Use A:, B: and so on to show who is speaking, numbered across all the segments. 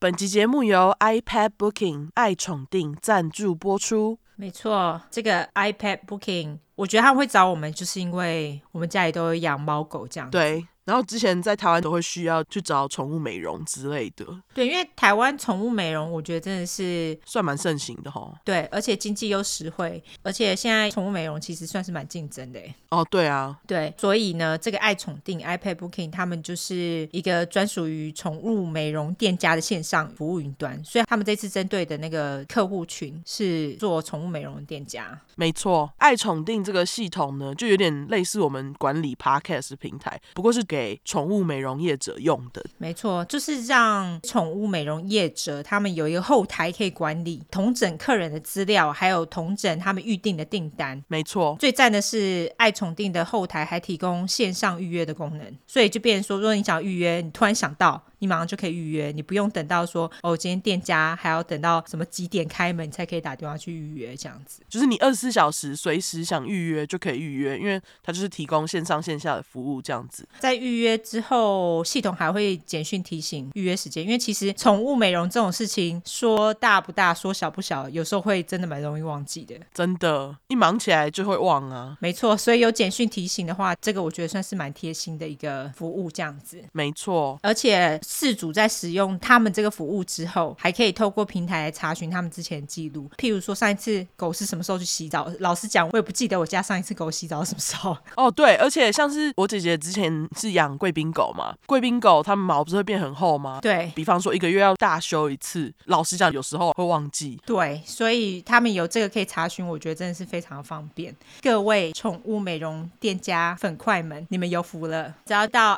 A: 本集节目由 iPad Booking 爱宠定赞助播出。
B: 没错，这个 iPad Booking，我觉得他们会找我们，就是因为我们家里都有养猫狗这样。
A: 对，然后之前在台湾都会需要去找宠物美容之类的，
B: 对，因为台湾宠物美容，我觉得真的是
A: 算蛮盛行的吼。
B: 对，而且经济又实惠，而且现在宠物美容其实算是蛮竞争的耶。欸
A: 哦，对啊，
B: 对，所以呢，这个爱宠定 iPad Booking 他们就是一个专属于宠物美容店家的线上服务云端，所以他们这次针对的那个客户群是做宠物美容的店家。
A: 没错，爱宠定这个系统呢，就有点类似我们管理 Podcast 平台，不过是给宠物美容业者用的。
B: 没错，就是让宠物美容业者他们有一个后台可以管理同整客人的资料，还有同整他们预定的订单。
A: 没错，
B: 最赞的是爱宠定的后台还提供线上预约的功能，所以就变成说，如果你想预约，你突然想到，你马上就可以预约，你不用等到说哦，今天店家还要等到什么几点开门你才可以打电话去预约这样子。
A: 就是你二十四小时随时想预约就可以预约，因为它就是提供线上线下的服务这样子。
B: 在预约之后，系统还会简讯提醒预约时间，因为其实宠物美容这种事情说大不大，说小不小，有时候会真的蛮容易忘记的。
A: 真的，一忙起来就会忘啊。
B: 没错，所以有简讯提醒的话，这个我觉得算是蛮贴心的一个服务这样子。
A: 没错，
B: 而且事主在使用他们这个服务之后，还可以透过平台来查询他们之前的记录，譬如说上一次狗是什么时候去洗澡。老实讲，我也不记得我家上一次狗洗澡是什么时候。
A: 哦对，而且像是我姐姐之前是养贵宾狗嘛，贵宾狗它们毛不是会变很厚吗？
B: 对
A: 比方说一个月要大修一次，老实讲有时候会忘记。
B: 对，所以他们有这个可以查询，我觉得真的是非常方便。各位宠物美容店家粉块们，你们有福了！只要到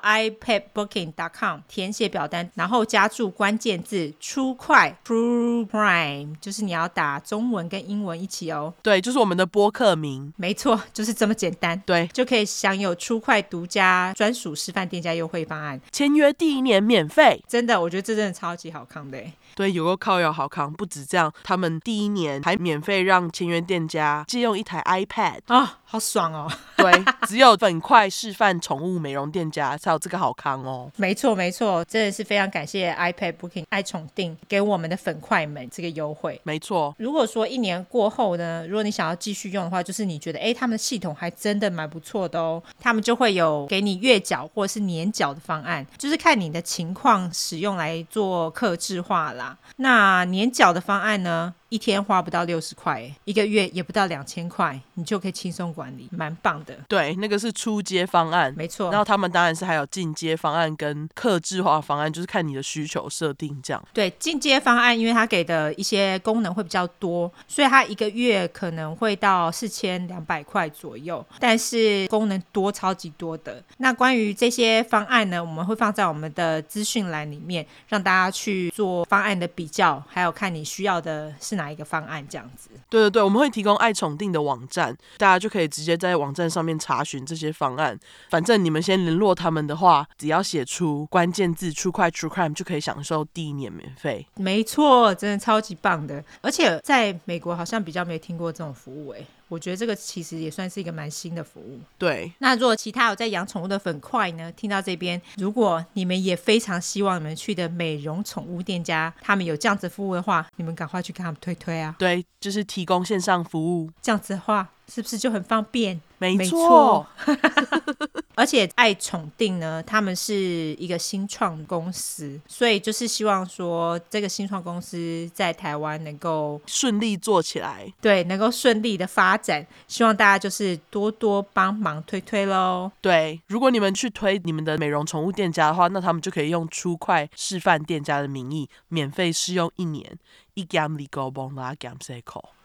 B: iPadBooking.com 填写表单，然后加注关键字“出快 ”（True Crime），就是你要打中文跟英文一起哦。
A: 对，就是我们的播客名。
B: 没错，就是这么简单，
A: 对，
B: 就可以享有出快独家专属示范店家优惠方案。
A: 签约第一年免费。
B: 真的，我觉得这真的超级好看的欸耶。
A: 对，有个靠友好康。不止这样，他们第一年还免费让签约店家借用一台 iPad。
B: 啊、好爽哦！
A: 对，只有粉块示范宠物美容店家才有这个好康哦。
B: 没错，没错，真的是非常感谢 iPad Booking 爱宠定给我们的粉块们这个优惠。
A: 没错，
B: 如果说一年过后呢，如果你想要继续用的话，就是你觉得诶他们的系统还真的蛮不错的哦，他们就会有给你月缴或者是年缴的方案，就是看你的情况使用来做克制化啦。那年缴的方案呢，一天花不到六十块耶，一个月也不到两千块，你就可以轻松管理，蛮棒的。
A: 对，那个是初阶方案。
B: 没错，
A: 然后他们当然是还有进阶方案跟客制化方案，就是看你的需求设定这样。
B: 对进阶方案，因为它给的一些功能会比较多，所以它一个月可能会到四千两百块左右，但是功能多超级多的。那关于这些方案呢，我们会放在我们的资讯栏里面，让大家去做方案的比较，还有看你需要的是哪一个方案这样子。
A: 对对对，我们会提供爱宠定的网站，大家就可以直接在网站上面查询这些方案。反正你们先联络他们的话，只要写出关键字“出快 True Crime” 就可以享受第一年免费。
B: 没错，真的超级棒的，而且在美国好像比较没听过这种服务诶、欸我觉得这个其实也算是一个蛮新的服务。
A: 对，
B: 那如果其他有在养宠物的粉块呢，听到这边，如果你们也非常希望你们去的美容宠物店家，他们有这样子服务的话，你们赶快去跟他们推推啊，
A: 对，就是提供线上服务。
B: 这样子的话是不是就很方便？
A: 没
B: 没
A: 错
B: 错， 而且爱宠定呢，他们是一个新创公司，所以就是希望说这个新创公司在台湾能够
A: 顺利做起来。
B: 对能够顺利的发展，希望大家就是多多帮忙推推喽。
A: 对，如果你们去推你们的美容宠物店家的话，那他们就可以用出快示范店家的名义，免费试用一年。一 gam 里够崩啦，gam 塞口。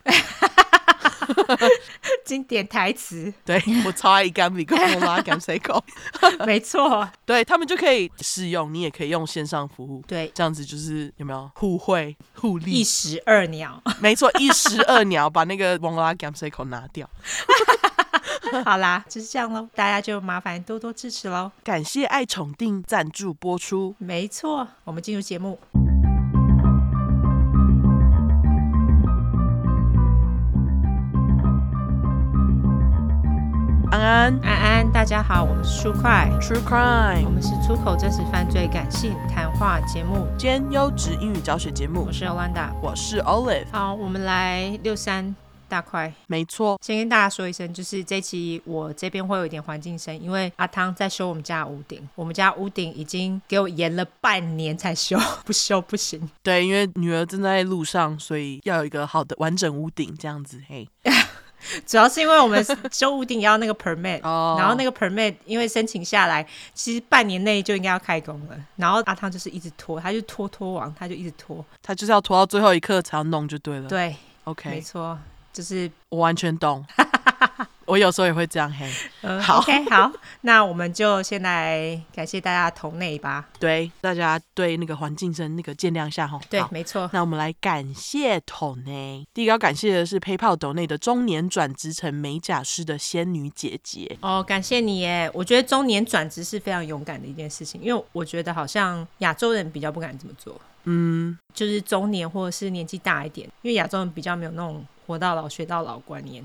B: 经典台词，
A: 对 我超爱一 gam 里够崩啦，gam 塞口。
B: 没错。
A: 对他们就可以试用，你也可以用线上服务，
B: 对，
A: 这样子就是有没有互惠互
B: 一
A: 利？
B: 石二鸟。
A: 没错，一石二鸟，把那个蒙拉 gam s 口拿掉。
B: 好啦，就是这样喽，大家就麻烦多多支持喽。
A: 感谢爱宠定赞助播出。
B: 没错，我们进入节目。
A: 安安
B: 安安，大家好，我们是舒快，
A: ，True
B: 我
A: Crime
B: 们是出口真实犯罪感性谈话节目，
A: 兼优质英语教学节目
B: 我，是 Olanda。
A: 我是 Olive，
B: 好，我们来六三大块。
A: 没错，
B: 先跟大家说一声，就是这期我这边会有一点环境声，因为阿汤在修我们家的屋顶，我们家屋顶已经给我延了半年才修，不修不行。
A: 对，因为女儿正在路上，所以要有一个好的完整屋顶这样子，嘿，
B: 主要是因为我们修屋顶要那个 permit，、
A: 哦
B: 然后那个 permit 因为申请下来，其实半年内就应该要开工了，然后阿汤就是一直拖，他就拖拖王，他就一直拖。
A: 她就是要拖到最后一刻才要弄就对了。
B: 对，没
A: ，OK，
B: 错，就是
A: 我完全 懂，我有时候也会这样，嘿，
B: 呃
A: 好
B: OK，好， 那我们就先来感谢大家的投内吧。
A: 对，大家对那个环境声那个见谅一下哈。
B: 对
A: 好，
B: 没错，
A: 那我们来感谢斗内，第一个要感谢的是 PayPal 斗内的中年转职成美甲师的仙女姐姐。
B: 哦，感谢你耶！我觉得中年转职是非常勇敢的一件事情，因为我觉得好像亚洲人比较不敢这么做，
A: 嗯，
B: 就是中年或者是年纪大一点，因为亚洲人比较没有那种活到老学到老观念。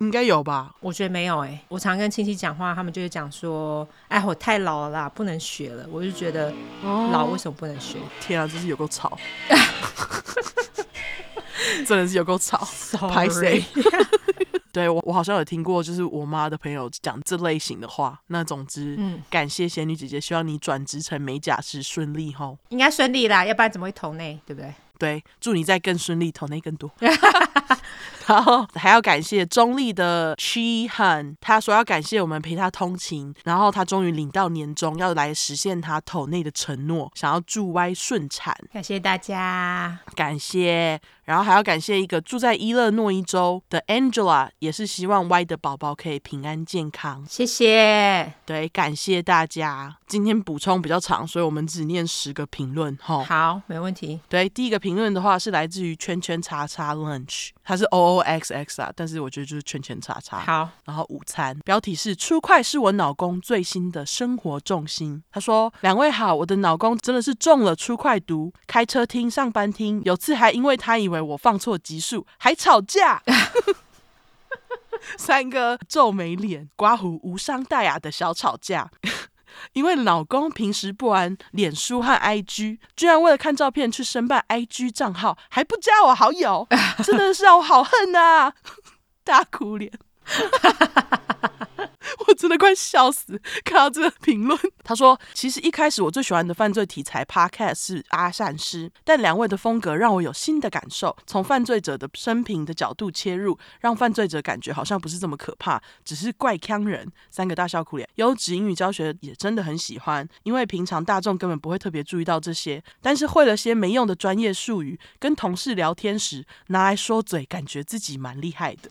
A: 应该有吧？
B: 我觉得没有哎，我常跟亲戚讲话，他们就会讲说：“哎，我太老了啦，不能学了。”我就觉得老为什么不能学
A: 天啊，真是有够 吵，真的是有够吵。
B: ？Sorry
A: 拍谁？ 对我，我好像有听过，就是我妈的朋友讲这类型的话。那总之，
B: 嗯，
A: 感谢仙女姐姐，希望你转职成美甲师顺利吼。
B: 应该顺利啦，要不然怎么会投内？对不对？
A: 对，祝你再更顺利，投内更多。然后还要感谢中立的 Chi Han，他说要感谢我们陪他通勤，然后他终于领到年终，要来实现他投内的承诺，想要祝歪顺产。
B: 感谢大家。
A: 感谢，然后还要感谢一个住在伊勒诺伊州的 Angela，也是希望 Y 的宝宝可以平安健康。
B: 谢谢，
A: 对，感谢大家。今天补充比较长，所以我们只念十个评论哈。
B: 好，没问题。
A: 对，第一个评论的话是来自于圈圈叉叉 lunch，它是 O O X X 啊，但是我觉得就是圈圈叉叉。
B: 好，
A: 然后午餐，标题是“出快是我老公最新的生活重心”。他说：“两位好，我的老公真的是中了出快毒，开车听，上班听，有次还因为他以为我放错集数，还吵架。”三个皱眉脸、刮胡无伤大雅的小吵架。因为老公平时不玩脸书和 IG，居然为了看照片去申办 IG 账号，还不加我好友，真的是让我好恨啊！大哭脸。我真的快笑死！看到这个评论，他说：“其实一开始我最喜欢的犯罪题材 podcast 是阿善师，但两位的风格让我有新的感受，从犯罪者的生平的角度切入，让犯罪者感觉好像不是这么可怕，只是怪腔人。”三个大笑苦脸，优质英语教学也真的很喜欢，因为平常大众根本不会特别注意到这些，但是会了些没用的专业术语，跟同事聊天时拿来说嘴，感觉自己蛮厉害 的。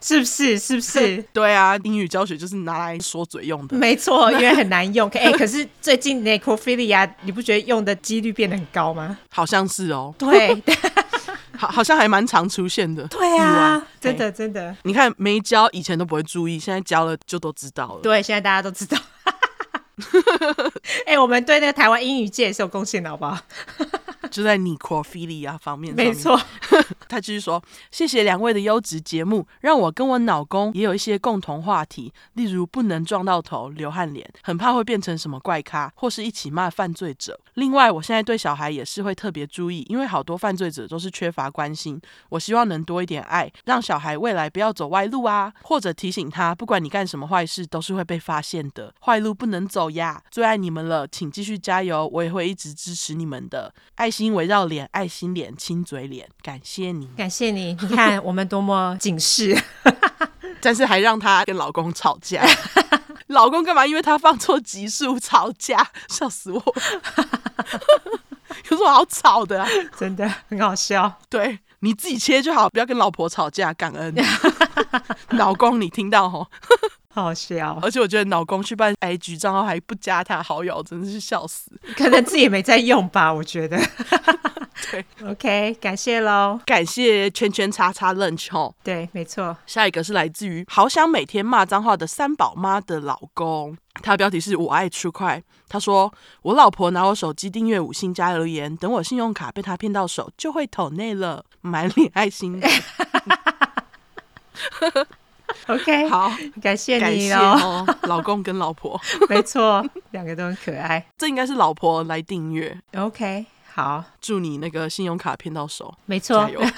B: 是不是？是不 是？
A: 对啊，英语教学就是拿来说嘴用的。
B: 没错，因为很难 用。哎、可是最近 necrophilia，你不觉得用的几率变得很高吗？
A: 好像是哦，
B: 对，
A: 好，好像还蛮常出现的。
B: 对
A: 意外
B: 真的，真的。
A: 你看没教以前都不会注意，现在教了就都知道了。
B: 对，现在大家都知道。 哎、我们对那个台湾英语界也是有贡献的，好不好？
A: 就在 necrophilia 方面，
B: 没。错，
A: 他继续说：“谢谢两位的优质节目，让我跟我老公也有一些共同话题，例如不能撞到头、流汗脸，很怕会变成什么怪咖，或是一起骂犯罪者。另外，我现在对小孩也是会特别注意，因为好多犯罪者都是缺乏关心。我希望能多一点爱，让小孩未来不要走歪路啊，或者提醒他，不管你干什么坏事，都是会被发现的，坏路不能走呀。最爱你们了，请继续加油，我也会一直支持你们的。爱心围绕脸，爱心脸，亲嘴脸，感谢你。”
B: 感谢你。你看我们多么警示，
A: 但是还让她跟老公吵架。 老公干嘛？因为她放错级数吵架，笑死我！ 有什么好吵的、啊？
B: 真的很好笑。
A: 对你自己切就好，不要跟老婆吵架，感恩。老公，你听到吼？
B: 好笑，
A: 而且我觉得老公去办 IG 账号还不加他好友，真的是笑死。
B: 可能自己也没在用吧，我觉得。
A: 对
B: ，OK，感谢喽。
A: 感谢圈圈叉叉 lunch 吼。
B: 对，没错，
A: 下一个是来自于好想每天骂脏话的三宝妈的老公，他的标题是我爱吃块。他说：“我老婆拿我手机订阅五星加留言，等我信用卡被他骗到手， 就会投内了，满脸爱心的。”
B: OK，，
A: 好，
B: 感谢
A: 感
B: 你
A: 谢
B: 哦，
A: 哦，老公跟老婆，
B: 没错，两个都很可爱。
A: 这应该是老婆来订阅。
B: OK，好，
A: 祝你那个信用卡骗到手，
B: 没错
A: 加， 油！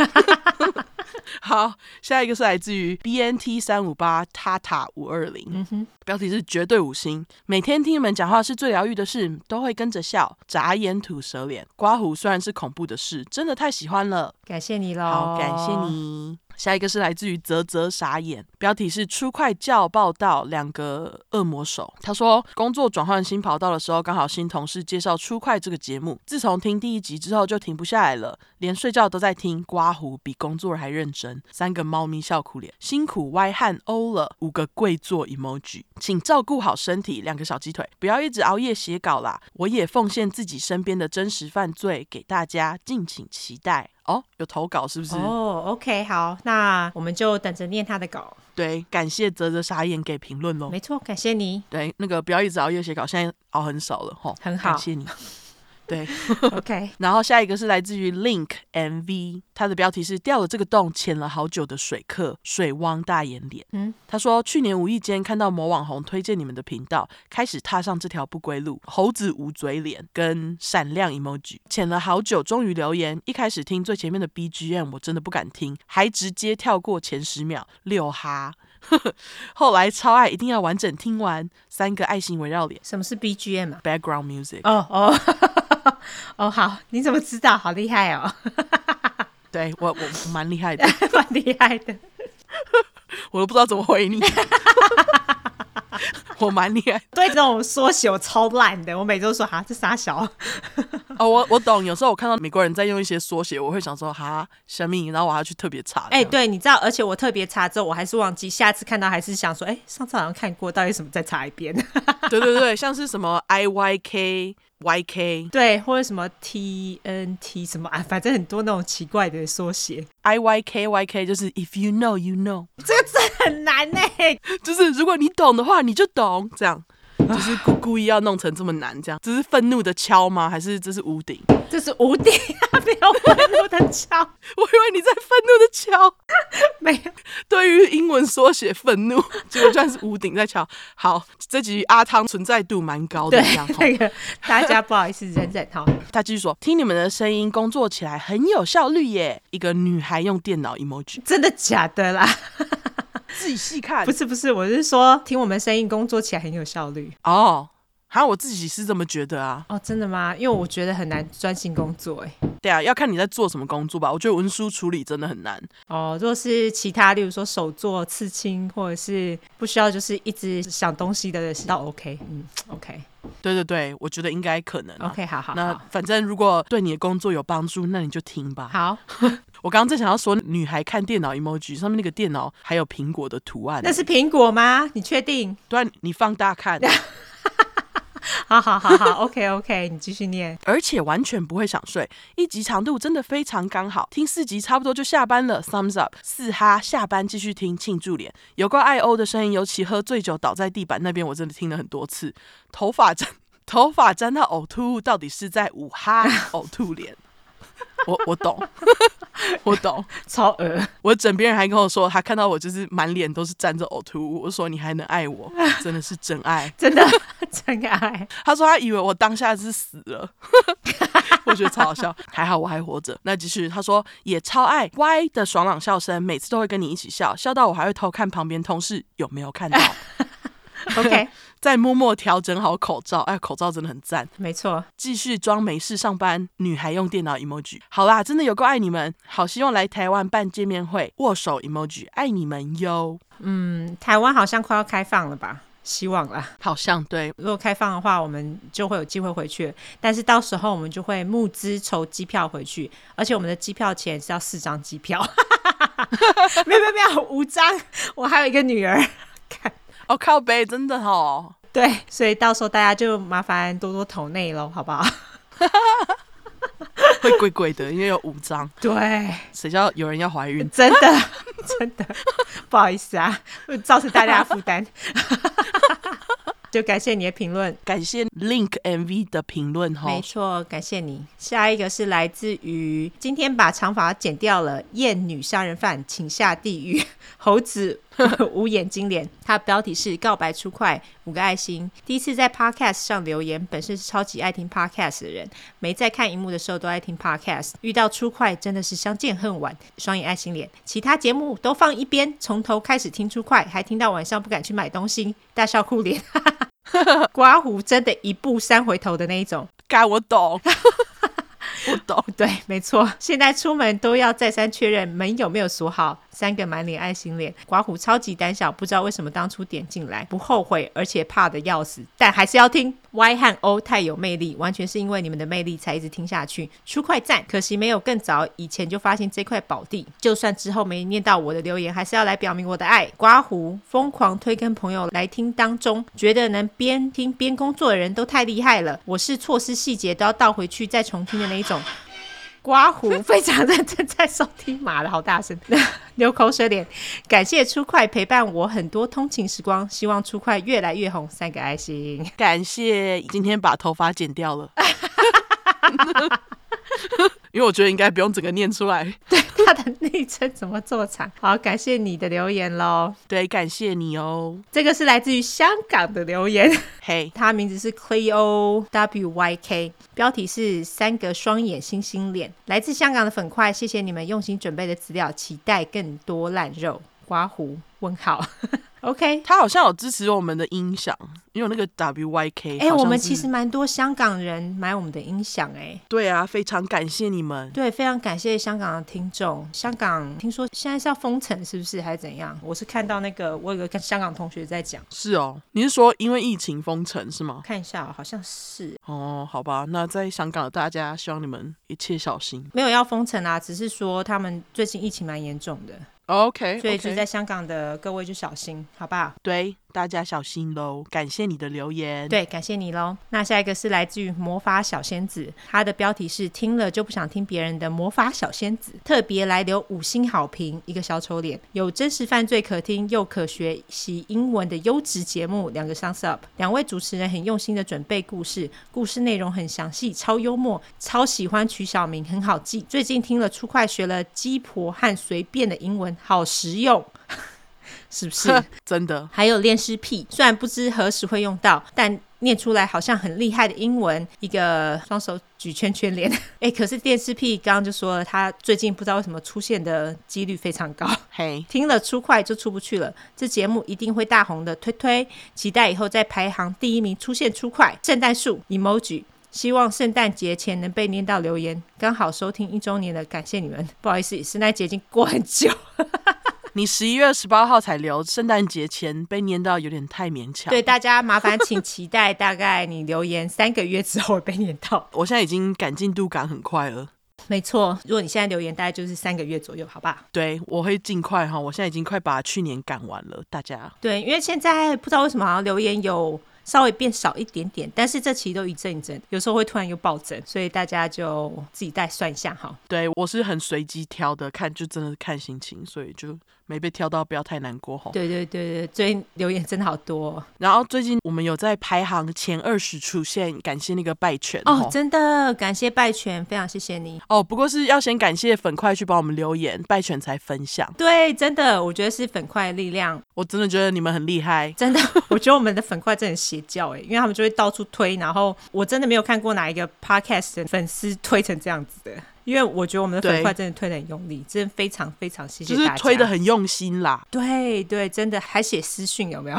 A: 好，下一个是来自于 BNT 三五八塔塔五二零，标题是绝对五星。每天听你们讲话是最疗愈的事，都会跟着笑，眨眼吐舌脸，刮胡虽然是恐怖的事，真的太喜欢了。
B: 感谢你喽，
A: 好，感谢。你。嗯下一个是来自于泽泽傻眼，标题是“出快教报道两个恶魔手”。他说，工作转换新跑道的时候，刚好新同事介绍《出快》这个节目，自从听第一集之后就停不下来了，连睡觉都在听。刮胡比工作还认真，三个猫咪笑哭脸，辛苦歪汉欧了，五个跪坐 emoji，请照顾好身体，两个小鸡腿，不要一直熬夜写稿啦。我也奉献自己身边的真实犯罪给大家，敬请期待。哦，有投稿是不是？
B: 哦、o k 好，那我们就等着念他的稿。
A: 对，感谢泽泽傻眼给评论喽。
B: 没错，感 谢你。
A: 对，那个不要一直熬夜写稿，现在熬很少了吼，
B: 很好
A: 感谢你。对，
B: OK，
A: 然后下一个是来自于 Link MV，它的标题是“掉了这个洞，潜了好久的水客，水汪大眼脸”。
B: 嗯
A: 嗯，他说去年无意间看到某网红推荐你们的频道，开始踏上这条不归路。猴子捂嘴脸跟闪亮 emoji，潜了好久，终于留言。一开始听最前面的 BGM，我真的不敢听，还直接跳过前十秒，六哈。 后来超爱，一定要完整听完，三个爱心围绕脸
B: 什么是 BGM 啊？
A: ，background music。
B: 哦哦 哦，好，你怎么知道？好厉害哦，
A: 对我我我蛮厉害的。
B: 蛮厉害的。
A: 我都不知道怎么回你。 我蛮厉害
B: 对这种缩写我超烂的，我每周说啊哈这傻小，
A: 哦，我我懂。有时候我看到美国人在用一些缩写，我会想说哈小米，然后我还要去特别查。这
B: 哎、
A: 样，
B: 对，你知道，而且我特别查之后，我还是忘记，下次看到还是想说，哎、上次好像看过，到底什么再查一遍？
A: 对对对，像是什么 I Y K Y K
B: 对，或者什么 T N T 什么啊，反正很多那种奇怪的缩写，
A: I Y K Y K，就是 If you know you know，
B: 这个真的很难呢、
A: 就是如果你懂的话你就懂，这样。就是故故意要弄成这么难，这样这是愤怒的敲吗？还是这是屋顶？
B: 这是无敌啊，没有愤怒的 敲，
A: 我以为你在愤怒的敲。
B: 没有。
A: 对于英文缩写愤怒， 结果居然是屋顶在敲。好，这集阿汤存在度蛮高的，
B: 对
A: 这样吼，
B: 那个大家不好意思，忍哦忍哈。
A: 他继续说：“听你们的声音，工作起来很有效率耶。”一个女孩用电脑 emoji，
B: 真的假的啦？
A: 自己细看
B: 不是不是，我是说听我们声音工作起来很有效率
A: 哦。好，我自己是这么觉得啊。
B: 哦，真的吗？因为我觉得很难专心工作哎。
A: 对啊，要看你在做什么工作吧。我觉得文书处理真的很难。
B: 哦，如果是其他，例如说手作、刺青，或者是不需要就是一直想东西的，倒 OK，嗯，OK
A: 对对对，我觉得应该可能、啊。
B: OK，好好
A: 那
B: 好
A: 反正如果对你的工作有帮助，那你就听吧。
B: 好，
A: 我刚刚正想要说，女孩看电脑 emoji 上面那个电脑还有苹果的图案，
B: 那是苹果吗？你确定？
A: 对啊、你放大看，
B: 好好好好，OK OK，你继续念。
A: 而且完全不会想睡，一集长度真的非常刚好，听四集差不多就下班了，thumbs up，四哈，下班继续听庆祝脸，有关爱欧的声音，尤其喝醉酒倒在地板那边，我真的听了很多次，头发沾 头发沾到呕吐物，到底是在五哈呕吐脸，我我懂， 我懂，
B: 超额，
A: 我枕边人还跟我说，他看到我就是满脸都是沾着呕吐物，我说你还能爱我，真的是真爱。
B: 真的真爱，
A: 他说他以为我当下是死了， 我觉得超好笑，还好我还活着。那继续，他说也超爱 Y 的爽朗笑声，每次都会跟你一起笑，笑到我还会偷看旁边同事有没有看到，
B: OK，
A: 再默默调整好口罩。哎，口罩真的很赞。
B: 没错，
A: 继续装没事上班，女孩用电脑 emoji。好啦，真的有够爱你们，好希望来台湾办见面会，握手 emoji，爱你们哟。
B: 嗯，台湾好像快要开放了吧？希望啦。
A: 好像对，
B: 如果开放的话，我们就会有机会回去。但是到时候我们就会募资筹机票回去，而且我们的机票钱是要四张机票， 没有没有没有五张，我还有一个女儿。
A: 哦靠背真的哦，
B: 对，所以到时候大家就麻烦多多投内喽，好不好？
A: 会贵贵的，因为有五张，
B: 对，
A: 谁叫有人要怀孕。
B: 真的 真的，不好意思啊，会造成大家的负担。 就感谢你的评论，
A: 感谢 Link MV 的评论哈
B: 没。错，感谢你。下一个是来自 于今天把长发剪掉了，艳女杀人犯请下地狱，猴子无眼睛脸，它的标题是“告白出快”，五个爱心。第一次在 Podcast 上留言，本身是超级爱听 Podcast 的人，没在看荧幕的时候都爱听 Podcast。遇到出快真的是相见恨晚，双眼爱心脸。其他节目都放一边，从头开始听出快，还听到晚上不敢去买东西，大笑哭脸。 刮胡真的一步三回头的那一种。
A: 该我 懂，我懂，
B: 对，没错，现在出门都要再三确认门有没有锁好。三个满脸爱心脸，寡虎超级胆小，不知道为什么当初点进来，不后悔，而且怕的要死，但还是要听。Y 和 O 太有魅力，完全是因为你们的魅力才一直听下去。出快赞，可惜没有更早以前就发现这块宝地。就算之后没念到我的留言，还是要来表明我的爱。刮胡疯狂推跟朋友来听当中，觉得能边听边工作的人都太厉害了。我是错失细节都要倒回去再重听的那一种。刮胡 非常认真在收听，妈的好大声，流口水脸。感谢出快陪伴我很多通勤时光，希望出快越来越红。三个爱心，
A: 感谢今天把头发剪掉 了，因为我觉得应该不用整个念出来。
B: 对他的昵称怎么这么长？好，感谢你的留言喽。
A: 对，感谢你哦。
B: 这个是来自于香港的留言，
A: 嘿、
B: 他名字是 Cleo W Y K，标题是三个双眼星星脸，来自香港的粉块，谢谢你们用心准备的资料，期待更多烂肉。刮胡问号 ，OK，
A: 他好像有支持我们的音响，因为那个 WYK。
B: 哎、我们其实蛮多香港人买我们的音响哎、
A: 对啊，非常感谢你们。
B: 对，非常感谢香港的听众。香港听说现在是要封城，是不是还是怎样？我是看到那个，我有个跟香港同学在讲，
A: 是哦，你是说因为疫情封城是吗？
B: 看一下、哦，好像是
A: 哦，好吧，那在香港的大家，希望你们一切小心。
B: 没有要封城啊，只是说他们最近疫情蛮严重的，
A: OK，
B: 所以就
A: OK
B: 在香港的各位就小心，好不好？
A: 对大家小心喽。感谢你的留言。
B: 对，感谢你喽。那下一个是来自于魔法小仙子，它的标题是“听了就不想听别人的魔法小仙子”，特别来留五星好评，一个小丑脸，有真实犯罪可听又可学习英文的优质节目，两个 thumbs up。两位主持人很用心的准备故事，故事内容很详细，超幽默，超喜欢曲小明，很好记。最近听了出快学了鸡婆和随便的英文，好实用。 是不是？
A: 真的，
B: 还有恋尸癖，虽然不知何时会用到，但念出来好像很厉害的英文，一个双手举圈圈脸。 哎，可是恋尸癖刚刚就说了，他最近不知道为什么出现的几率非常高，
A: 嘿、
B: 听了出快就出不去了。这节目一定会大红的，推推，期待以后在排行第一名出现出快。圣诞树 emoji。希望圣诞节前能被念到留言，刚好收听一周年了，感谢你们。不好意思，圣诞节已经过很久，
A: 你十一月十八号才留，圣诞节前被念到有点太勉强。
B: 对，大家麻烦请期待，大概你留言三个月之后会被念到。
A: 我现在已经赶进度赶很快了。
B: 没错，如果你现在留言，大概就是三个月左右，好吧？
A: 对，我会尽快哈，我现在已经快把去年赶完了，大家。
B: 对，因为现在不知道为什么好像留言有稍微变少一点点，但是这期都一阵一阵，有时候会突然又暴增，所以大家就自己再算一下哈。
A: 对我是很随机挑的，看就真的看心情，所以就没被挑到，不要太难过哈。
B: 对对对对，最近留言真的好多哦，
A: 然后最近我们有在排行前二十出现，感谢那个拜犬
B: 哦
A: 齁
B: 真的感谢拜泉，非常谢谢你。
A: 哦，不过是要先感谢粉块去帮我们留言，拜犬才分享。
B: 对，真的，我觉得是粉块的力量，
A: 我真的觉得你们很厉害，
B: 真的， 我觉得我们的粉块真的很邪教哎，因为他们就会到处推，然后我真的没有看过哪一个 podcast 的粉丝推成这样子的，因为我觉得我们的粉块真的推的很用力，真的非常非常谢谢
A: 就
B: 大
A: 是
B: 家，
A: 推的很用心啦，
B: 对对，真的还写私讯有 没有？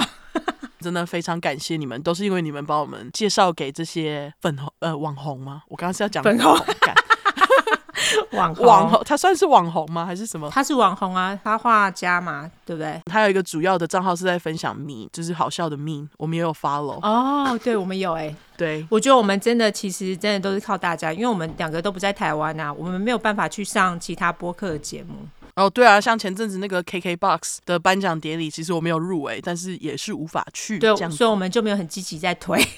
A: 真的非常感谢你们，都是因为你们帮我们介绍给这些粉红呃网红吗？我刚刚是要讲
B: 粉红
A: 干
B: 网红
A: 网红，他算是网红吗？还是什么？
B: 他是网红啊，他画家嘛，对不对？
A: 他有一个主要的账号是在分享 meme，就是好笑的 meme，我们也有 follow、
B: 哦，对，我们有哎、
A: 对，
B: 我觉得我们真的其实真的都是靠大家，因为我们两个都不在台湾啊，我们没有办法去上其他播客的节目。
A: 哦对啊，像前阵子那个 KKBOX 的颁奖典礼，其实我没有入围，但是也是无法去。
B: 对
A: 这，样子
B: 所以我们就没有很积极在推。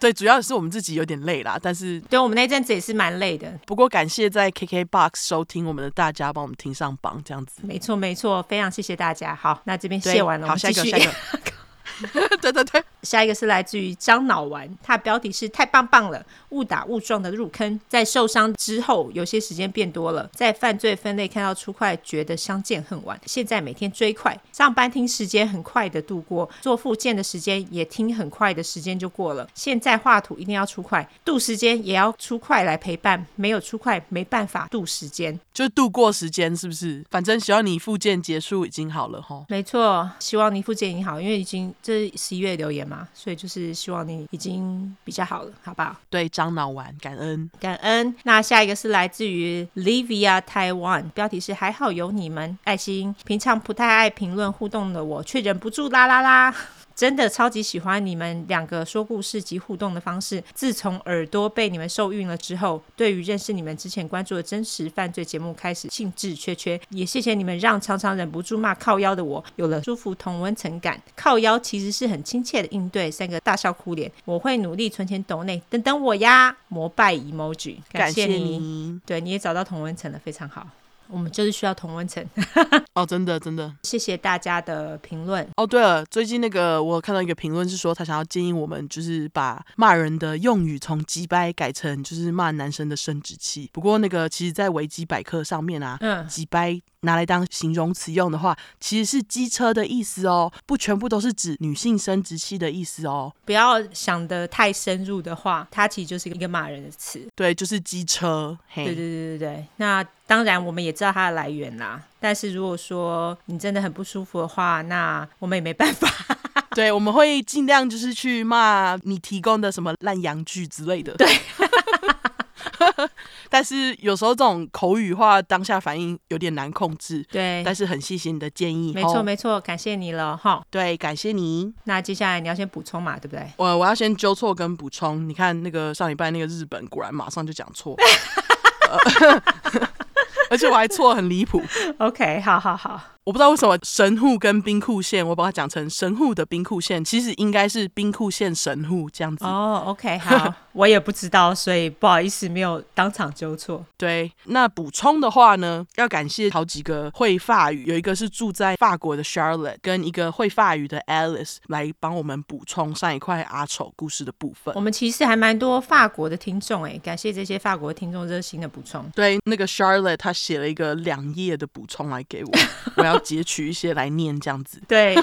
A: 对，主要是我们自己有点累啦，但是
B: 对我们那阵子也是蛮累的，
A: 不过感谢在 KKBOX 收听我们的大家，帮我们听上榜这样子。
B: 没错没错，非常谢谢大家。好，那这边
A: 对
B: 谢完了，我
A: 好，
B: 们
A: 下
B: 继
A: 一个，
B: 续
A: 下一个。 对对对，
B: 下一个是来自于张脑丸，它的标题是“太棒棒了，误打误撞的入坑，在受伤之后，有些时间变多了，在犯罪分类看到出快，觉得相见恨晚，现在每天追快，上班听时间很快的度过，做复健的时间也听很快的时间就过了，现在画图一定要出快，度时间也要出快来陪伴，没有出快没办法度时间。
A: 就度过时间是不是？反正只要你复健结束已经好了吼。
B: 没错，希望你复健你好，因为已经这十一月留言嘛，所以就是希望你已经比较好了，好不好？
A: 对，樟脑丸感恩，
B: 感恩。那下一个是来自于 Livia Taiwan，标题是还好有你们，爱心。平常不太爱评论互动的我，却忍不住啦啦啦。真的超级喜欢你们两个说故事及互动的方式。自从耳朵被你们受孕了之后，对于认识你们之前关注的真实犯罪节目开始兴致缺缺。也谢谢你们让常常忍不住骂靠腰的我有了舒服同温层感。靠腰其实是很亲切的应对，三个大笑哭脸。我会努力存钱抖内，等等我呀！膜拜 emoji，
A: 感
B: 谢
A: 你
B: 对，你也找到同温层了，非常好。我们就是需要同温层。
A: 哦，真的真的。
B: 谢谢大家的评论。
A: 哦，对了，最近那个我有看到一个评论是说，他想要建议我们就是把骂人的用语从“鸡掰”改成就是骂男生的生殖器。不过那个其实，在维基百科上面啊，
B: 嗯，
A: 几掰拿来当形容词用的话，其实是机车的意思哦，不全部都是指女性生殖器的意思哦。
B: 不要想得太深入的话，它其实就是一个骂人的词。
A: 对，就是机车。嘿，
B: 对对对对对。那当然，我们也知道它的来源啦。但是如果说你真的很不舒服的话，那我们也没办法。
A: 对我们会尽量就是去骂你提供的什么烂洋剧之类的。对。 但是有时候这种口语化当下反应有点难控制，
B: 对，
A: 但是很谢谢你的建议。
B: 哎没错
A: 吼
B: 没错，感谢你了哈。
A: 对，感谢你。
B: 那接下来你要先补充嘛，对不对？
A: 我我要先纠错跟补充，你看那个上礼拜那个日本，果然马上就讲错， 呃而且我还错得很离谱。
B: OK，好好好，
A: 我不知道为什么神户跟兵库县，我把它讲成神户的兵库县，其实应该是兵库县神户这样子。
B: 哦、o k 好，我也不知道，所以不好意思，没有当场纠错。
A: 对，那补充的话呢，要感谢好几个会法语，有一个是住在法国的 Charlotte，跟一个会法语的 Alice 来帮我们补充上一块阿丑故事的部分
B: 我。们其实还蛮多法国的听众哎，感谢这些法国听众热心的补充。
A: 对，那个 Charlotte 她写了一个两页的补充来给我，我要截取一些来念这样子。
B: 对，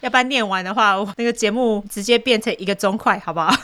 B: 要不然念完的话，我那个节目直接变成一个钟块，好不好？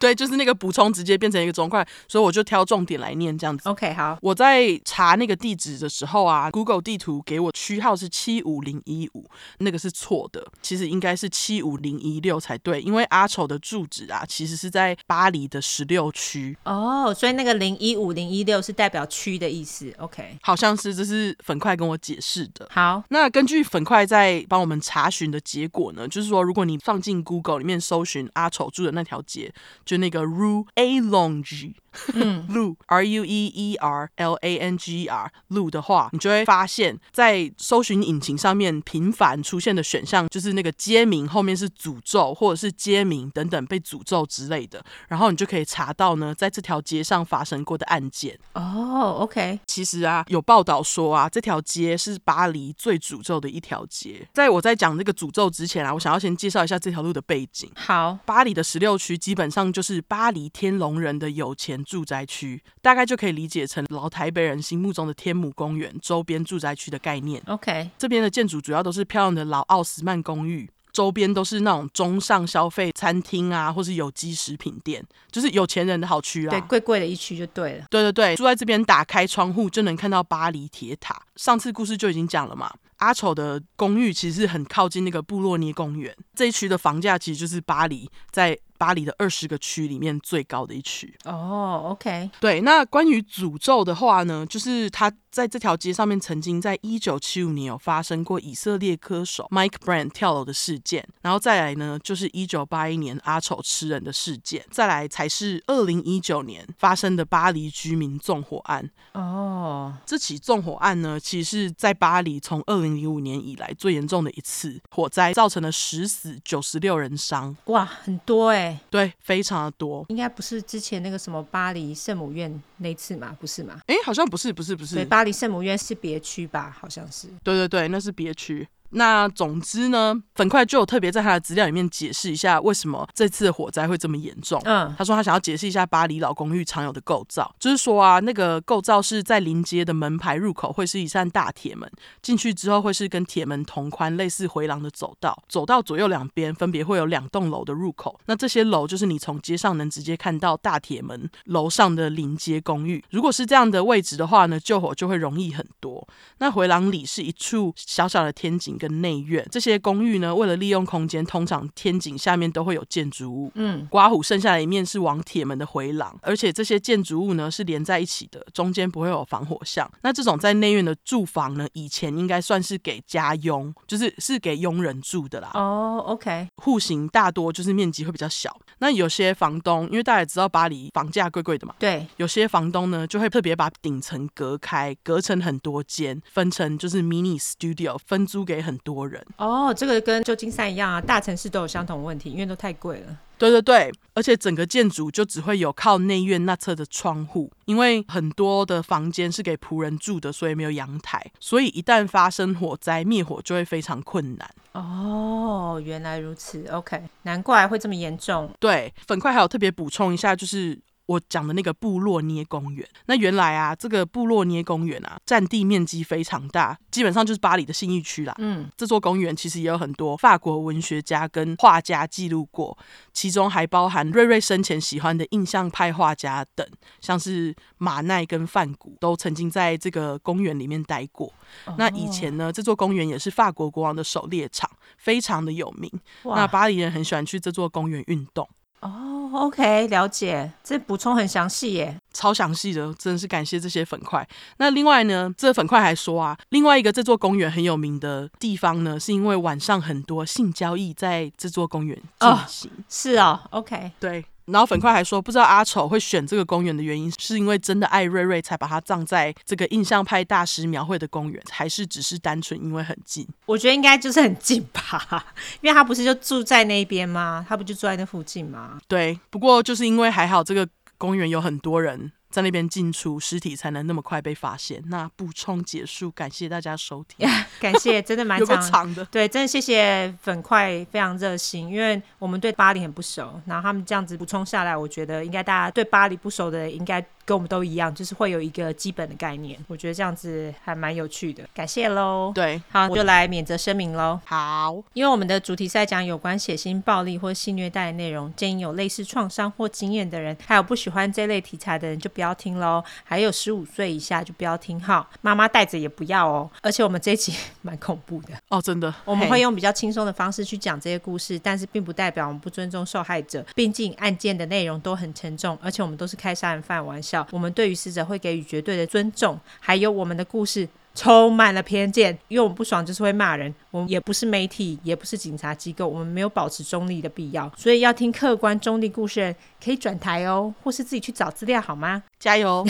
A: 对，就是那个补充直接变成一个中块，所以我就挑重点来念这样子。
B: OK，好，
A: 我在查那个地址的时候啊，Google 地图给我区号是七五零一五，那个是错的，其实应该是七五零一六才对，因为阿丑的住址啊，其实是在巴黎的十六区，
B: 哦、所以那个零一五零一六是代表区的意思。OK，
A: 好像是这是粉块跟我解释的。
B: 好，
A: 那根据粉块在帮我们查询的结果呢，就是说，如果你放进 Google 里面搜寻阿丑住的那条街，就那个 Rue A Longe，嗯 ，Rue R U E E R L A N G E R Rue 的话，你就会发现，在搜寻引擎上面频繁出现的选项，就是那个街名后面是诅咒，或者是街名等等被诅咒之类的，然后你就可以查到呢，在这条街上发生过的案件。
B: 哦、o k
A: 其实啊，有报道说啊，这条街是巴黎最诅咒的一条街。在我在讲这个诅咒之前啊，我想要先介绍一下这条路的背景。
B: 好，
A: 巴黎的十六区基本上就是巴黎天龙人的有钱住宅区，大概就可以理解成老台北人心目中的天母公园周边住宅区的概念。
B: ，OK，
A: 这边的建筑主要都是漂亮的老奥斯曼公寓，周边都是那种中上消费餐厅啊，或是有机食品店，就是有钱人的好区啦。啊
B: 对，贵贵的一区就对了。
A: 对对对，住在这边打开窗户就能看到巴黎铁塔。上次故事就已经讲了嘛，阿丑的公寓其实很靠近那个布洛涅公园，这一区的房价其实就是巴黎在巴黎的二十个区里面最高的一区。
B: 哦、o k
A: 对，那关于诅咒的话呢，就是他在这条街上面曾经在一九七五年有发生过以色列歌手 Mike Brand 跳楼的事件，然后再来呢就是一九八一年阿丑吃人的事件，再来才是二零一九年发生的巴黎居民纵火案。
B: 哦、
A: 这起纵火案呢，其实是在巴黎从二零零五年以来最严重的一次火灾，造成了十死九十六人伤，
B: 哇，很多哎、
A: 对，非常的多。
B: 应该不是之前那个什么巴黎圣母院那一次嘛，不是嘛？
A: 诶，好像不是，不是，不是，
B: 对，巴黎圣母院是别区吧？好像是。
A: 对对对，那是别区。那总之呢，粉块就有特别在他的资料里面解释一下为什么这次的火灾会这么严重。
B: 嗯，
A: 他说他想要解释一下巴黎老公寓常有的构造，就是说啊，那个构造是在临街的门牌入口会是一扇大铁门，进去之后会是跟铁门同宽、类似回廊的走道，走道左右两边分别会有两栋楼的入口。那这些楼就是你从街上能直接看到大铁门楼上的临街公寓。如果是这样的位置的话呢，救火就会容易很多。那回廊里是一处小小的天井跟内院，这些公寓呢，为了利用空间，通常天井下面都会有建筑物。
B: 嗯，
A: 刮胡剩下的一面是往铁门的回廊，而且这些建筑物呢是连在一起的，中间不会有防火巷。那这种在内院的住房呢，以前应该算是给家佣，就是是给佣人住的啦。
B: 哦，OK，
A: 户型大多就是面积会比较小。那有些房东，因为大家也知道巴黎房价贵贵的嘛，
B: 对，
A: 有些房东呢就会特别把顶层隔开，隔成很多间，分成就是 mini studio，分租给很多人。
B: 哦，这个跟旧金山一样啊，大城市都有相同问题，因为都太贵了。
A: 对对对，而且整个建筑就只会有靠内院那侧的窗户，因为很多的房间是给仆人住的，所以没有阳台，所以一旦发生火灾，灭火就会非常困难。
B: 哦，原来如此，OK，难怪会这么严重。
A: 对，粉块还有特别补充一下，就是。我讲的那个布洛涅公园，那原来啊，这个布洛涅公园啊，占地面积非常大，基本上就是巴黎的信义区啦。
B: 嗯，
A: 这座公园其实也有很多法国文学家跟画家记录过，其中还包含瑞瑞生前喜欢的印象派画家等，像是马奈跟梵谷都曾经在这个公园里面待过。那以前呢，这座公园也是法国国王的狩猎场，非常的有名。那
B: 哇，
A: 巴黎人很喜欢去这座公园运动。
B: 哦，OK，了解，这补充很详细耶。
A: 超详细的，真的是感谢这些粉块。那另外呢，这粉块还说啊，另外一个这座公园很有名的地方呢，是因为晚上很多性交易在这座公园进行。
B: 是哦，OK，
A: 对，然后粉块还说，不知道阿丑会选这个公园的原因，是因为真的爱瑞瑞才把它葬在这个印象派大师描绘的公园，还是只是单纯因为很近？
B: 我觉得应该就是很近吧，因为他不是就住在那边吗？他不就住在那附近吗？
A: 对，不过就是因为还好这个公园有很多人。在那边进出，尸体才能那么快被发现。那补充结束，感谢大家收听，
B: 感谢，真 的蛮
A: 有个
B: 长。
A: 长的。
B: 对，真的谢谢粉块非常热心，因为我们对巴黎很不熟，然后他们这样子补充下来，我觉得应该大家对巴黎不熟的，应该跟我们都一样，就是会有一个基本的概念。我觉得这样子还蛮有趣的，感谢喽。
A: 对，
B: 好，
A: 我
B: 就来免责声明喽。
A: 好，
B: 因为我们的主题是在讲有关血腥暴力或性虐待的内容，建议有类似创伤或经验的人，还有不喜欢这类题材的人就不要听喽。还有十五岁以下就不要听哈，妈妈带着也不要哦。而且我们这一集 蛮恐怖的，
A: 哦，真的，
B: 我们会
A: 嘿
B: 用比较轻松的方式去讲这些故事，但是并不代表我们不尊重受害者。毕竟案件的内容都很沉重，而且我们都是开杀人犯玩笑，我们对于死者会给予绝对的尊重，还有我们的故事。充满了偏见，因为我们不爽就是会骂人，我们也不是媒体，也不是警察机构，我们没有保持中立的必要，所以要听客观中立故事的人可以转台哦，或是自己去找资料好吗？
A: 加油，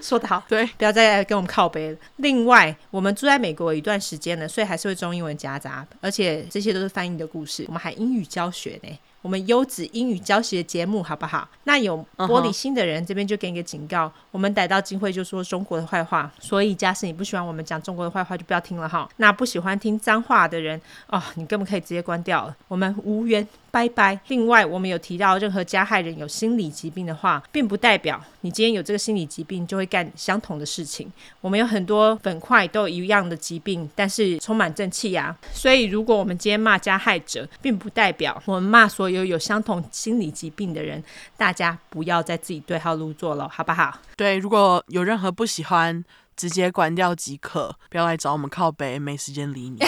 B: 说得好，
A: 对，
B: 不要再来跟我们靠背了。另外，我们住在美国有一段时间了，所以还是会中英文夹杂，而且这些都是翻译的故事，我们还英语教学呢。我们优质英语教学节目好不好？那有玻璃心的人这边就给你个警告，我们逮到金会就说中国的坏话，所以假使你不喜欢我们讲中国的坏话，就不要听了哈。那不喜欢听脏话的人哦，你根本可以直接关掉了，我们无缘拜拜。另外，我们有提到任何加害人有心理疾病的话，并不代表你今天有这个心理疾病就会干相同的事情。我们有很多粉块都有一样的疾病，但是充满正气啊。所以，如果我们今天骂加害者，并不代表我们骂所有有相同心理疾病的人。大家不要再自己对号入座了，好不好？
A: 对，如果有任何不喜欢，直接关掉即可，不要来找我们靠北，没时间 理你。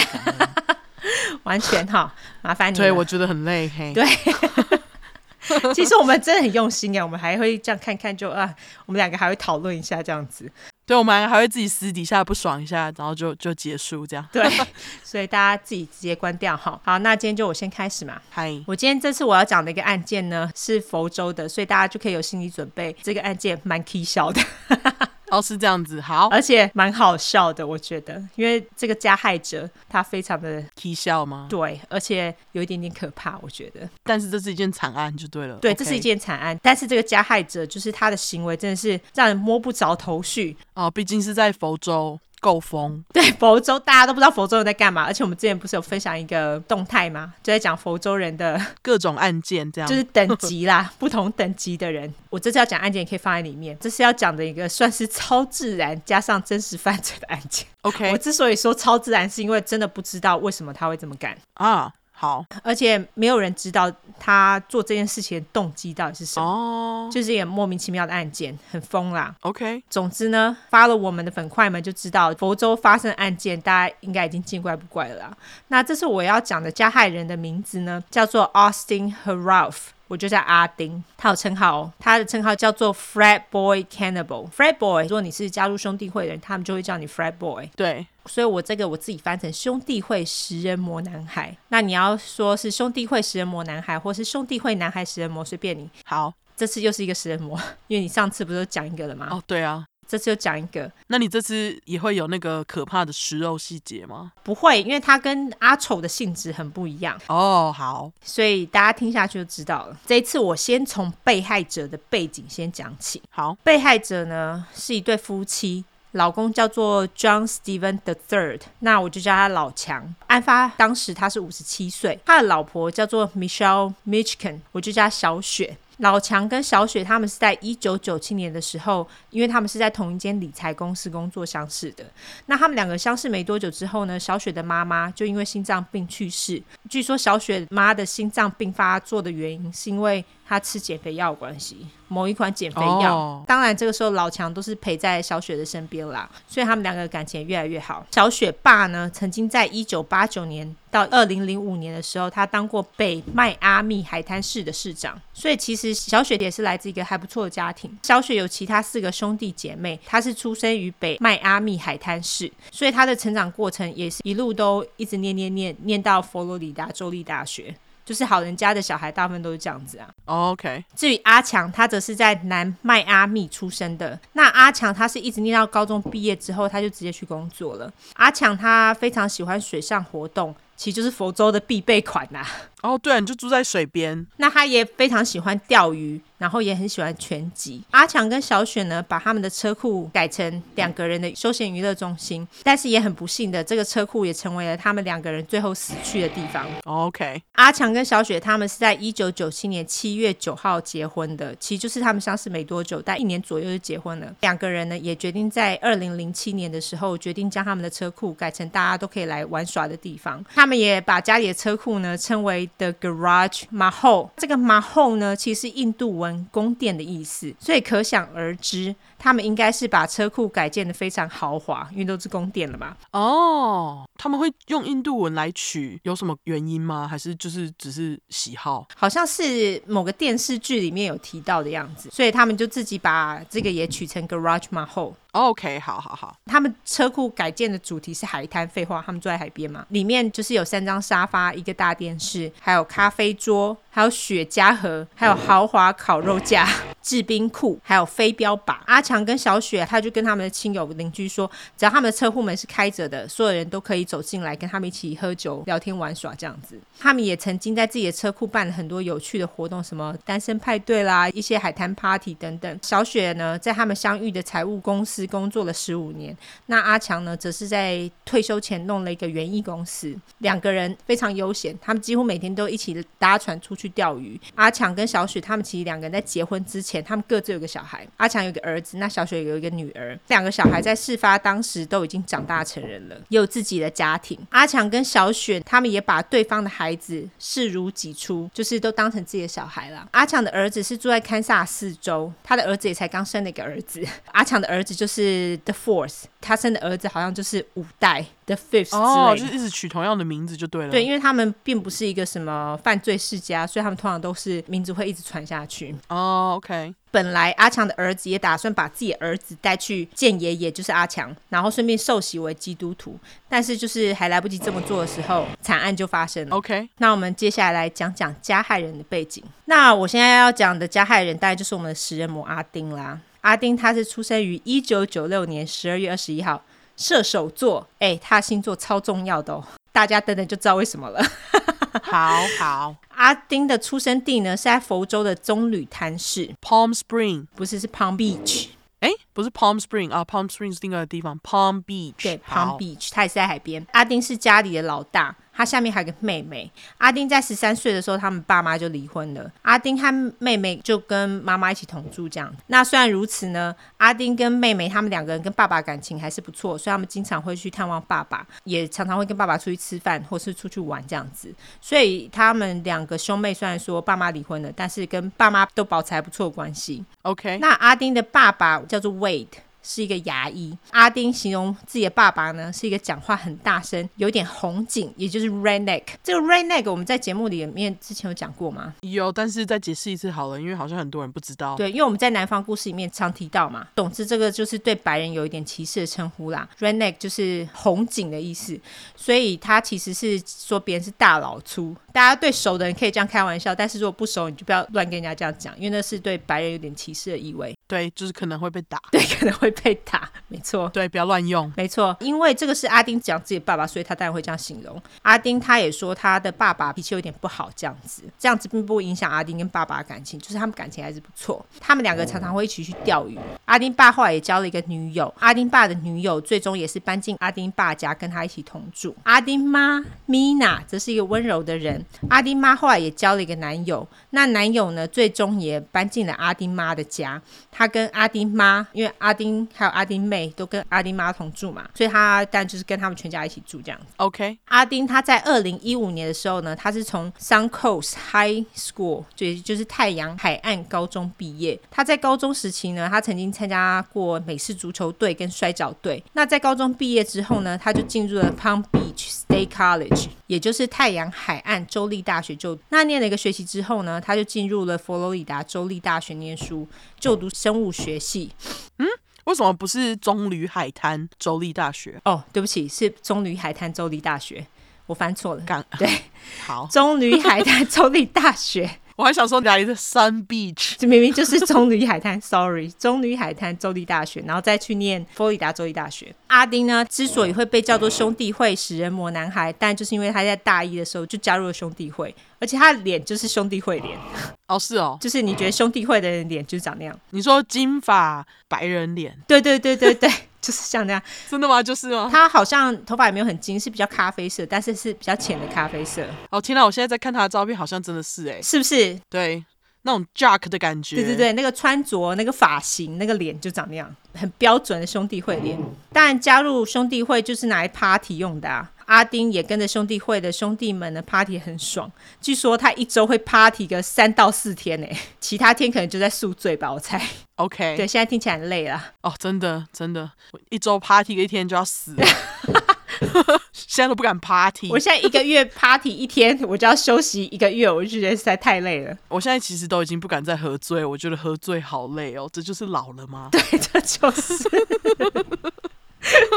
B: 完全哈，麻烦你了。
A: 对，我觉得很累，嘿，
B: 啊对其实我们真的很用心哎，我们还会这样看看就啊，我们两个还会讨论一下这样子。
A: 对，我们还会自己私底下不爽一下，然后就就结束这样。
B: 对， 所以大家自己直接关掉哈。好，那今天就我先开始嘛。
A: 嗨，
B: 我今天这次我要讲的一个案件呢，是佛州的，所以大家就可以有心理准备。这个案件蛮 k 笑的，
A: 哦，是这样子，好，
B: 而且蛮好笑的，我觉得，因为这个加害者他非常的
A: 啼笑吗？
B: 对，而且有一点点可怕，我觉得。
A: 但是这是一件惨案就对了。
B: 对
A: OK
B: 这是一件惨案，但是这个加害者就是他的行为真的是让人摸不着头绪，
A: 哦，毕竟是在佛州，够疯，
B: 对，佛州大家都不知道佛州人在干嘛，而且我们之前不是有分享一个动态吗？就在讲佛州人的
A: 各种案件这样
B: 就。是等级啦， 不同等级的人。我这次要讲案件，也可以放在里面。这是要讲的一个算是超自然加上真实犯罪的案件。我
A: OK
B: 之所以说超自然，是因为真的不知道为什么他会这么干，
A: 啊，好
B: 而且没有人知道他做这件事情的动机到底是什么，
A: 哦
B: 就是一个莫名其妙的案件，很疯啦。
A: ，OK
B: 总之呢，发了我们的粉块们就知道，佛州发生案件，大家应该已经见怪不怪了啦。那这是我要讲的加害人的名字呢，叫做 Austin h e r a l f 我就叫阿丁，他有称号、哦，他的称号叫做 Fred Boy Cannibal。Fred Boy，如果你是加入兄弟会的人，他们就会叫你 Fred Boy。
A: 对，
B: 所以我这个我自己翻成兄弟会食人魔男孩。那你要说是兄弟会食人魔男孩，或是兄弟会男孩食人魔，随便你。
A: 好
B: 这次又是一个食人魔，因为你上次不是讲一个了吗？
A: 哦，对啊，
B: 这次又讲一个，
A: 那你这次也会有那个可怕的食肉细节吗？
B: 不会，因为它跟阿丑的性质很不一样，
A: 哦，好
B: 所以大家听下去就知道了。这一次我先从被害者的背景先讲起。
A: 好
B: 被害者呢是一对夫妻，老公叫做 John Steven the Third，那我就叫他老强。案发当时他是五十七岁，他的老婆叫做 Michelle Michigan，我就叫她小雪。老强跟小雪他们是在一九九七年的时候，因为他们是在同一间理财公司工作相识的。那他们两个相识没多久之后呢，小雪的妈妈就因为心脏病去世。据说小雪妈的心脏病发作的原因是因为她吃减肥药的关系，某一款减肥药。
A: 哦
B: 当然，这个时候老强都是陪在小雪的身边啦，所以他们两个感情也越来越好。小雪爸呢，曾经在一九八九年到二零零五年的时候，他当过北迈阿密海滩市的市长，所以其实小雪也是来自一个还不错的家庭。小雪有其他四个兄弟姐妹，她是出生于北迈阿密海滩市，所以她的成长过程也是一路都一直念念念念到佛罗里达州立大学。就是好人家的小孩，大部分都是这样子啊。
A: 哦，OK
B: 至于阿强，他则是在南迈阿密出生的。那阿强他是一直念到高中毕业之后，他就直接去工作了。阿强他非常喜欢水上活动，其实就是佛州的必备款呐、
A: 哦，对啊，你就住在水边，
B: 那他也非常喜欢钓鱼，然后也很喜欢拳击。阿强跟小雪呢，把他们的车库改成两个人的休闲娱乐中心，但是也很不幸的，这个车库也成为了他们两个人最后死去的地方。
A: 哦 OK
B: 阿强跟小雪他们是在一九九七年七月九号结婚的，其实就是他们相识没多久，但一年左右就结婚了。两个人呢也决定在二零零七年的时候决定将他们的车库改成大家都可以来玩耍的地方。他们也把家里的车库呢称为 The Garage Mahal。这个 Mahal 呢其实是印度文宫殿的意思，所以可想而知，他们应该是把车库改建的非常豪华，因为都是宫殿了嘛。
A: 哦，他们会用印度文来取，有什么原因吗？还是就是只是喜好？
B: 好像是某个电视剧里面有提到的样子，所以他们就自己把这个也取成 Garage Mahal。
A: 哦 OK，好好好，
B: 他们车库改建的主题是海滩，废话，他们住在海边嘛，里面就是有三张沙发、一个大电视，还有咖啡桌，还有雪茄盒，还有豪华烤肉架、 制冰库，还有飞镖靶。阿强跟小雪，他就跟他们的亲友邻居说，只要他们的车库门是开着的，所有人都可以走进来跟他们一起喝酒、聊天、玩耍这样子。他们也曾经在自己的车库办了很多有趣的活动，什么单身派对啦，一些海滩 party 等等。小雪呢，在他们相遇的财务公司工作了十五年，那阿强呢，则是在退休前弄了一个园艺公司。两个人非常悠闲，他们几乎每天都一起搭船出去钓鱼。阿强跟小雪他们其实两个人在结婚之前，他们各自有个小孩，阿强有个儿子，那小雪有一个女儿。两个小孩在事发当时都已经长大成人了，也有自己的家庭。阿强跟小雪他们也把对方的孩子视如己出，就是都当成自己的小孩了。阿强的儿子是住在堪萨斯州，他的儿子也才刚生了一个儿子。阿强的儿子就是 The Fourth，他生的儿子好像就是五代 The Fifth 之类的。
A: 哦，就是一直取同样的名字就对了。
B: 对，因为他们并不是一个什么犯罪世家，所以他们通常都是名字会一直传下去。
A: 哦，OK，
B: 本来阿强的儿子也打算把自己的儿子带去见爷爷，就是阿强，然后顺便受洗为基督徒，但是就是还来不及这么做的时候，惨案就发生了。
A: OK，
B: 那我们接下来来讲讲加害人的背景。那我现在要讲的加害人，大概就是我们的食人魔阿丁啦。阿丁他是出生于一九九六年十二月二十一号，射手座。哎、他的星座超重要的哦，大家等等就知道为什么了。
A: 好好
B: 阿丁的出生地呢是在佛州的棕榈滩市，
A: ，Palm Spring，
B: 不是是 Palm Beach。
A: 哎，不是 Palm Spring 啊，Palm Spring 是另外的地方，Palm Beach
B: 对，Palm
A: 好
B: Beach，他也是在海边。阿丁是家里的老大，他下面还有个妹妹。阿丁在十三岁的时候，他们爸妈就离婚了。阿丁和妹妹就跟妈妈一起同住，这样。那虽然如此呢，阿丁跟妹妹他们两个人跟爸爸感情还是不错，所以他们经常会去探望爸爸，也常常会跟爸爸出去吃饭或是出去玩这样子。所以他们两个兄妹虽然说爸妈离婚了，但是跟爸妈都保持还不错的关系。
A: OK，
B: 那阿丁的爸爸叫做 Wade。是一个牙医。阿丁形容自己的爸爸呢，是一个讲话很大声、有点红颈，也就是 redneck。这个 redneck 我们在节目里面之前有讲过吗？
A: 有，但是再解释一次好了，因为好像很多人不知道。
B: 对，因为我们在南方故事里面常提到嘛。总之，这个就是对白人有一点歧视的称呼啦。redneck 就是红颈的意思，所以他其实是说别人是大老粗。大家对熟的人可以这样开玩笑，但是如果不熟，你就不要乱跟人家这样讲，因为那是对白人有点歧视的意味，
A: 对，就是可能会被打。
B: 对，可能会被打。没错。
A: 对，不要乱用。
B: 没错，因为这个是阿丁讲自己的爸爸，所以他当然会这样形容。阿丁他也说他的爸爸脾气有点不好，这样子，这样子并不影响阿丁跟爸爸的感情，就是他们感情还是不错。他们两个常常会一起去钓鱼。阿丁爸后来也交了一个女友，阿丁爸的女友最终也是搬进阿丁爸家，跟他一起同住。阿丁妈米娜则是一个温柔的人，阿丁妈后来也交了一个男友，那男友呢最终也搬进了阿丁妈的家。他跟阿丁妈，因为阿丁还有阿丁妹都跟阿丁妈同住嘛，所以他但就是跟他们全家一起住这样子。
A: OK，
B: 阿丁他在二零一五年的时候呢，他是从 Sun Coast High School，就就是太阳海岸高中毕业。他在高中时期呢，他曾经参加过美式足球队跟摔跤队。那在高中毕业之后呢，他就进入了 Palm Beach State College，也就是太阳海岸州立大学就。那念了一个学期之后呢，他就进入了佛罗里达州立大学念书，就读生物学系。
A: 为什么不是棕榈海滩州立大学？
B: 哦，对不起，是棕榈海滩州立大学，我翻错了。
A: 干
B: 对，
A: 好，
B: 棕榈海滩州立大学。
A: 我还想说哪里是 Sun Beach。
B: 这明明就是棕榈海滩，sorry，棕榈海滩州立大学，然后再去念佛罗里达州立大学。阿丁呢，之所以会被叫做兄弟会使人魔男孩，但就是因为他在大一的时候就加入了兄弟会，而且他的脸就是兄弟会脸，
A: 哦，是哦，
B: 就是你觉得兄弟会的人脸就是长那样。
A: 你说金发白人脸，
B: 对对对对对， 就是像那样。
A: 真的吗？就是吗？
B: 他好像头发也没有很金，是比较咖啡色，但是是比较浅的咖啡色，
A: 哦，天哪！我现在在看他的照片，好像真的是哎，
B: 是不是？
A: 对，那种 Jack 的感觉。
B: 对对，对，那个穿着、那个发型、那个脸就长那样，很标准的兄弟会脸。当然，加入兄弟会就是拿来 party 用的啊。阿丁也跟着兄弟会的兄弟们呢 party 很爽，据说他一周会 party 个三到四天呢、其他天可能就在宿醉吧，我猜。
A: 哎 OK，
B: 对，现在听起来很累啦。
A: 哦，真的真的，我一周 party 个一天就要死 了，现在都不敢 party
B: 我
A: 我。
B: 现在一个月 party 一天，我就要休息一个月，我就觉得实在太累了。
A: 现在其实都已经不敢再喝醉，我觉得喝醉好累哦，这就是老了吗？
B: 对， 这就是，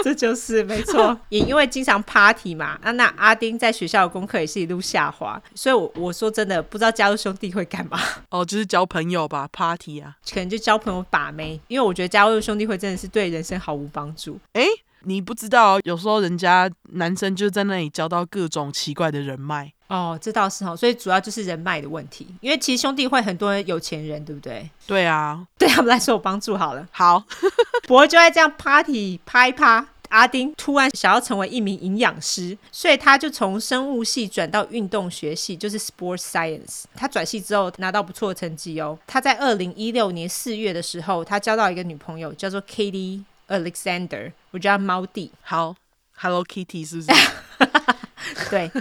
B: 这就是没错。 也因为经常 party 嘛，啊，那阿丁在学校的功课也是一路下滑，所以我我说真的不知道加入兄弟会干嘛，
A: 哦，就是交朋友吧，party 啊。
B: 可能就交朋友把妹，因为我觉得加入兄弟会真的是对人生毫无帮助。
A: 诶，你不知道，有时候人家男生就在那里交到各种奇怪的人脉。
B: 哦，这倒是哦，所以主要就是人脉的问题，因为其实兄弟会很多人有钱人，对不对？
A: 对啊，
B: 对他们来说有帮助好了。
A: 好，
B: 不过就在这样 party 拍趴，阿丁突然想要成为一名营养师，所以他就从生物系转到运动学系，就是 sports science。他转系之后拿到不错的成绩哦。他在二零一六年四月的时候，他交到一个女朋友，叫做 Katie Alexander，我叫她猫弟。
A: 好，Hello Kitty 是不 是？
B: 对。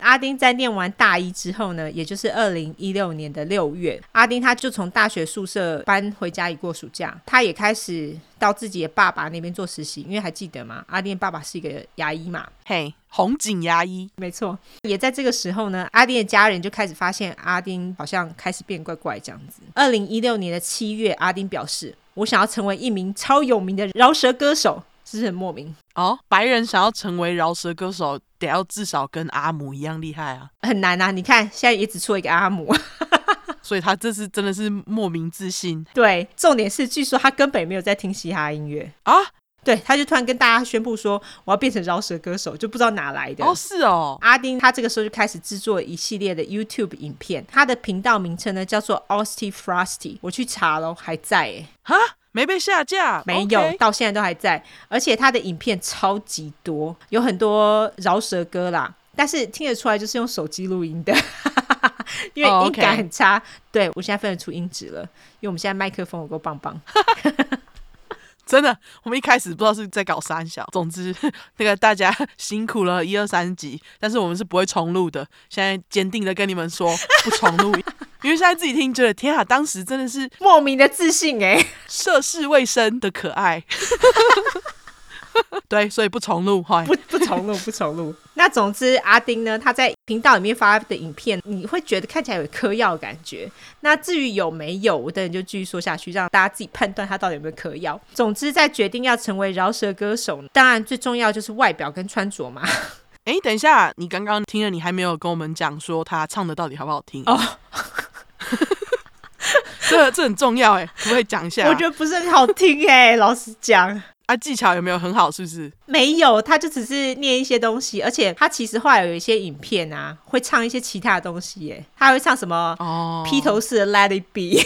B: 阿丁在念完大一之后呢，也就是二零一六年的六月，阿丁他就从大学宿舍搬回家里过暑假。他也开始到自己的爸爸那边做实习，因为还记得吗？阿丁的爸爸是一个牙医嘛，
A: 嘿、红警牙医，
B: 没错。也在这个时候呢，阿丁的家人就开始发现阿丁好像开始变怪怪这样子。二零一六年的七月，阿丁表示：“我想要成为一名超有名的饶舌歌手。”是不是很莫名？
A: 哦，白人想要成为饶舌歌手，得要至少跟阿姆一样厉害啊。
B: 很难啊！你看，现在也只出了一个阿姆。
A: 所以他这次真的是莫名自信
B: 对，重点是，据说他根本没有在听嘻哈音乐。
A: 啊！
B: 对，他就突然跟大家宣布说，我要变成饶舌歌手，就不知道哪来的。
A: 哦，是哦，
B: 阿丁他这个时候就开始制作一系列的 YouTube 影片，他的频道名称呢叫做 Austy Frosty，我去查喽，还在诶。欸
A: 哈，没被下架，
B: 没有
A: OK
B: 到现在都还在，而且他的影片超级多，有很多饶舌歌啦，但是听得出来就是用手机录音的， 因为
A: 哦
B: 音感
A: OK
B: 很差。对我现在分得出音质了，因为我们现在麦克风有够棒棒。
A: 真的，我们一开始不知道是在搞三小。总之， 那个大家辛苦了一二三集，但是我们是不会重录的。现在坚定的跟你们说，不重 录，因为现在自己听觉得天啊，当时真的是
B: 莫名的自信哎、
A: 涉世未深的可爱。 对，所以不重录，嗨，
B: 不 不重录，不重录。 那总之，阿丁呢，他在频道里面发的影片，你会觉得看起来有嗑药的感觉。那至于有没有，我等你就继续说下去，让大家自己判断他到底有没有嗑药。总之，在决定要成为饶舌歌手，当然最重要就是外表跟穿着嘛。
A: 诶，等一下，你刚刚听了，你还没有跟我们讲说他唱的到底好不好听
B: 哦。
A: 这这很重要哎，可不可以讲一下？
B: 我觉得不是很好听 哎、老实讲。
A: 啊，技巧有没有很好？是不是？
B: 没有，他就只是念一些东西，而且他其实后来有一些影片啊，会唱一些其他的东西耶。他还会唱什么
A: 哦，
B: 披头士的《Let It Be》，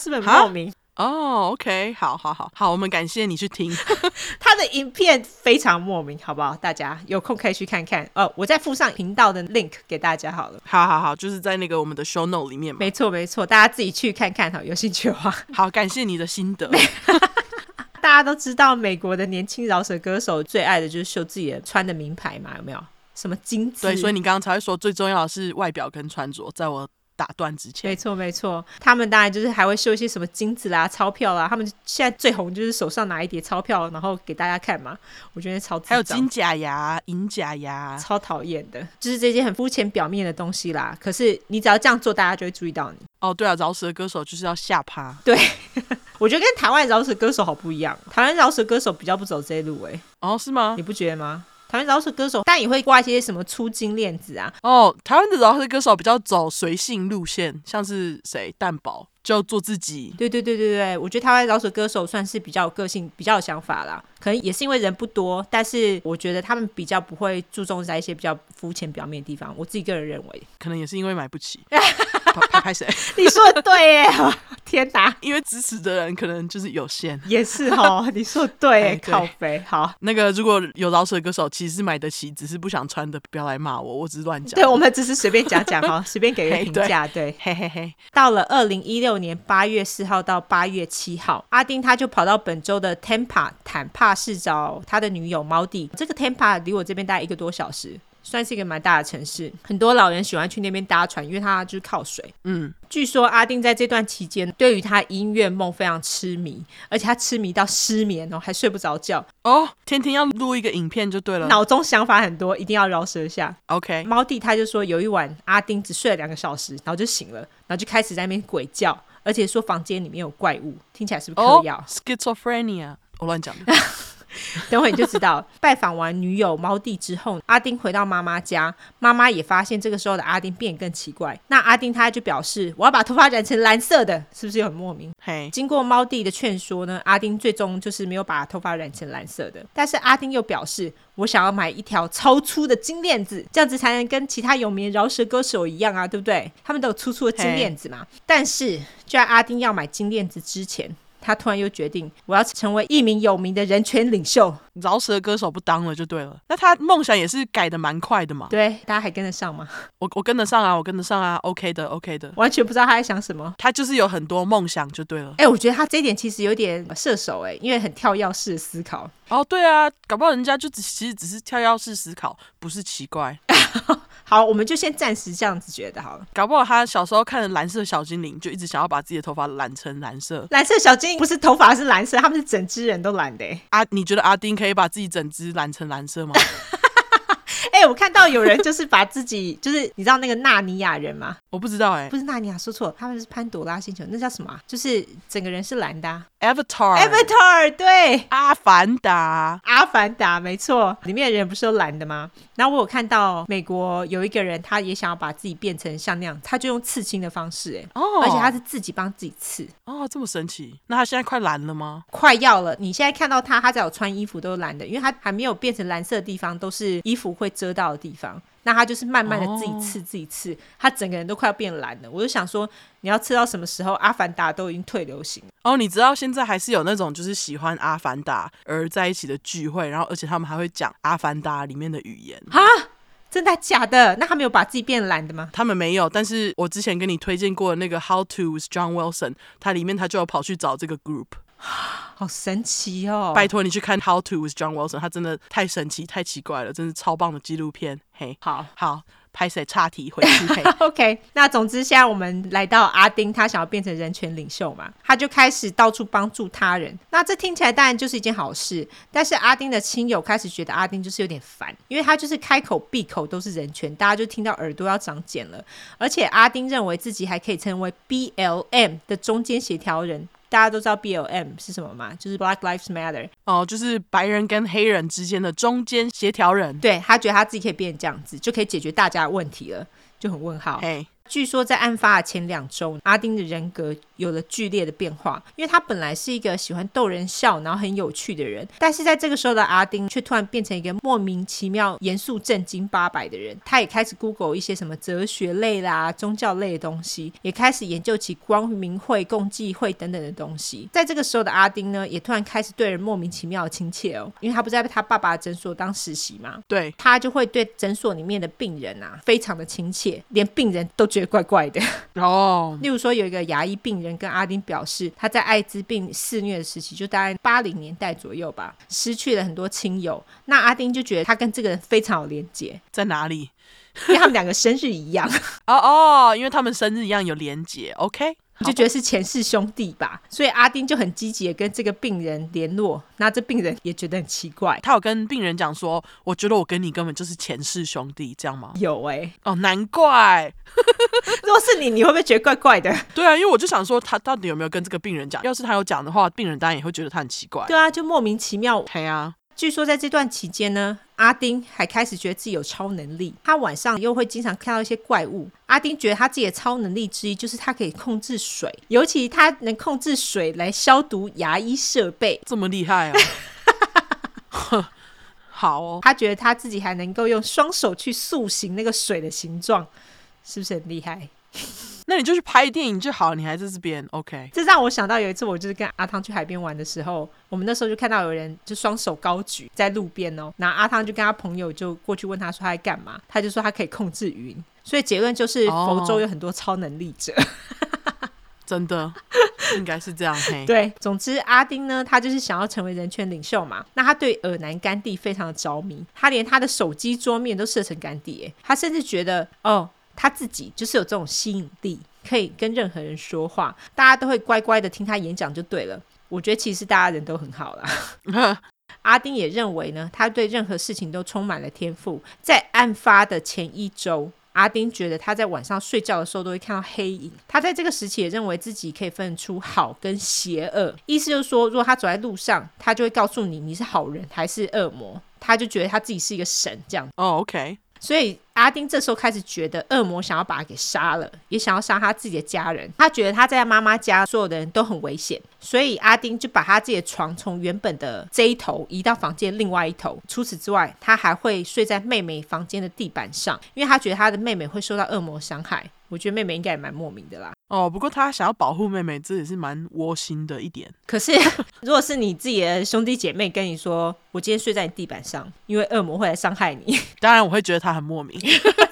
B: 是不是很
A: 哈
B: 莫名？
A: 哦，OK，好好好好，我们感谢你去听。
B: 他的影片非常莫名，好不好？大家有空可以去看看。呃，我再附上频道的 link 给大家好了。
A: 好好好，就是在那个我们的 show note 里面嘛。
B: 没错，没错，大家自己去看看 哈，有兴趣的话。
A: 好，感谢你的心得。
B: 大家都知道，美国的年轻饶舌歌手最爱的就是秀自己的穿的名牌嘛，有没有？什么金字？
A: 对，所以你刚刚才会说最重要的是外表跟穿着，在我打断之前。
B: 没错，没错，他们当然就是还会秀一些什么金子啦、钞票啦。他们现在最红就是手上拿一叠钞票，然后给大家看嘛。我觉得超智障
A: 还有金假牙、银假牙，
B: 超讨厌的，就是这些很肤浅表面的东西啦。可是你只要这样做，大家就会注意到你。
A: 哦，对啊，饶舌歌手就是要下趴。
B: 我觉得跟台湾饶舌歌手好不一样，台湾饶舌歌手比较不走这一路、欸，
A: 哦，是吗
B: 你？不觉得吗？台湾饶舌歌手，但也会挂一些什么出金链子啊，
A: 哦，台湾的饶舌歌手比较走随性路线，像是谁蛋堡就做自己。
B: 对对对对对，我觉得台湾饶舌歌手算是比较有个性、比较有想法啦。可能也是因为人不多，但是我觉得他们比较不会注重在一些比较肤浅表面的地方。我自己个人认为，
A: 可能也是因为买不起，拍拍拍谁？
B: 你说的对耶！ 天哪，
A: 因为支持的人可能就是有限。
B: 也是哦，你说的 对耶，
A: 哎对
B: 靠背好。
A: 那个如果有饶舌歌手，其实是买得起，只是不想穿的，不要来骂我，我只是乱讲。
B: 对，我们只是随便讲讲哈， 随便给个
A: 哎
B: 评
A: 对
B: 价。对，
A: 嘿嘿嘿，
B: 到了二零一六年八月四号到八月七号，阿丁他就跑到本州的 Tampa 坦帕市找他的女友猫弟。这个 Tampa 离我这边大概一个多小时，算是一个蛮大的城市，很多老人喜欢去那边搭船，因为它就是靠水。
A: 嗯，
B: 据说阿丁在这段期间对于他音乐梦非常痴迷，而且他痴迷到失眠哦，还睡不着觉，
A: 哦，天天要录一个影片就对了。
B: 脑中想法很多，一定要饶舌一下。
A: OK，
B: 猫弟他就说有一晚阿丁只睡了两个小时，然后就醒了，然后就开始在那边鬼叫，而且说房间里面有怪物，听起来是不是啊
A: 哦
B: 嗑药？
A: ，schizophrenia，我乱讲的。
B: 等会你就知道。拜访完女友猫弟之后，阿丁回到妈妈家，妈妈也发现这个时候的阿丁变得更奇怪。那阿丁他就表示我要把头发染成蓝色的，是不是又很莫名？
A: 嘿，
B: 经过猫弟的劝说呢，阿丁最终就是没有把头发染成蓝色的。但是阿丁又表示，我想要买一条超粗的金链子，这样子才能跟其他有名饶舌歌手一样啊，对不对？他们都有粗粗的金链子嘛。但是就在阿丁要买金链子之前，他突然又决定，我要成为一名有名的人权领袖。
A: 饶舌歌手不当了就对了。那他梦想也是改的蛮快的嘛。
B: 对，大家还跟得上吗？
A: 我我跟得上啊，我跟得上啊，OK 的，OK 的。
B: 完全不知道他在想什么。
A: 他就是有很多梦想就对了。
B: 哎、我觉得他这一点其实有点射手哎、因为很跳跃式的思考。
A: 哦，对啊，搞不好人家就只其实只是跳跃式思考，不是奇怪。
B: 好，我们就先暂时这样子觉得好了。
A: 搞不好他小时候看了蓝色小精灵，就一直想要把自己的头发染成蓝色
B: 蓝色小精灵不是头发是蓝色，他们是整只人都蓝的、欸。
A: 啊。你觉得阿丁可以把自己整只染成蓝 色吗？
B: 哎、我看到有人就是把自己， 就是你知道那个纳尼亚人吗？
A: 我不知道哎、
B: 不是纳尼亚，说错了，他们是潘朵拉星球，那叫什么啊、就是整个人是蓝的、啊。
A: Avatar，,
B: Avatar 对。
A: 阿凡达，
B: 阿凡达没错，里面的人不是都蓝的吗？然后我有看到美国有一个人，他也想要把自己变成像那样，他就用刺青的方式、欸，哎、
A: 哦，
B: 而且他是自己帮自己刺，
A: 哦这么神奇，那他现在快蓝了吗？
B: 快要了。你现在看到他，他只要有穿衣服都是蓝的，因为他还没有变成蓝色的地方都是衣服会遮到的地方，那他就是慢慢的自己
A: 哦
B: 刺自己刺，他整个人都快要变懒了。我就想说，你要刺到什么时候？《阿凡达》都已经退流行了，
A: 哦，你知道现在还是有那种就是喜欢《阿凡达》而在一起的聚会，然后而且他们还会讲《阿凡达》里面的语言。
B: 真的假的？那他没有把自己变懒的吗？
A: 他们没有，但是我之前跟你推荐过的那个《How to with John Wilson》，它里面他就有跑去找这个 group。
B: 好神奇哦！
A: 拜托你去看《How to with John Wilson》，它真的太神奇、太奇怪了，真是超棒的纪录片。嘿，
B: 好。
A: 好，拍谁岔题回去。 嘿
B: OK，那总之现在我们来到阿丁，他想要变成人权领袖嘛，他就开始到处帮助他人。那这听起来当然就是一件好事，但是阿丁的亲友开始觉得阿丁就是有点烦，因为他就是开口闭口都是人权，大家就听到耳朵要长茧了。而且阿丁认为自己还可以成为 BLM 的中间协调人。大家都知道 BLM 是什么吗？就是 Black Lives Matter。
A: 哦，就是白人跟黑人之间的中间协调人。
B: 对他觉得他自己可以变成这样子，就可以解决大家的问题了，就很问号。
A: 嘿，
B: 据说在案发的前两周，阿丁的人格有了剧烈的变化，因为他本来是一个喜欢逗人笑，然后很有趣的人，但是在这个时候的阿丁却突然变成一个莫名其妙、严肃、正经八百的人。他也开始 Google 一些什么哲学类啦、宗教类的东西，也开始研究起光明会、共济会等等的东西。在这个时候的阿丁呢，也突然开始对人莫名其妙的亲切哦，因为他不是在他爸爸的诊所当实习吗？
A: 对，
B: 他就会对诊所里面的病人啊非常的亲切，连病人都觉得怪怪的。
A: 哦，
B: 例如说，有一个牙医病人跟阿丁表示，他在艾滋病肆虐的时期，就大概八零年代左右吧，失去了很多亲友。那阿丁就觉得他跟这个人非常有连结，
A: 在哪里？
B: 因为他们两个生日一样，
A: 哦哦，因为他们生日一样有连结。OK，
B: 就觉得是前世兄弟吧。所以阿丁就很积极的跟这个病人联络，那这病人也觉得很奇怪。
A: 他有跟病人讲说，我觉得我跟你根本就是前世兄弟，这样吗？
B: 有哎、
A: 哦，难怪。
B: 如果是你，你会不会觉得怪怪的？
A: 对啊，因为我就想说，他到底有没有跟这个病人讲？要是他有讲的话，病人当然也会觉得他很奇怪。
B: 对啊，就莫名其妙，
A: 对啊，
B: 据说在这段期间呢，阿丁还开始觉得自己有超能力。他晚上又会经常看到一些怪物。阿丁觉得他自己的超能力之一就是他可以控制水，尤其他能控制水来消毒牙医设备。
A: 这么厉害哦。 好哦，
B: 他觉得他自己还能够用双手去塑形那个水的形状，是不是很厉害？
A: 那你就去拍电影就好，你还在这边 OK？
B: 这让我想到有一次，我就是跟阿汤去海边玩的时候，我们那时候就看到有人就双手高举在路边哦，那阿汤就跟他朋友就过去问他说他在干嘛，他就说他可以控制云，所以结论就是
A: 哦
B: 佛州有很多超能力者。
A: 真的 应该是这样嘿。
B: 对，总之阿丁呢，他就是想要成为人权领袖嘛，那他对尔南甘地非常的着迷，他连他的手机桌面都设成甘地耶，他甚至觉得哦，他自己就是有这种吸引力，可以跟任何人说话，大家都会乖乖的听他演讲就对了。我觉得其实大家人都很好啦。阿丁也认为呢，他对任何事情都充满了天赋。在案发的前一周，阿丁觉得他在晚上睡觉的时候都会看到黑影。他在这个时期也认为自己可以分出好跟邪恶，意思就是说，如果他走在路上，他就会告诉你你是好人还是恶魔。他就觉得他自己是一个神这样。
A: 哦，OK，
B: 所以阿丁这时候开始觉得恶魔想要把他给杀了，也想要杀他自己的家人。他觉得他在妈妈家所有的人都很危险，所以阿丁就把他自己的床从原本的这一头移到房间另外一头。除此之外，他还会睡在妹妹房间的地板上，因为他觉得他的妹妹会受到恶魔伤害。我觉得妹妹应该也蛮莫名的啦。
A: 哦，不过他想要保护妹妹，这也是蛮窝心的一点。
B: 可是，如果是你自己的兄弟姐妹跟你说，我今天睡在你地板上，因为恶魔会来伤害你，
A: 当然，我会觉得他很莫名，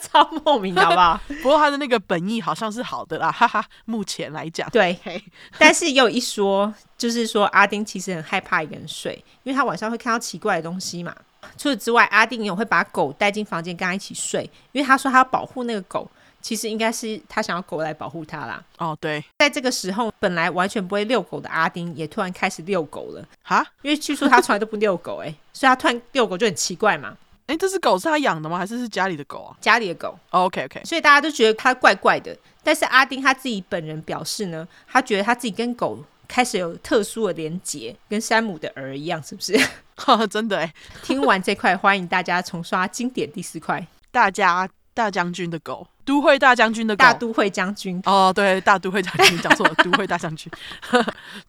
B: 超莫名的好不好？
A: 不过他的那个本意好像是好的啦，哈哈。目前来讲，
B: 对
A: 嘿，
B: 但是也有一说，就是说阿丁其实很害怕一个人睡，因为他晚上会看到奇怪的东西嘛。除此之外，阿丁也会把狗带进房间跟他一起睡，因为他说他要保护那个狗，其实应该是他想要狗来保护他啦。
A: 哦，对，
B: 在这个时候，本来完全不会遛狗的阿丁也突然开始遛狗了，
A: 哈，
B: 因为据说他从来都不遛狗、欸，所以他突然遛狗就很奇怪嘛，
A: 哎，这只狗是他养的吗？还是是家里的狗啊、
B: 家里的狗。
A: o k OK，
B: 所以大家都觉得他怪怪的。但是阿丁他自己本人表示呢，他觉得他自己跟狗开始有特殊的连结，跟山姆的儿一样，是不是？
A: 真的哎，
B: 听完这块，欢迎大家重刷经典第四块。
A: 大家大将军的狗，都会大将军的狗，
B: 大都会将军，
A: 哦，对，大都会将军讲错了， 都会大将军，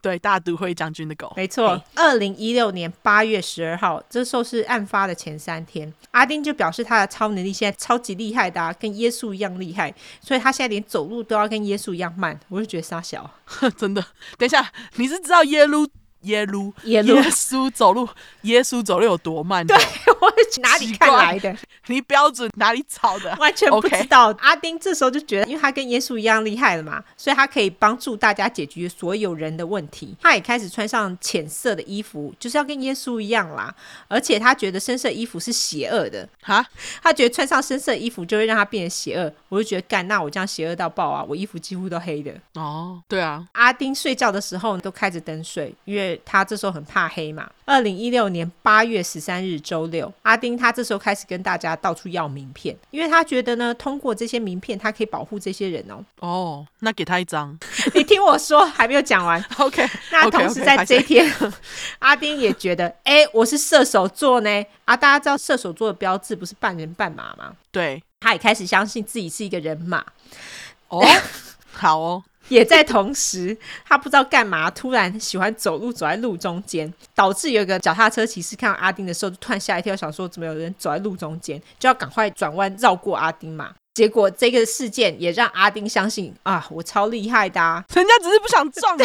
A: 对，大都会将军的狗，
B: 没错，二零一六年八月十二号，这时候是案发的前三天，阿丁就表示他的超能力现在超级厉害的、啊，跟耶稣一样厉害，所以他现在连走路都要跟耶稣一样慢，我就觉得傻小，啊
A: 真的。等一下，你是知道耶路耶路
B: 耶路
A: 耶稣走路耶稣走路有多慢的？
B: 我是哪里看来的？
A: 你标准哪里找的？ 啊
B: 完全不
A: OK
B: 知道。阿丁这时候就觉得，因为他跟耶稣一样厉害了嘛，所以他可以帮助大家解决所有人的问题。他也开始穿上浅色的衣服，就是要跟耶稣一样啦。而且他觉得深色衣服是邪恶的，
A: 哈，
B: 他觉得穿上深色衣服就会让他变得邪恶。我就觉得，干，那我这样邪恶到爆啊！我衣服几乎都黑的。
A: 哦，对啊，
B: 阿丁睡觉的时候都开着灯睡，因为他这时候很怕黑嘛。二零一六年八月十三日周六，阿丁他这时候开始跟大家到处要名片，因为他觉得呢，通过这些名片，他可以保护这些人哦。
A: 哦，那给他一张
B: 你听我说，还没有讲完。
A: ，OK，
B: 那
A: OK，
B: 同时
A: OK，
B: 在
A: 拍
B: 这一
A: 手
B: 天，阿丁也觉得，哎、我是射手座呢。啊，大家知道射手座的标志不是半人半马吗？
A: 对，
B: 他也开始相信自己是一个人马，
A: 哦，好哦，
B: 也在同时，他不知道干嘛，突然喜欢走路，走在路中间，导致有一个脚踏车骑士看到阿丁的时候，就突然吓一跳，想说怎么有人走在路中间，就要赶快转弯绕过阿丁嘛。结果这个事件也让阿丁相信啊，我超厉害的、啊，
A: 人家只是不想撞你，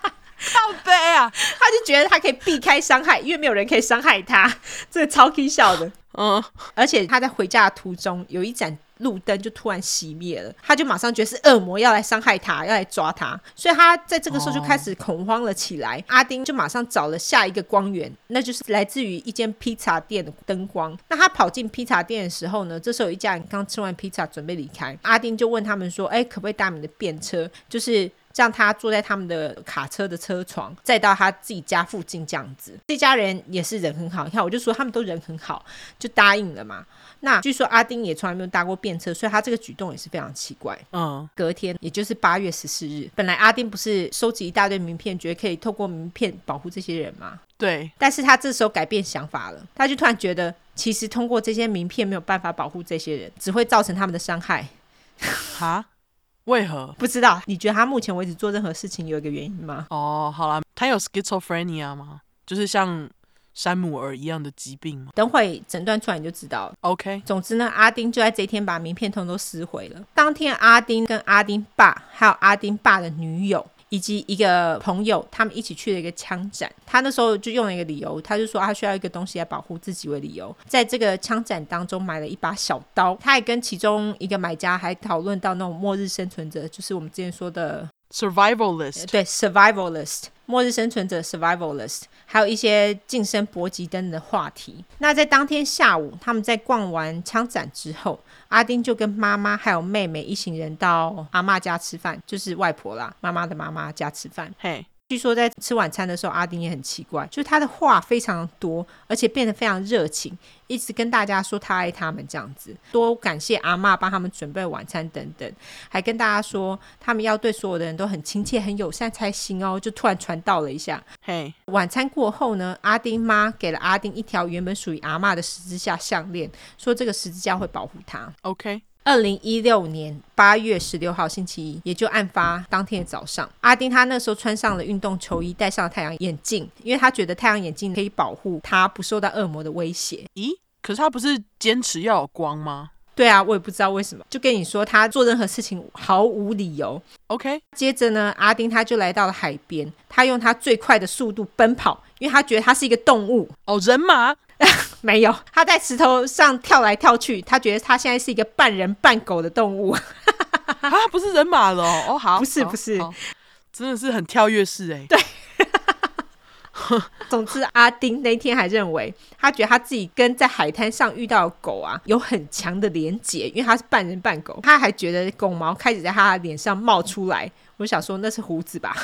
A: 靠背啊，
B: 他就觉得他可以避开伤害，因为没有人可以伤害他，这超搞笑的。
A: 嗯，
B: 而且他在回家的途中，有一盏路灯就突然熄灭了，他就马上觉得是恶魔要来伤害他，要来抓他，所以他在这个时候就开始恐慌了起来。阿丁就马上找了下一个光源，那就是来自于一间披萨店的灯光。那他跑进披萨店的时候呢，这时候有一家人刚吃完披萨准备离开，阿丁就问他们说：“哎、可不可以搭你们的便车？”就是。让他坐在他们的卡车的车床，再到他自己家附近这样子。这家人也是人很好，你看我就说他们都人很好，就答应了嘛。那据说阿丁也从来没有搭过便车，所以他这个举动也是非常奇怪。
A: 嗯，
B: 隔天，也就是八月十四日，本来阿丁不是收集一大堆名片，觉得可以透过名片保护这些人吗？
A: 对，
B: 但是他这时候改变想法了，他就突然觉得，其实通过这些名片没有办法保护这些人，只会造成他们的伤害。
A: 哈，为何？
B: 不知道你觉得他目前为止做任何事情有一个原因吗？
A: 哦，好啦，他有 schizophrenia 吗？就是像山姆尔一样的疾病吗
B: 等会诊断出来你就知道了。
A: ？OK，
B: 总之呢，阿丁就在这一天把名片通都撕毁了。当天，阿丁跟阿丁爸还有阿丁爸的女友。以及一个朋友，他们一起去了一个枪展。他那时候就用了一个理由，他就说他需要一个东西来保护自己为理由，在这个枪展当中买了一把小刀。他也跟其中一个买家还讨论到那种末日生存者，就是我们之前说的
A: survivalist
B: 呃对 survivalist 末日生存者 survivalist，还有一些晋升搏击等等的话题。那在当天下午，他们在逛完枪展之后，阿丁就跟妈妈还有妹妹一行人到阿嬷家吃饭，就是外婆啦，妈妈的妈妈家吃饭。
A: 嘿，
B: 据说在吃晚餐的时候，阿丁也很奇怪，就是他的话非常多，而且变得非常热情，一直跟大家说他爱他们这样子，多感谢阿嬷帮他们准备晚餐等等，还跟大家说他们要对所有的人都很亲切、很友善才行哦。就突然传到了一下，
A: 嘿，
B: 晚餐过后呢，阿丁妈给了阿丁一条原本属于阿嬷的十字架项链，说这个十字架会保护他。
A: OK，
B: 二零一六年八月十六号星期一，也就案发当天的早上，阿丁他那时候穿上了运动球衣，戴上了太阳眼镜，因为他觉得太阳眼镜可以保护他不受到恶魔的威胁。
A: 咦，可是他不是坚持要有光吗
B: 对啊，我也不知道为什么，就跟你说他做任何事情毫无理由。
A: ？OK，
B: 接着呢，阿丁他就来到了海边，他用他最快的速度奔跑，因为他觉得他是一个动物，
A: 哦，人马，
B: 没有他在石头上跳来跳去，他觉得他现在是一个半人半狗的动物。
A: 啊，不是人马了哦，哦好，
B: 不是
A: 好
B: 不是，
A: 好真的是很跳跃式 哎，对，
B: 总之，阿丁那天还认为，他觉得他自己跟在海滩上遇到的狗啊有很强的连结，因为他是半人半狗。他还觉得狗毛开始在他的脸上冒出来，我想说那是胡子吧。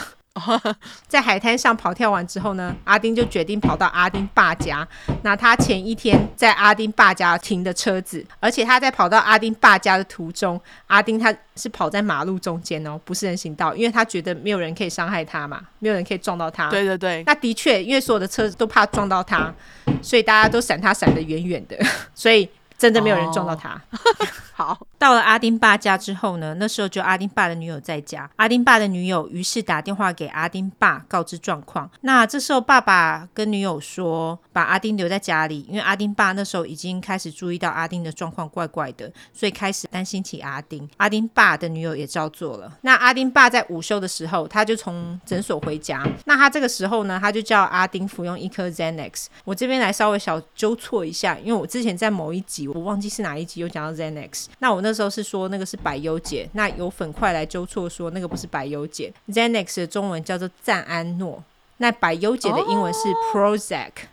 B: 在海滩上跑跳完之后呢，阿丁就决定跑到阿丁爸家。那他前一天在阿丁爸家停的车子，而且他在跑到阿丁爸家的途中，阿丁他是跑在马路中间哦，不是人行道，因为他觉得没有人可以伤害他嘛，没有人可以撞到他。
A: 对对 对，
B: 那的确，因为所有的车子都怕撞到 他，所以大家都闪他闪得远远的，所以真的没有人撞到他。
A: 好，
B: 哦到了阿丁爸家之后呢，那时候就阿丁爸的女友在家。阿丁爸的女友于是打电话给阿丁爸告知状况。那这时候爸爸跟女友说，把阿丁留在家里，因为阿丁爸那时候已经开始注意到阿丁的状况怪怪的，所以开始担心起阿丁。阿丁爸的女友也照做了。那阿丁爸在午休的时候，他就从诊所回家。那他这个时候呢，他就叫阿丁服用一颗 Xanax。我这边来稍微小纠错一下，因为我之前在某一集，我忘记是哪一集有讲到 Xanax。那我那时候是说那个是百忧解，那有粉块来纠错说那个不是百忧解，Xanax 的中文叫做赞安诺，那百忧解的英文是 Prozac。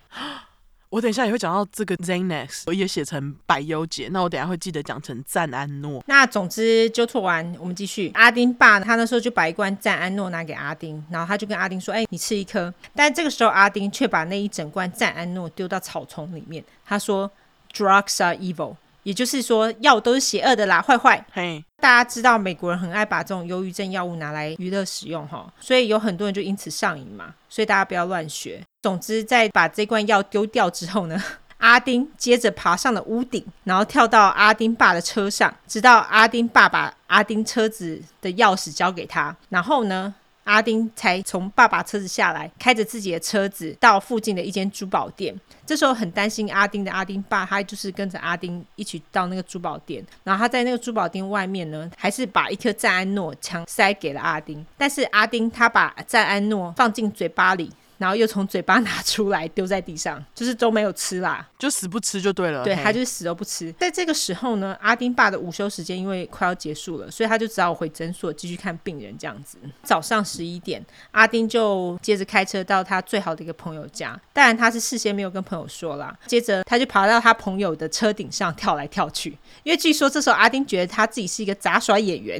A: 我等一下也会讲到这个 Xanax，我也写成百忧解，那我等一下会记得讲成赞安诺。
B: 那总之纠错完，我们继续。阿丁爸他那时候就把一罐赞安诺拿给阿丁，然后他就跟阿丁说：“哎、你吃一颗。”但这个时候阿丁却把那一整罐赞安诺丢到草丛里面，他说：“Drugs are evil。”也就是说，药都是邪恶的啦，坏坏。
A: 嘿，
B: 大家知道美国人很爱把这种忧郁症药物拿来娱乐使用哈，所以有很多人就因此上瘾嘛，所以大家不要乱学。总之，在把这罐药丢掉之后呢， 阿丁接着爬上了屋顶，然后跳到阿丁爸的车上，直到阿丁爸把阿丁车子的钥匙交给他，然后呢，阿丁才从爸爸车子下来，开着自己的车子到附近的一间珠宝店。这时候很担心阿丁的阿丁爸，他就是跟着阿丁一起到那个珠宝店，然后他在那个珠宝店外面呢，还是把一颗赞安诺强塞给了阿丁，但是阿丁他把赞安诺放进嘴巴里。然后又从嘴巴拿出来丢在地上，就是都没有吃啦。
A: 就死不吃就对了。
B: 对，
A: 嘿
B: 他就是死都不吃。在这个时候呢，阿丁爸的午休时间因为快要结束了，所以他就只好回诊所继续看病人这样子。早上十一点，阿丁就接着开车到他最好的一个朋友家，当然他是事先没有跟朋友说啦。接着他就爬到他朋友的车顶上跳来跳去，因为据说这时候阿丁觉得他自己是一个杂耍演员。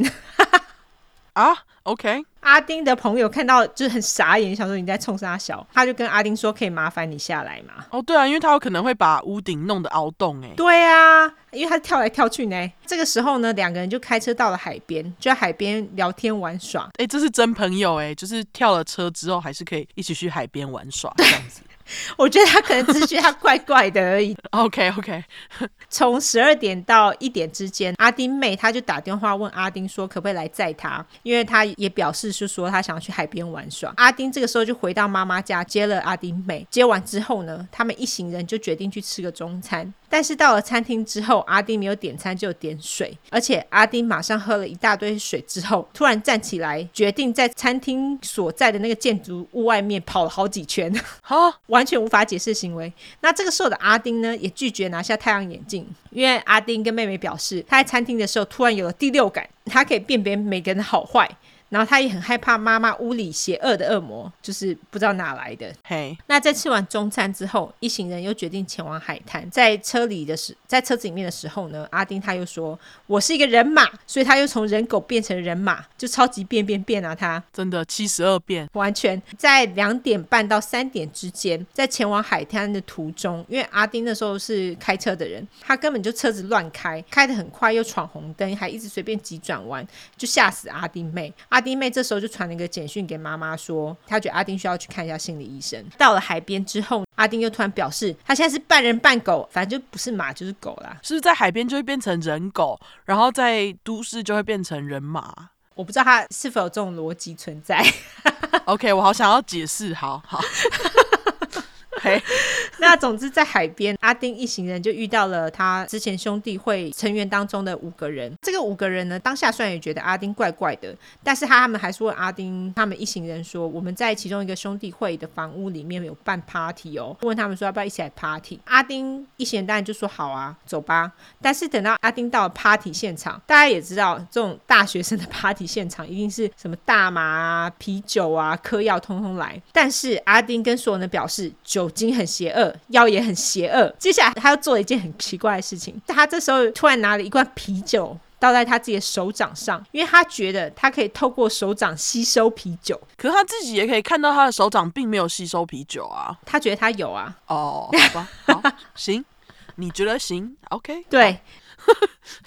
A: 啊，OK，
B: 阿丁的朋友看到就是很傻眼，想说你在冲啥小，他就跟阿丁说可以麻烦你下来吗？
A: 哦对啊，因为他有可能会把屋顶弄得凹洞哎、
B: 对啊，因为他跳来跳去呢。这个时候呢，两个人就开车到了海边，就在海边聊天玩耍。
A: 哎、这是真朋友哎、就是跳了车之后还是可以一起去海边玩耍这样子。
B: 我觉得他可能只是觉得他怪怪的而已。
A: OK OK，
B: 从十二点到一点之间，阿丁妹她就打电话问阿丁说可不可以来载她，因为她也表示是说她想要去海边玩耍。阿丁这个时候就回到妈妈家接了阿丁妹，接完之后呢，他们一行人就决定去吃个中餐。但是到了餐厅之后，阿丁没有点餐，就有点水，而且阿丁马上喝了一大堆水之后，突然站起来，决定在餐厅所在的那个建筑物外面跑了好几圈。
A: 好，
B: 完全无法解释的行为。那这个时候的阿丁呢，也拒绝拿下太阳眼镜，因为阿丁跟妹妹表示，他在餐厅的时候突然有了第六感，他可以辨别每个人的好坏，然后他也很害怕妈妈屋里邪恶的恶魔，就是不知道哪来的，
A: 嘿，
B: 那在吃完中餐之后，一行人又决定前往海滩。在车里的时，在车子里面的时候呢，阿丁他又说：“我是一个人马，所以他又从人狗变成人马，就超级变变变啊！”他
A: 真的七十二变，
B: 完全在两点半到三点之间，在前往海滩的途中，因为阿丁那时候是开车的人，他根本就车子乱开，开得很快，又闯红灯，还一直随便急转弯，就吓死阿丁妹。阿丁妹这时候就传了一个简讯给妈妈说，她觉得阿丁需要去看一下心理医生。到了海边之后，阿丁又突然表示，他现在是半人半狗，反正就不是马就是狗啦。
A: 是不是在海边就会变成人狗，然后在都市就会变成人马
B: 我不知道他是否有这种逻辑存在。
A: ？OK，我好想要解释，好好。嘿，
B: 那总之，在海边，阿丁一行人就遇到了他之前兄弟会成员当中的五个人。这个五个人呢，当下虽然也觉得阿丁怪怪的，但是他们还是问阿丁他们一行人说：“我们在其中一个兄弟会的房屋里面有办 party 哦，问他们说要不要一起来 party。”阿丁一行人当然就说：“好啊，走吧。”但是等到阿丁到了 party 现场，大家也知道，这种大学生的 party 现场一定是什么大麻啊、啤酒啊、嗑药通通来。但是阿丁跟所有人的表示，酒精很邪恶，药也很邪恶。接下来他又做了一件很奇怪的事情，他这时候突然拿了一罐啤酒。倒在他自己的手掌上，因为他觉得他可以透过手掌吸收啤酒，
A: 可是他自己也可以看到他的手掌并没有吸收啤酒啊。
B: 他觉得他有啊，
A: 哦，好吧，好，行，你觉得行？OK，
B: 对，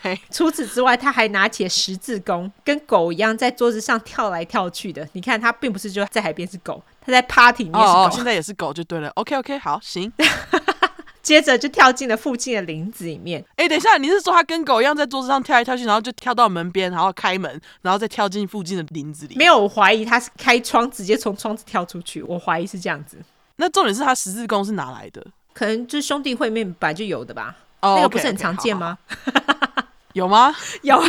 A: 嘿，
B: 除此之外，他还拿起了十字弓，跟狗一样在桌子上跳来跳去的。你看，他并不是
A: 哦
B: 就在海边是狗，他在 party 里面是狗。
A: 哦哦，现在也是狗就对了。OK OK，好，行，
B: 接着就跳进了附近的林子里面。
A: 哎、等一下，你是说他跟狗一样在桌子上跳来跳去，然后就跳到门边，然后开门，然后再跳进附近的林子里？
B: 没有，我怀疑他是开窗直接从窗子跳出去，我怀疑是这样子，
A: 那重点是他十字弓是哪来的？
B: 可能就是兄弟会面本来就有的吧。
A: 哦
B: 那个
A: OK，
B: 不是很
A: OK，
B: 常见
A: 好？好
B: 吗？
A: 好有吗
B: 有啊，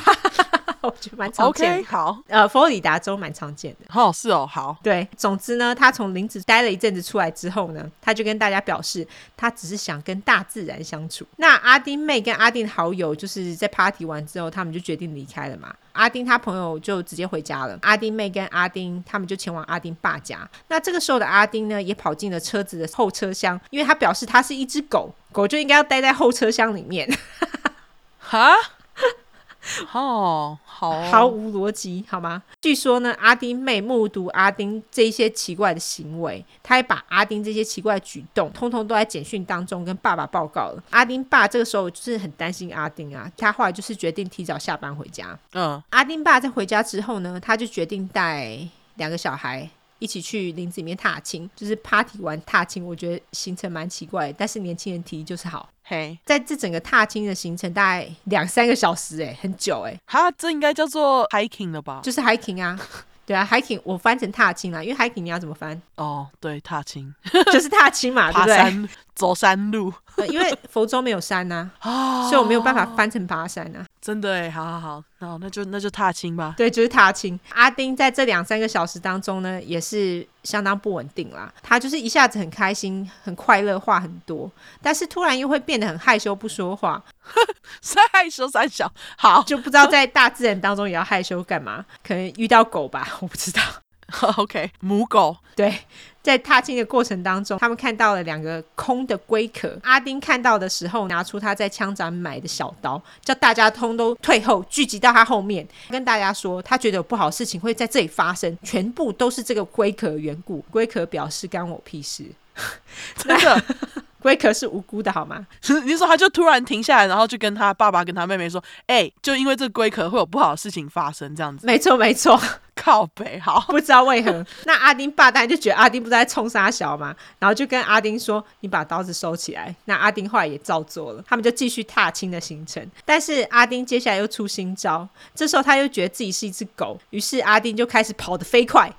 B: 我觉得蛮常见
A: ？OK，
B: 的。
A: 好，
B: 呃，佛罗里达州蛮常见的。
A: 哦，是哦，好，
B: 对，总之呢，他从林子待了一阵子出来之后呢，他就跟大家表示，他只是想跟大自然相处。那阿丁妹跟阿丁好友就是在 party 完之后，他们就决定离开了嘛。阿丁他朋友就直接回家了，阿丁妹跟阿丁他们就前往阿丁爸家。那这个时候的阿丁呢，也跑进了车子的后车厢，因为他表示他是一只狗，狗就应该要待在后车厢里面。
A: 哈， 哦，好哦，
B: 毫无逻辑，好吗？据说呢，阿丁妹目睹阿丁这一些奇怪的行为，她也把阿丁这些奇怪的举动，通通都在简讯当中跟爸爸报告了。阿丁爸这个时候就是很担心阿丁啊，他后来就是决定提早下班回家。
A: 嗯，
B: 阿丁爸在回家之后呢，他就决定带两个小孩。一起去林子里面踏青，就是 party 玩踏青，我觉得行程蛮奇怪的，但是年轻人提就是好。
A: 嘿，
B: 在这整个踏青的行程大概两三个小时、欸，很久、欸，
A: 哈，这应该叫做 hiking 了吧？
B: 就是 hiking 啊，对啊，hiking 我翻成踏青啦，因为 hiking 你要怎么翻？
A: 哦，对，踏青、
B: 就是踏青嘛，啊 对
A: 爬
B: 不对
A: 山、走山路
B: 呃？因为佛州没有山呐、
A: 啊，
B: 所以我没有办法翻成爬山啊。
A: 真的哎，好好好，那那就那就踏青吧。
B: 对，就是踏青。阿丁在这两三个小时当中呢，也是相当不稳定啦。他就是一下子很开心、很快乐，话很多，但是突然又会变得很害羞，不说话，
A: 三害羞三小，好
B: 就不知道在大自然当中也要害羞干嘛？可能遇到狗吧，我不知道。
A: ，OK，母狗
B: 对，在踏青的过程当中，他们看到了两个空的龟壳。阿丁看到的时候，拿出他在枪展买的小刀，叫大家通都退后，聚集到他后面，跟大家说，他觉得有不好的事情会在这里发生，全部都是这个龟壳缘故。龟壳表示干我屁事，
A: 真的，
B: 龟壳是无辜的好吗？
A: 你说他就突然停下来，然后就跟他爸爸跟他妹妹说，哎、就因为这个龟壳会有不好的事情发生，这样子，
B: 没错，没错。
A: 靠北，好，
B: 不知道为何，那阿丁爸当然就觉得阿丁不是在冲杀小嘛，然后就跟阿丁说：“你把刀子收起来。”那阿丁后来也照做了，他们就继续踏青的行程。但是阿丁接下来又出新招，这时候他又觉得自己是一只狗，于是阿丁就开始跑得飞快，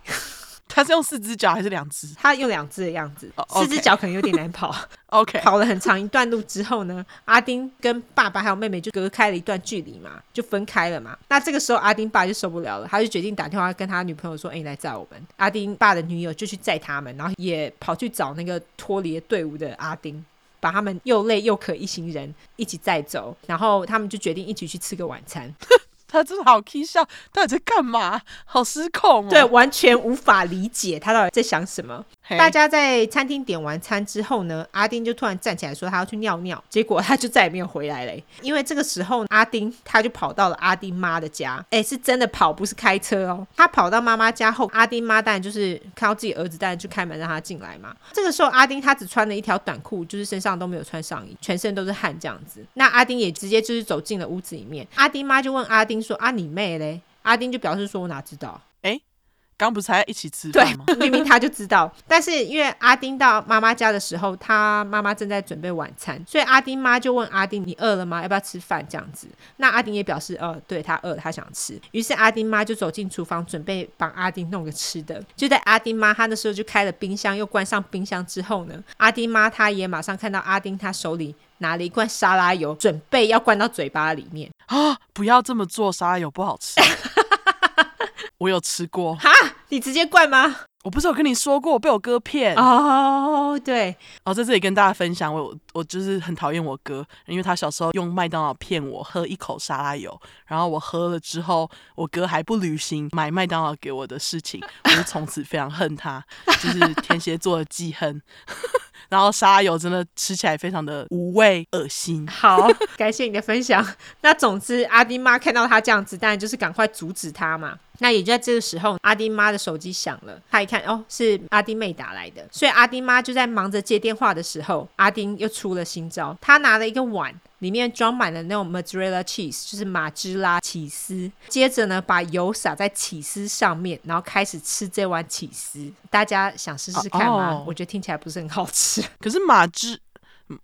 A: 他是用四只脚还是两只
B: 他用两只的样子
A: 哦，
B: 四
A: ，OK
B: 只脚可能有点难跑。
A: ？OK，
B: 跑了很长一段路之后呢，阿丁跟爸爸还有妹妹就隔开了一段距离嘛，就分开了嘛。那这个时候阿丁爸就受不了了，他就决定打电话跟他女朋友说：“哎、你来载我们。”阿丁爸的女友就去载他们，然后也跑去找那个脱离队伍的阿丁。把他们又累又渴一行人一起载走，然后他们就决定一起去吃个晚餐。
A: 他真的好 k 笑，到底在干嘛？ 好失控哦。
B: 对，完全无法理解他到底在想什么。
A: 嘿，
B: 大家在餐厅点完餐之后呢，阿丁就突然站起来说他要去尿尿，结果他就再也没有回来嘞。因为这个时候阿丁他就跑到了阿丁妈的家，哎，是真的跑，不是开车哦。他跑到妈妈家后，阿丁妈当然就是看到自己儿子，当然就开门让他进来嘛。这个时候阿丁他只穿了一条短裤，就是身上都没有穿上衣，全身都是汗这样子。那阿丁也直接就是走进了屋子里面，阿丁妈就问阿丁说：“啊，你妹嘞？”阿丁就表示说：“我哪知道。”
A: 刚不是还一起吃
B: 对
A: 饭吗？，
B: 明明他就知道，但是因为阿丁到妈妈家的时候，他妈妈正在准备晚餐，所以阿丁妈就问阿丁：“你饿了吗？要不要吃饭？”这样子。那阿丁也表示：“呃，对他饿，他想吃。”于是阿丁妈就走进厨房，准备帮阿丁弄个吃的。就在阿丁妈她那时候就开了冰箱，又关上冰箱之后呢，阿丁妈她也马上看到阿丁他手里拿了一罐沙拉油，准备要灌到嘴巴里面。
A: 啊，不要这么做，沙拉油不好 吃。我有吃过，
B: 哈，你直接灌吗？
A: 我不是有跟你说过，我被我哥骗。
B: 哦，对，
A: 哦，在这里跟大家分享，我我就是很讨厌我哥，因为他小时候用麦当劳骗我喝一口沙拉油，然后我喝了之后，我哥还不履行买麦当劳给我的事 情，我就从此非常恨他，就是天蝎座的记恨。 然后沙拉油真的吃起来非常的无味、恶心。
B: 好， 感谢你的分享。 那总之，阿丁妈看到他这样子，当然就是赶快阻止他嘛。那也就在这个时候，阿丁妈的手机响了，她一看，哦，是阿丁妹打来的，所以阿丁妈就在忙着接电话的时候，阿丁又出了新招，他拿了一个碗。里面装满了那种 mozzarella cheese，就是马芝拉起司。接着呢，把油撒在起司上面，然后开始吃这碗起司。大家想试试看吗
A: 哦哦
B: 我觉得听起来不是很好吃。
A: 可是马芝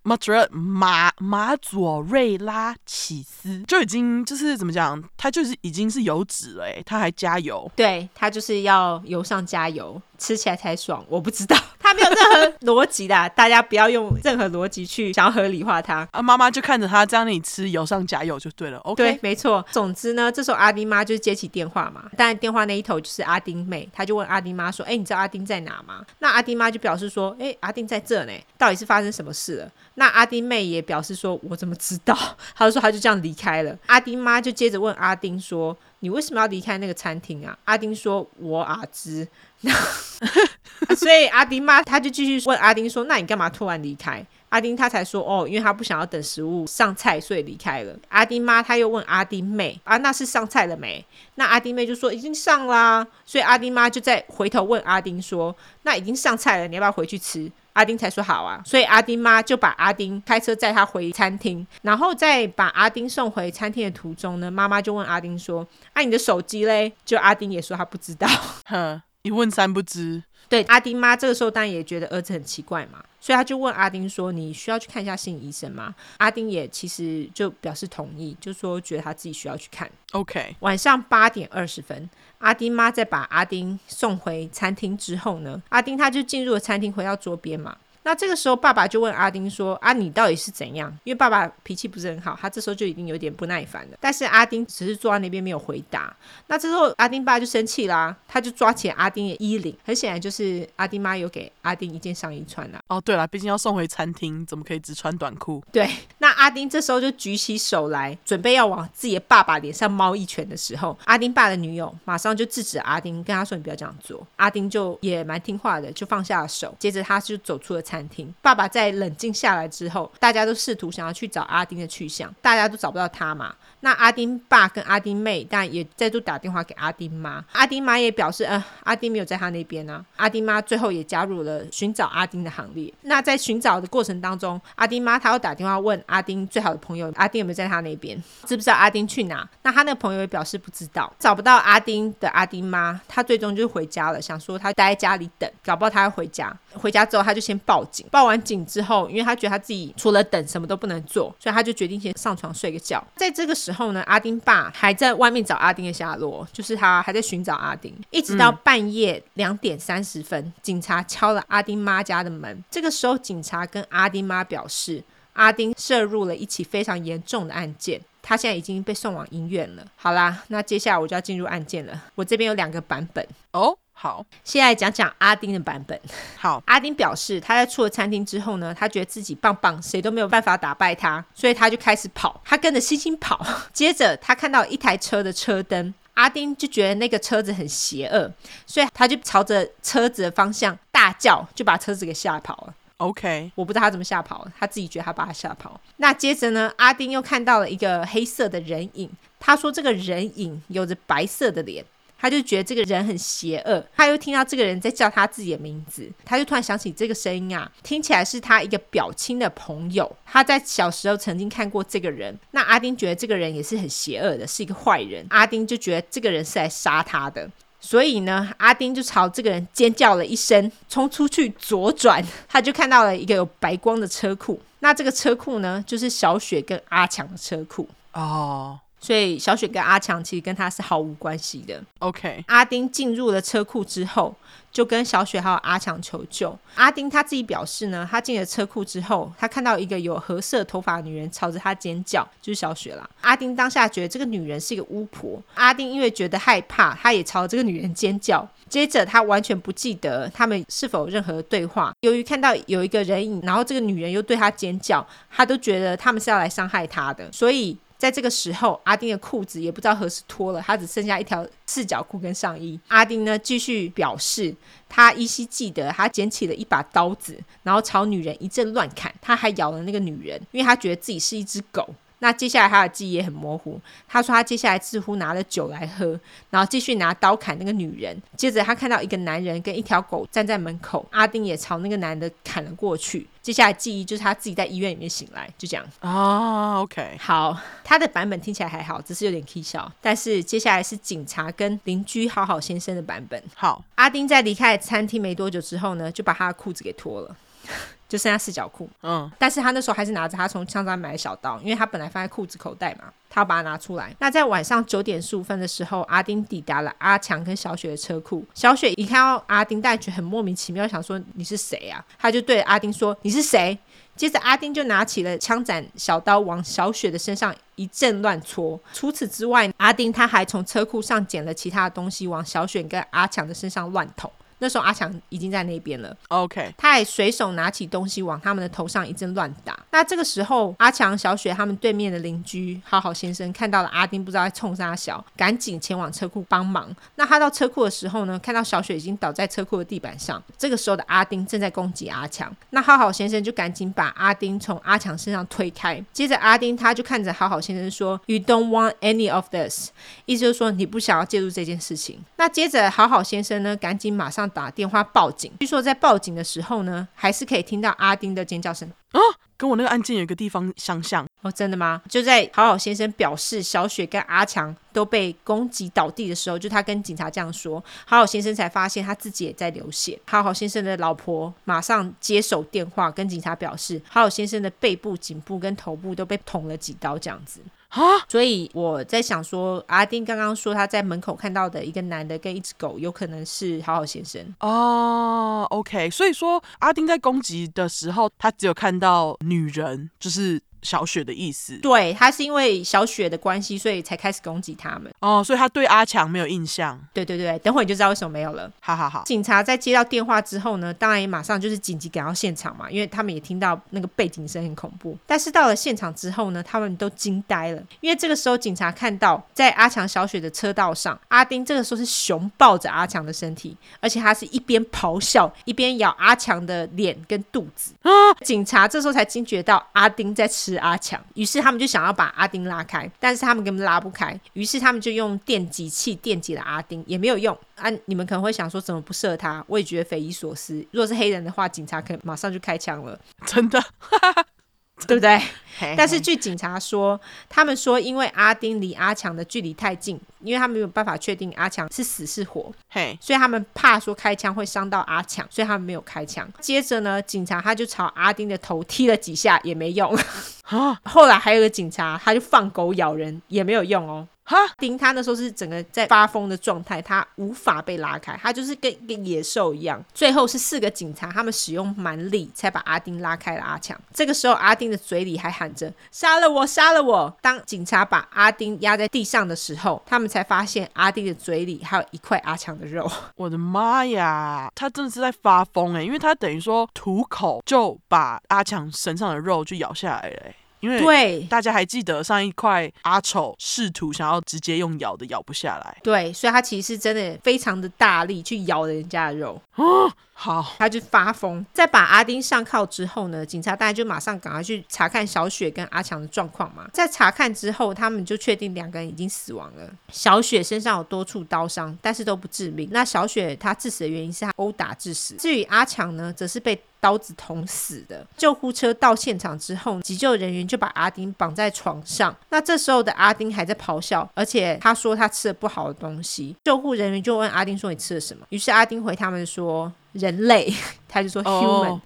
A: 马哲马马佐瑞拉起司就已经就是怎么讲，它就是已经是油脂了、欸，它还加油。
B: 对它就是要油上加油，吃起来才爽。我不知 道，它没有任何逻辑的，啊大家不要用任何逻辑去想要合理化它。
A: 啊，妈妈就看着它这样，你吃油上加油就对了。
B: 对
A: OK，，
B: 没错。总之呢，这时候阿丁妈就接起电话嘛，但电话那一头就是阿丁妹，她就问阿丁妈说：“哎、你知道阿丁在哪吗？”那阿丁妈就表示说：“哎、阿丁在这呢，到底是发生什么事了？”那阿丁妹也表示说：“我怎么知道？” 她就说她就这样离开了。阿丁妈就接着问阿丁说：“你为什么要离开那个餐厅啊？”阿丁说：“我阿知。” 那所以阿丁妈她就继续问阿丁说：“那你干嘛突然离开？”阿丁他才说哦，因为他不想要等食物上菜，所以离开了。阿丁妈她又问阿丁妹啊，那是上菜了没？那阿丁妹就说已经上啦，所以阿丁妈就再回头问阿丁说，那已经上菜了，你要不要回去吃？阿丁才说好啊，所以阿丁妈就把阿丁开车载他回餐厅，然后再把阿丁送回餐厅的途中呢，妈妈就问阿丁说：“啊，你的手机嘞？”就阿丁也说他不知道。
A: 哼，一问三不知。
B: 对阿丁妈这个时候当然也觉得儿子很奇怪嘛，所以他就问阿丁说：“你需要去看一下心理医生吗？”阿丁也其实就表示同意，就说觉得他自己需要去看。
A: OK，
B: 晚上八点二十分，阿丁妈在把阿丁送回餐厅之后呢，阿丁他就进入了餐厅，回到桌边嘛。那这个时候，爸爸就问阿丁说：“啊，你到底是怎样？”因为爸爸脾气不是很好，他这时候就已经有点不耐烦了。但是阿丁只是坐在那边没有回答。那这时候，阿丁爸就生气啦、他就抓起了阿丁的衣领。很显然，就是阿丁妈有给阿丁一件上衣穿啦、啊
A: 哦对了，毕竟要送回餐厅，怎么可以只穿短裤？
B: 对，那阿丁这时候就举起手来，准备要往自己的爸爸脸上猫一拳的时候，阿丁爸的女友马上就制止阿丁，跟他说：“你不要这样做。”阿丁就也蛮听话的，就放下了手。接着他就走出了餐厅。爸爸在冷静下来之后，大家都试图想要去找阿丁的去向，大家都找不到他嘛。那阿丁爸跟阿丁妹，但也再度打电话给阿丁妈，阿丁妈也表示，呃，阿丁没有在他那边啊。阿丁妈最后也加入了寻找阿丁的行列。那在寻找的过程当中，阿丁妈她又打电话问阿丁最好的朋友，阿丁有没有在他那边，知不知道阿丁去哪？那他那个朋友也表示不知道，找不到阿丁的阿丁妈，她最终就回家了，想说她待在家里等，搞不好她要回家。回家之后，她就先报警，报完警之后，因为她觉得她自己除了等什么都不能做，所以她就决定先上床睡个觉。在这个时候呢，阿丁爸还在外面找阿丁的下落，就是他还在寻找阿丁，一直到半夜两点三十分，警察敲了阿丁妈家的门。这个时候，警察跟阿丁妈表示，阿丁涉入了一起非常严重的案件。他现在已经被送往医院了。好啦，那接下来我就要进入案件了。我这边有两个版本，
A: 哦，好
B: 先来讲讲阿丁的版本。
A: 好，
B: 阿丁表示，他在出了餐厅之后呢，他觉得自己棒棒，谁都没有办法打败他，所以他就开始跑，他跟着星星跑。 接着他看到一台车的车灯，阿丁就觉得那个车子很邪恶，所以他就朝着车子的方向大叫，就把车子给吓跑了。
A: OK，
B: 我不知道他怎么吓跑，他自己觉得他把他吓跑。那接着呢，阿丁又看到了一个黑色的人影，他说这个人影有着白色的脸。他就觉得这个人很邪恶，他又听到这个人在叫他自己的名字，他就突然想起这个声音啊，听起来是他一个表亲的朋友，他在小时候曾经看过这个人。那阿丁觉得这个人也是很邪恶的，是一个坏人，阿丁就觉得这个人是来杀他的。所以呢，阿丁就朝这个人尖叫了一声，冲出去左转， 他就看到了一个有白光的车库。那这个车库呢，就是小雪跟阿强的车库。
A: 哦
B: 所以小雪跟阿强其实跟他是毫无关系的。
A: ，OK，
B: 阿丁进入了车库之后，就跟小雪还有阿强求救。阿丁他自己表示呢，他进了车库之后，他看到一个有褐色头发的女人朝着他尖叫，就是小雪啦。阿丁当下觉得这个女人是一个巫婆，阿丁因为觉得害怕，他也朝这个女人尖叫。接着他完全不记得他们是否有任何对话。由于看到有一个人影，然后这个女人又对他尖叫，他都觉得他们是要来伤害他的，所以在这个时候，阿丁的裤子也不知道何时脱了，他只剩下一条四角裤跟上衣。阿丁呢，继续表示他依稀记得，他捡起了一把刀子，然后朝女人一阵乱砍，他还咬了那个女人，因为他觉得自己是一只狗。那接下来他的记忆也很模糊，他说他接下来似乎拿了酒来喝，然后继续拿刀砍那个女人。接着他看到一个男人跟一条狗站在门口，阿丁也朝那个男的砍了过去。接下来记忆就是他自己在医院里面醒来，就这样。
A: 啊，OK，
B: 好，他的版本听起来还好，只是有点 k 笑。但是接下来是警察跟邻居好好先生的版本。
A: 好，
B: 阿丁在离开餐厅没多久之后呢，就把他的裤子给脱了。 就剩下四角裤。
A: 嗯，
B: 但是他那时候还是拿着他从香港买的小刀，因为他本来放在裤子口袋嘛，他要把它拿出来。那在晚上九点十五分的时候，阿丁抵达了阿强跟小雪的车库。小雪一看到阿丁，但觉得很莫名其妙，想说你是谁啊？他就对阿丁说：“你是谁？”接着阿丁就拿起了枪斩小刀，往小雪的身上一阵乱戳。除此之外，阿丁他还从车库上捡了其他的东西，往小雪跟阿强的身上乱捅。那时候阿强已经在那边了。
A: OK，
B: 他还随手拿起东西往他们的头上一阵乱打。那这个时候，阿强、小雪他们对面的邻居好好先生看到了阿丁，不知道在冲啥小，赶紧前往车库帮忙。那他到车库的时候呢，看到小雪已经倒在车库的地板上。这个时候的阿丁正在攻击阿强，那好好先生就赶紧把阿丁从阿强身上推开。接着阿丁他就看着好好先生说：“You don't want any of this。”意思就是说你不想要介入这件事情。那接着好好先生呢，赶紧马上打电话报警。据说在报警的时候呢，还是可以听到阿丁的尖叫声。
A: 跟我那个案件有一个地方相像。
B: 哦，真的吗？就在好好先生表示小雪跟阿强都被攻击倒地的时候，就他跟警察这样说，好好先生才发现他自己也在流血。好好先生的老婆马上接手电话，跟警察表示，好好先生的背部、颈部跟头部都被捅了几刀，这样子。
A: 啊，
B: 所以我在想说，阿丁刚刚说他在门口看到的一个男的跟一只狗，有可能是好好先生。
A: 哦，OK，所以说阿丁在攻击的时候，他只有看到女人，就是小雪的意思。
B: 对，他是因为小雪的关系，所以才开始攻击他们。
A: 哦，所以他对阿强没有印象。
B: 对对对，等会你就知道为什么没有了。
A: 好好好，
B: 警察在接到电话之后呢，当然也马上就是紧急赶到现场嘛，因为他们也听到那个背景声很恐怖。但是到了现场之后呢，他们都惊呆了，因为这个时候警察看到在阿强小雪的车道上，阿丁这个时候是熊抱着阿强的身体，而且他是一边咆哮一边咬阿强的脸跟肚子。警察这时候才惊觉到阿丁在吃阿强，于是他们就想要把阿丁拉开，但是他们根本拉不开，于是他们就用电击器电击了阿丁，也没有用啊！你们可能会想说怎么不射他？我也觉得匪夷所思。如果是黑人的话，警察可能马上就开枪了，
A: 真的。
B: 对不对？但
A: 但
B: 是
A: 是
B: 据警察说，他们说因为阿丁离阿强的距离太近，因为他们没有办法确定阿强是死是活，
A: 嘿，
B: 所以他们怕说开枪会伤到阿强，所以他们没有开枪。接着呢，警察他就朝阿丁的头踢了几下，也没用。
A: 啊
B: 后来还有个警察，他就放狗咬人，也没有用哦。
A: 哈，
B: 丁他那时候是整个在发疯的状态，他无法被拉开，他就是跟一个野兽一样。最后是四个警察，他们使用蛮力才把阿丁拉开了阿强。这个时候，阿丁的嘴里还喊着“杀了我，杀了我”。当警察把阿丁压在地上的时候，他们才发现阿丁的嘴里还有一块阿强的肉。
A: 我的妈呀，他真的是在发疯哎、因为他等于说吐口就把阿强身上的肉就咬下来了欸、因为。
B: 对，
A: 大家还记得上一块阿丑试图想要直接用咬的咬不下来，
B: 对，所以他其实是真的非常的大力去咬人家的肉，
A: 好
B: 他就发疯。在把阿丁上铐之后呢，警察大家就马上赶快去查看小雪跟阿强的状况嘛。在查看之后，他们就确定两个人已经死亡了。小雪身上有多处刀伤，但是都不致命。那小雪她致死的原因是她殴打致死，至于阿强呢，则是被。刀子捅死的。救护车到现场之后，急救人员就把阿丁绑在床上。那这时候的阿丁还在咆哮，而且他说他吃了不好的东西。救护人员就问阿丁说：“你吃了什么？”于是阿丁回他们说：“人类。” 他就说 “human”、
A: 哦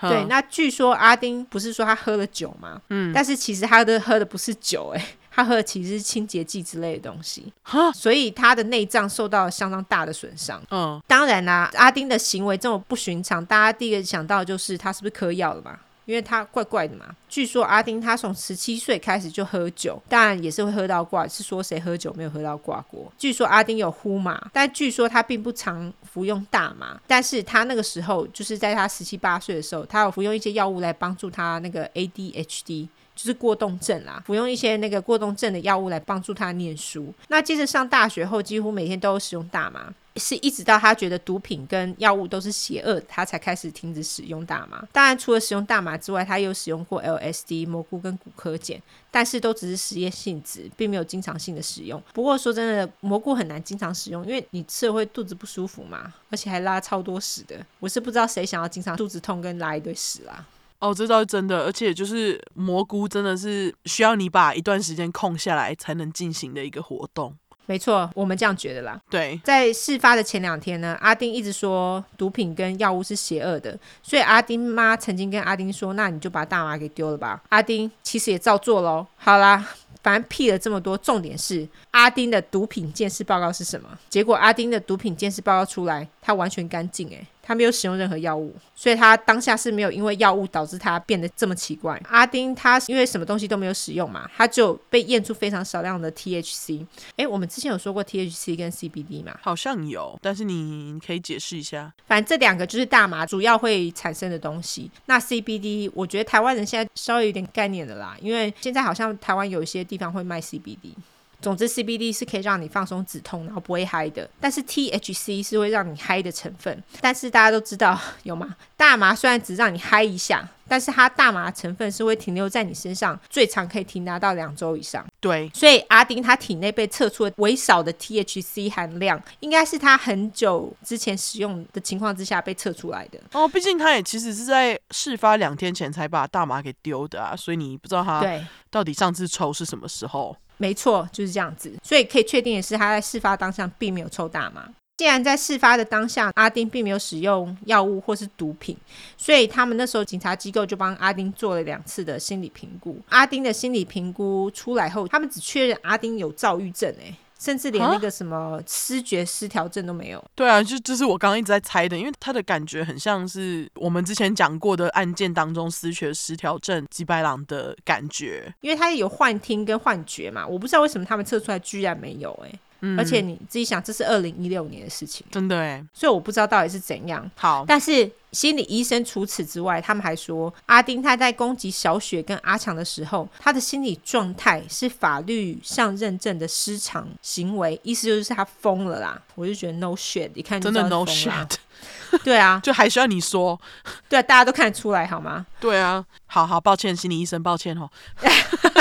B: 对，
A: 哼
B: 那据说阿丁不是说他喝了酒吗？嗯，但是其实他的喝的不是酒、欸， 他喝的其实是清洁剂之类的东西，
A: 哈
B: 所以他的内脏受到了相当大的损伤。
A: 嗯，
B: 当然啦、阿丁的行为这么不寻常，大家第一个想到就是他是不是嗑药了嘛？因为他怪怪的嘛。据说阿丁他从十七岁开始就喝酒，当然也是会喝到挂，是说谁喝酒没有喝到挂过？据说阿丁有呼麻，但据说他并不常服用大麻，但是他那个时候就是在他十七八岁的时候，他有服用一些药物来帮助他那个 ADHD。就是过动症啦，服用一些那个过动症的药物来帮助他念书。那接着上大学后，几乎每天都有使用大麻，是一直到他觉得毒品跟药物都是邪恶，他才开始停止使用大麻。当然，除了使用大麻之外，他有使用过 LSD、蘑菇跟骨科碱，但是都只是实验性质，并没有经常性的使用。不过说真的，蘑菇很难经常使用，因为你吃了会肚子不舒服嘛，而且还拉超多屎的。我是不知道谁想要经常肚子痛跟拉一堆屎啦。
A: 哦，这倒是真的，而且就是蘑菇真的是需要你把一段时间空下来才能进行的一个活动。
B: 没错，我们这样觉得啦。
A: 对，
B: 在事发的前两天呢，阿丁一直说毒品跟药物是邪恶的，所以阿丁妈曾经跟阿丁说：“那你就把大麻给丢了吧。”阿丁其实也照做喽。好啦，反正屁了这么多，重点是阿丁的毒品鉴识报告是什么？结果阿丁的毒品鉴识报告出来，他完全干净诶、欸他没有使用任何药物，所以他当下是没有因为药物导致他变得这么奇怪。阿丁他因为什么东西都没有使用嘛，他就被验出非常少量的 THC。诶，我们之前有说过 THC 跟 CBD 嘛，
A: 好像有，但是你你可以解释一下。
B: 反正这两个就是大麻主要会产生的东西。那 CBD，我觉得台湾人现在稍微有点概念的啦，因为现在好像台湾有一些地方会卖 CBD。总之，CBD 是可以让你放松止痛，然后不会嗨的。但是 THC 是会让你嗨的成分。但是大家都知道，有吗？ 大麻虽然只让你嗨一下，但是它大麻成分是会停留在你身上，最长可以停留到两周以上。
A: 对，
B: 所以阿丁他体内被测出的微少的 THC 含量，应该是他很久之前使用的情况之下被测出来的。
A: 哦，毕竟他也其实是在事发两天前才把大麻给丢的啊，所以你不知道他
B: 对，
A: 到底上次抽是什么时候。
B: 没错，就是这样子。所以可以确定的是，他在事发当下并没有抽大麻。既然在事发的当下，阿丁并没有使用药物或是毒品，所以他们那时候警察机构就帮阿丁做了两次的心理评估。阿丁的心理评估出来后，他们只确认阿丁有躁郁症、欸，甚至连
A: 啊
B: 那个什么失觉失调症都没有。
A: 对啊，就这是我刚刚一直在猜的，因为他的感觉很像是我们之前讲过的案件当中失血失调症吉白朗的感觉。
B: 因为他有幻听跟幻觉嘛，我不知道为什么他们测出来居然没有哎、
A: 嗯
B: 而且你自己想，这是二零一六年的事情，
A: 真的哎，
B: 所以我不知道到底是怎样。
A: 好，
B: 但是心理医生除此之外，他们还说，阿丁他在攻击小雪跟阿强的时候，他的心理状态是法律上认证的失常行为，意思就是他疯了啦。我就觉得 no shit，一看就
A: 真
B: 知道
A: 的 no
B: 是疯了啊
A: shit，
B: 对啊，
A: 就还需要你说。
B: 对啊，大家都看得出来好吗？
A: 对啊，好好，抱歉，心理医生，抱歉哦，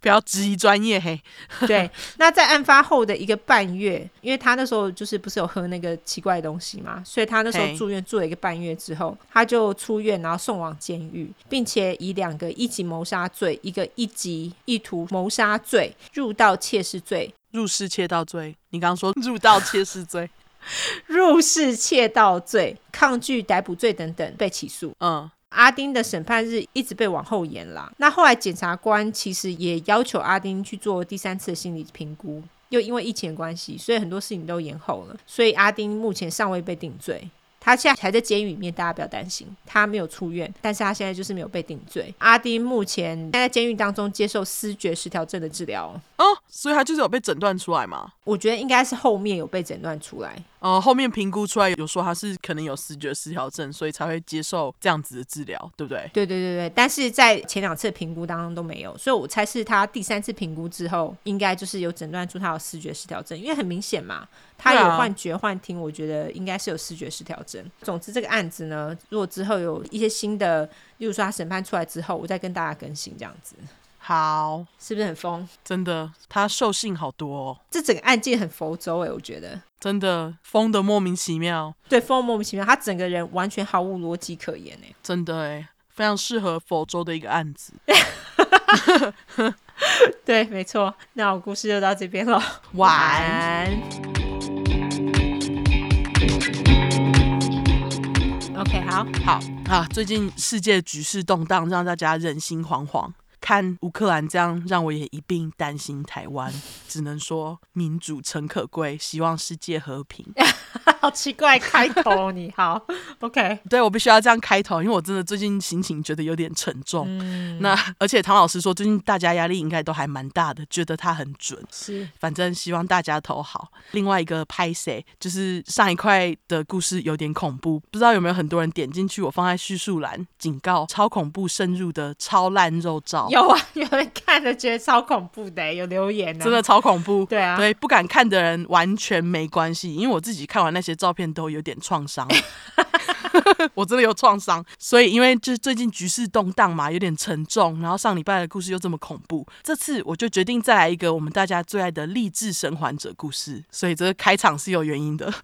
A: 不要质疑专业嘿。
B: 对，那在案发后的一个半月，因为他那时候就是不是有喝那个奇怪的东西嘛，所以他那时候
A: 嘿
B: 住院住了一个半月之后，他就出院，然后送往监狱，并且以两个一级谋杀罪、一个一级意图谋杀罪、入盗窃视罪、
A: 入室窃盗罪，你刚刚说入盗窃是罪，
B: 入室窃盗罪、抗拒逮捕罪等等被起诉。
A: 嗯，
B: 阿丁的审判日一直被往后延啦。那后来检察官其实也要求阿丁去做第三次的心理评估，又因为疫情的关系，所以很多事情都延后了。所以阿丁目前尚未被定罪。他现在还在监狱里面，大家不要担心，他没有出院，但是他现在就是没有被定罪。阿丁目前现在在监狱当中接受失觉失调症的治疗哦，
A: 哦，所以他就是有被诊断出来嘛。
B: 我觉得应该是后面有被诊断出来，
A: 呃，后面评估出来有说他是可能有视觉失调症，所以才会接受这样子的治疗，对不对？
B: 对对对对，但是在前两次评估当中都没有，所以我猜是他第三次评估之后，应该就是有诊断出他有视觉失调症，因为很明显嘛，他
A: 对啊
B: 有幻觉、幻听，我觉得应该是有视觉失调症。总之，这个案子呢，如果之后有一些新的，例如说他审判出来之后，我再跟大家更新，这样子
A: 好，
B: 是不是很疯？
A: 真的，他兽性好多、哦，
B: 这整个案件很佛州欸诶、我觉得。
A: 真的疯的莫名其妙，
B: 对，疯莫名其妙，他整个人完全毫无逻辑可言欸诶、
A: 真的诶，非常适合佛州的一个案子。
B: 对，没错。那我故事就到这边了，
A: 晚
B: 安。OK，好，
A: 好啊，最近世界局势动荡，让大家人心惶惶。看乌克兰这样，让我也一并担心台湾。 只能说民主诚可贵，希望世界和平。
B: 好奇怪开头哦，你好，OK，
A: 对我必须要这样开头，因为我真的最近心情觉得有点沉重。那而且唐老师说，最近大家压力应该都还蛮大的，觉得他很准。
B: 是
A: 反正希望大家投好。另外一个拍谁，就是上一块的故事有点恐怖，不知道有没有很多人点进去？我放在叙述栏，警告超恐怖深入的超烂肉照，
B: 有啊， 有人看了觉得超恐怖的欸，有留言呢、
A: 真的，超恐怖。
B: 对啊，
A: 对，不敢看的人完全没关系，因为我自己看完那些照片都有点创伤， 我真的有创伤。所以因为就是最近局势动荡嘛，有点沉重，然后上礼拜的故事又这么恐怖，这次我就决定再来一个我们大家最爱的励志生还者故事。所以这个开场是有原因的。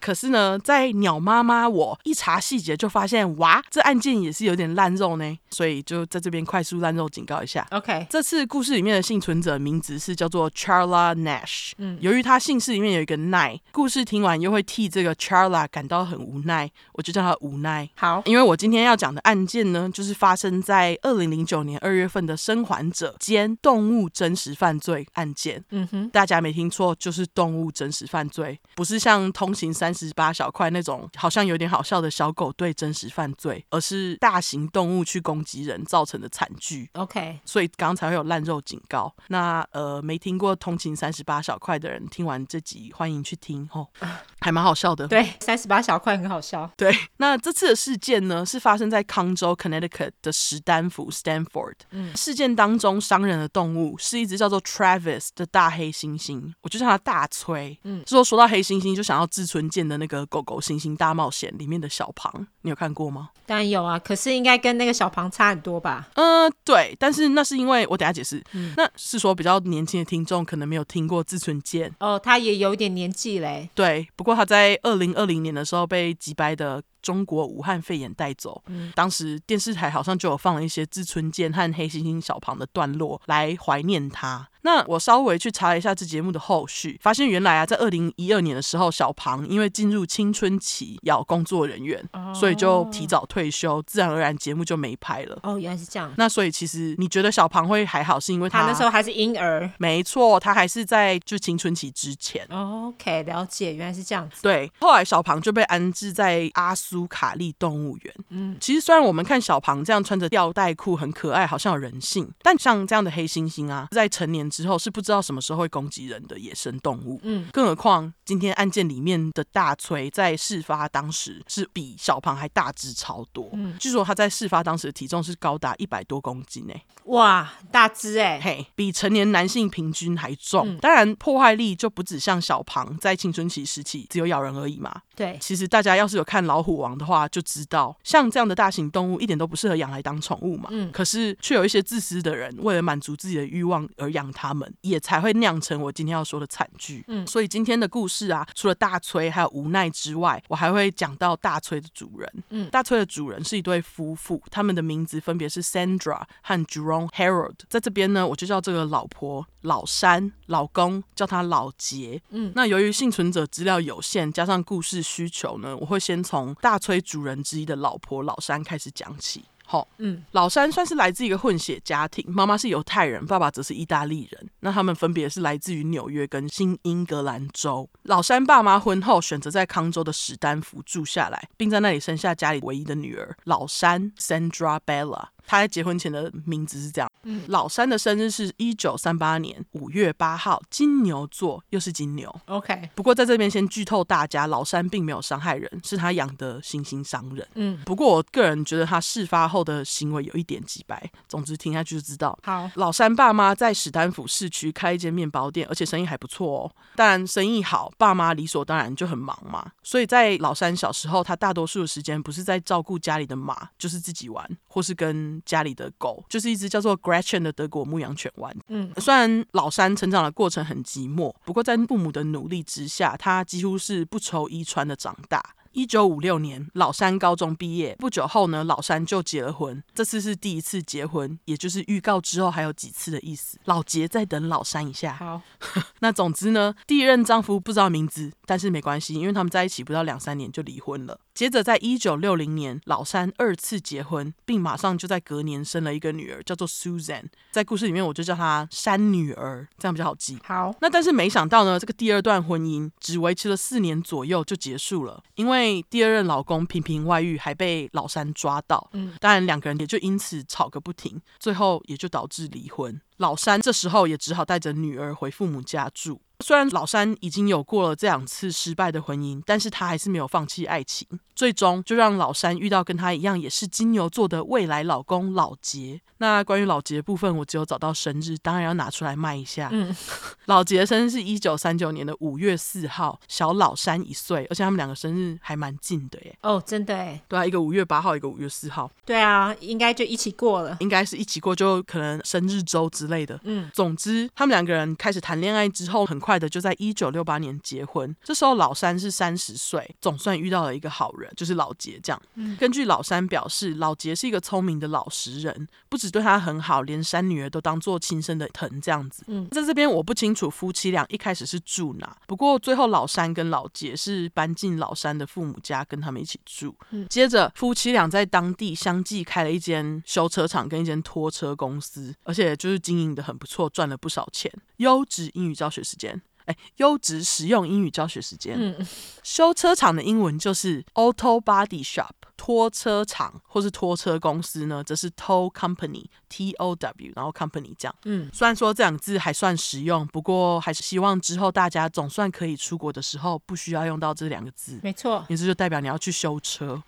A: 可是呢，在鸟妈妈我一查细节就发现，哇，这案件也是有点烂肉呢，所以就在这边快速烂肉警告一下。
B: OK，
A: 这次故事里面的幸存者名字是叫做 Charla Nash。
B: 嗯
A: 由于他姓氏里面有一个奈，故事听完又会替这个 Charla 感到很无奈，我就叫他无奈。
B: 好，
A: 因为我今天要讲的案件呢，就是发生在二零零九年二月份的生还者兼动物真实犯罪案件。
B: 嗯哼，
A: 大家没听错，就是动物真实犯罪，不是像通行三十八小块那种好像有点好笑的小狗对真实犯罪，而是大型动物去攻击人造成的惨剧。
B: ，OK，
A: 所以刚才会有烂肉警告。那呃，没听过《通勤三十八小块》的人，听完这集欢迎去听哦，还蛮好笑的。
B: 对，三十八小块很好笑。
A: 对，那这次的事件呢，是发生在康州 （Connecticut） 的史丹福 （Stanford）。
B: 嗯
A: 事件当中伤人的动物是一只叫做 Travis 的大黑猩猩，我就叫它大崔。
B: 嗯
A: 嗯，说说到黑猩猩，就想到志村健的那个《狗狗猩猩大冒险》里面的小庞，你有看过吗？
B: 当然有啊，可是应该跟那个小庞差很多吧？
A: 嗯，对，但是那是因为我等一下解释。那是说比较年轻的听众可能没有听过志村健，
B: 哦，他也有一点年纪嘞。
A: 对，不过他在二零二零年的时候被击败的中国武汉肺炎带走。当时电视台好像就有放了一些志村健和黑猩猩小庞的段落来怀念他。那我稍微去查了一下这节目的后续，发现原来啊，在二零一二年的时候，小庞因为进入青春期要工作人员，所以就提早退休，自然而然节目就没拍了。
B: 哦，原来是这样。
A: 那所以其实你觉得小庞会还好，是因为
B: 他那时
A: 候
B: 候还是婴儿。
A: 没错，他还是在就青春期之前。
B: OK，了解，原来是这样子。
A: 对，后来小庞就被安置在阿苏卡利动物园。嗯，其实虽然我们看小庞这样穿着吊带裤很可爱，好像有人性，但像这样的黑猩猩啊，在成年之后是不知道什么时候会攻击人的野生动物。
B: 嗯，
A: 更何况今天案件里面的大崔在事发当时是比小庞还大只超多。
B: 嗯
A: 据说他在事发当时的体重是高达一百多公斤欸诶、
B: 哇，大只哎、
A: 嘿，比成年男性平均还重。
B: 嗯
A: 当然，破坏力就不止像小庞在青春期时期只有咬人而已嘛。
B: 对，
A: 其实大家要是有看《老虎王》的话，就知道像这样的大型动物一点都不适合养来当宠物嘛。
B: 嗯
A: 可是却有一些自私的人，为了满足自己的欲望而养它们，也才会酿成我今天要说的惨剧。
B: 嗯
A: 所以今天的故事啊，除了大崔还有无奈之外，我还会讲到大崔的主人。
B: 嗯
A: 大崔的主人是一对夫妇，他们的名字分别是 Sandra 和 Jerome Harold。在这边呢，我就叫这个老婆老山，老公叫他老杰。
B: 嗯
A: 那由于幸存者资料有限，加上故事需求呢，我会先从大崔主人之一的老婆老山开始讲起。好、
B: 嗯，
A: 老山算是来自一个混血家庭，妈妈是犹太人，爸爸则是意大利人。那他们分别是来自于纽约跟新英格兰州。老山爸妈婚后选择在康州的史丹福住下来，并在那里生下家里唯一的女儿老山 Sandra Bella。她在结婚前的名字是这样。老山的生日是一九三八年五月八号，金牛座，又是金牛。
B: OK，
A: 不过在这边先剧透大家，老山并没有伤害人，是他养的猩猩伤人。
B: 嗯，
A: 不过我个人觉得他事发后的行为有一点几白，总之听下去就知道。
B: 好，
A: 老山爸妈在史丹福市区开一间面包店，而且生意还不错哦。当然生意好，爸妈理所当然就很忙嘛。所以在老山小时候，他大多数的时间不是在照顾家里的马，就是自己玩，或是跟家里的狗，就是一只叫做 Gretchen 的德国牧羊犬玩。
B: 嗯，
A: 虽然老山成长的过程很寂寞，不过在父母的努力之下，他几乎是不愁衣穿的长大。一九五六年，老山高中毕业不久后呢，老山就结了婚。这次是第一次结婚，也就是预告之后还有几次的意思。老杰再等老山一下。
B: 好，
A: 那总之呢，第一任丈夫不知道名字，但是没关系，因为他们在一起不到两三年就离婚了。接着，在一九六零年，老山二次结婚，并马上就在隔年生了一个女儿，叫做 Susan。在故事里面，我就叫她山女儿，这样比较好记。
B: 好，
A: 那但是没想到呢，这个第二段婚姻只维持了四年左右就结束了，因为第二任老公频频外遇，还被老三抓到。
B: 嗯
A: 嗯，当然两个人也就因此吵个不停，最后也就导致离婚。老三这时候也只好带着女儿回父母家住。虽然老三已经有过了这两次失败的婚姻，但是他还是没有放弃爱情，最终就让老三遇到跟他一样也是金牛座的未来老公老杰。那关于老杰的部分，我只有找到生日，当然要拿出来卖一下。
B: 嗯
A: 老杰生日是一九三九年的五月四号，小老山一岁，而且他们两个生日还蛮近的耶。
B: 哦，真的哎，
A: 对啊，一个五月八号，一个五月四号，
B: 对啊，应该就一起过了。
A: 应该是一起过，就可能生日周之类的。
B: 嗯
A: 总之，他们两个人开始谈恋爱之后，很快的就在一九六八年结婚。这时候老三是三十岁，总算遇到了一个好人，就是老杰这样。
B: 嗯
A: 根据老三表示，老杰是一个聪明的老实人，不只对他很好，连三女儿都当做亲生的疼这样子。
C: 嗯
A: 在这边我不清楚夫妻俩一开始是住哪，不过最后老三跟老杰是搬进老三的父母家，跟他们一起住。接着，夫妻俩在当地相继开了一间修车厂跟一间拖车公司，而且就是经营的很不错，赚了不少钱。优质英语教学时间，哎，优质实用英语教学时间。
C: 嗯
A: 修车厂的英文就是 auto body shop，拖车厂或是拖车公司呢，则是 tow company，T O W，然后 company 这样。
C: 嗯，
A: 虽然说这两个字还算实用，不过还是希望之后大家总算可以出国的时候不需要用到这两个字，
B: 没错，
A: 也这就代表你要去修车。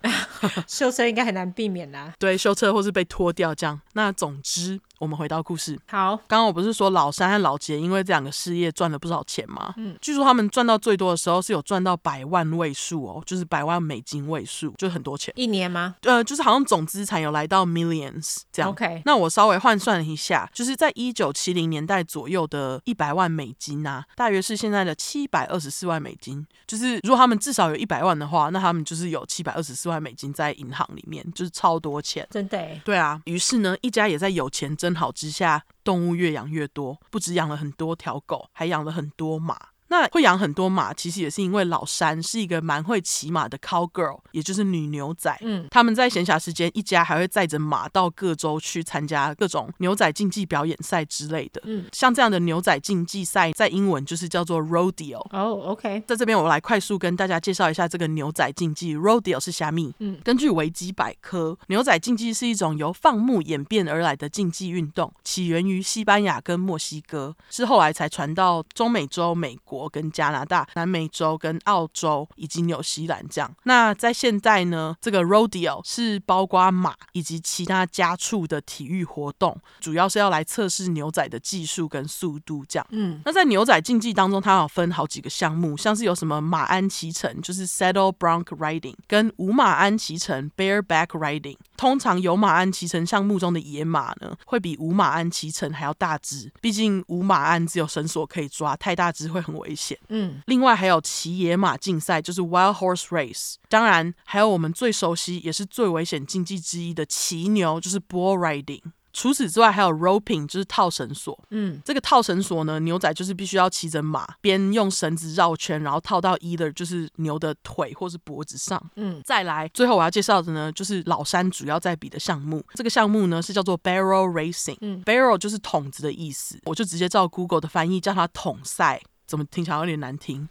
B: 修车应该很难避免啦。
A: 对，修车或是被拖掉这样。那总之，我们回到故事。
B: 好，
A: 刚刚我不是说老三和老杰因为这两个事业赚了不少钱吗？嗯，据说他们赚到最多的时候是有赚到百万位数哦，就是百万美金位数，就很多钱。
B: 一年吗？
A: 呃，就是好像总资产有来到 millions 这样。
B: OK
A: 那我稍微换算了一下，就是在一九七零年代左右的一百万美金啊，大约是现在的七百二十四万美金。就是如果他们至少有一百万的话，那他们就是有七百二十四万美金在银行里面，就是超多钱。
B: 真的欸耶
A: 对啊，于是呢，一家也在有钱真好之下，动物越养越多，不止养了很多条狗，还养了很多马。那会养很多马，其实也是因为老山是一个蛮会骑马的 cowgirl，也就是女牛仔。
C: 嗯，
A: 他们在闲暇时间，一家还会载着马到各州去参加各种牛仔竞技表演赛之类的。
C: 嗯，
A: 像这样的牛仔竞技赛，在英文就是叫做 rodeo。
B: 哦，OK，
A: 在这边我来快速跟大家介绍一下这个牛仔竞技 rodeo 是虾米。
C: 嗯
A: 根据维基百科，牛仔竞技是一种由放牧演变而来的竞技运动，起源于西班牙跟墨西哥，是后来才传到中美洲、美国跟加拿大、南美洲跟澳洲以及纽西兰这样。那在现代呢，这个 rodeo 是包括马以及其他家畜的体育活动，主要是要来测试牛仔的技术跟速度这样。
C: 嗯
A: 那在牛仔竞技当中，它有分好几个项目，像是有什么马鞍骑乘，就是 saddle bronc riding，跟无马鞍骑乘 bareback riding。通常有马鞍骑乘项目中的野马呢，会比无马鞍骑乘还要大只，毕竟无马鞍只有绳索可以抓，太大只会很危险。
C: 嗯
A: 另外还有骑野马竞赛，就是 Wild Horse Race。当然，还有我们最熟悉也是最危险竞技之一的骑牛，就是 Bull Riding。除此之外，还有 roping，就是套绳索。
C: 嗯
A: 这个套绳索呢，牛仔就是必须要骑着马，边用绳子绕圈，然后套到 either 就是牛的腿或是脖子上。
C: 嗯
A: 再来，最后我要介绍的呢，就是老山主要在比的项目。这个项目呢是叫做 barrel racing，
C: 嗯
A: b a r r e l 就是桶子的意思，我就直接照 Google 的翻译叫它桶赛，怎么听起来有点 难听，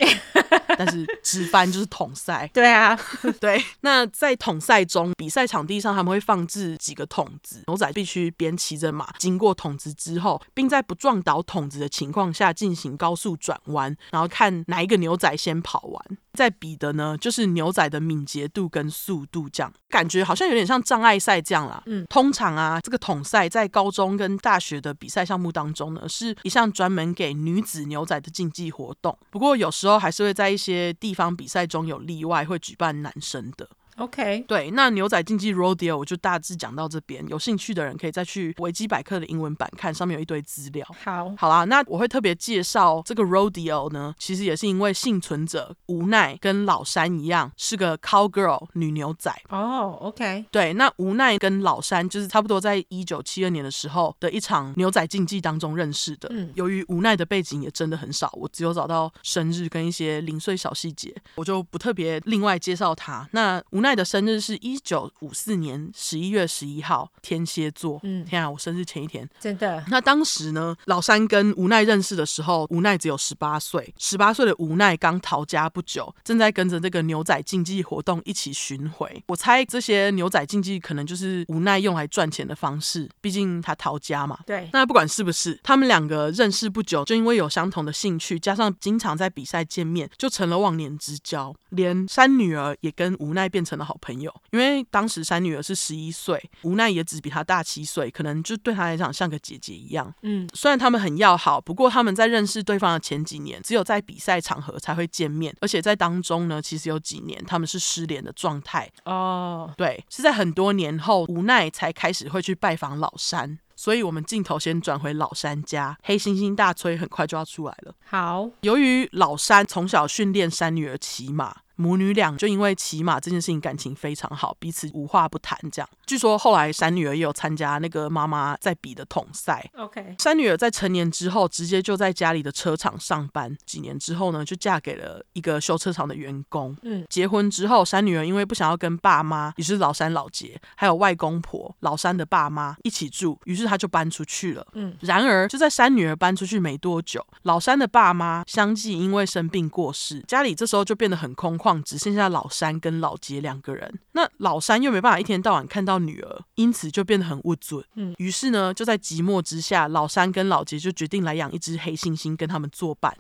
A: 但是直翻就是桶赛。
B: 对啊，
A: 对，那在桶赛中，比赛场地上他们会放置几个桶子，牛仔必须边骑着马经过桶子之后，并在不撞倒桶子的情况下进行高速转弯，然后看哪一个牛仔先跑完。在比的呢，就是牛仔的敏捷度跟速度，这样感觉好像有点像障碍赛这样啦。
C: 嗯
A: 通常啊，这个桶赛在高中跟大学的比赛项目当中呢，是一项专门给女子牛仔的竞技活动。不过有时候还是会在一些地方比赛中有例外，会举办男生的。
B: OK，
A: 对，那牛仔竞技 rodeo 我就大致讲到这边，有兴趣的人可以再去维基百科的英文版看，上面有一堆资料。
B: 好，
A: 好啦，那我会特别介绍这个 rodeo 呢，其实也是因为幸存者无奈跟老山一样，是个 cowgirl 女牛仔。
B: 哦，OK，
A: 对，那无奈跟老山就是差不多在一九七二年的时候的一场牛仔竞技当中认识的。
C: 嗯
A: 由于无奈的背景也真的很少，我只有找到生日跟一些零碎小细节，我就不特别另外介绍他。那无奈的生日是一九五四年十一月十一号，天蝎座。
C: 嗯
A: 天啊，我生日前一天，
B: 真的，
A: 那当时呢，老三跟无奈认识的时候，无奈只有十八岁，十八岁的无奈刚逃家不久，正在跟着这个牛仔竞技活动一起巡回。我猜这些牛仔竞技可能就是无奈用来赚钱的方式，毕竟他逃家嘛。
B: 对，
A: 那不管是不是，他们两个认识不久，就因为有相同的兴趣，加上经常在比赛见面，就成了忘年之交。连山女儿也跟无奈变成了好朋友，因为当时山女儿是十一岁，无奈也只比她大七岁，可能就对她来讲像个姐姐一样。
C: 嗯
A: 虽然他们很要好，不过他们在认识对方的前几年，只有在比赛场合才会见面，而且在当中呢，其实有几年他们是失联的状态。
B: 哦，
A: 对，是在很多年后，无奈才开始会去拜访老山。所以我们镜头先转回老山家，黑猩猩大崔很快就要出来了。
B: 好，
A: 由于老山从小训练山女儿骑马，母女俩就因为骑马这件事情感情非常好，彼此无话不谈。这样，据说后来山女儿也有参加那个妈妈在比的统赛。
B: OK，
A: 山女儿在成年之后，直接就在家里的车厂上班。几年之后呢，就嫁给了一个修车厂的员工。
B: 嗯，
A: 结婚之后，山女儿因为不想要跟爸妈，也就是老三、老杰，还有外公婆、老三的爸妈一起住，于是她就搬出去了。
B: 嗯，
A: 然而就在山女儿搬出去没多久，老三的爸妈相继因为生病过世，家里这时候就变得很空旷，只剩下老三跟老杰两个人。那老三又没办法一天到晚看到女儿，因此就变得很无助。
B: 嗯，
A: 于是呢，就在寂寞之下，老三跟老杰就决定来养一只黑猩猩跟他们作伴。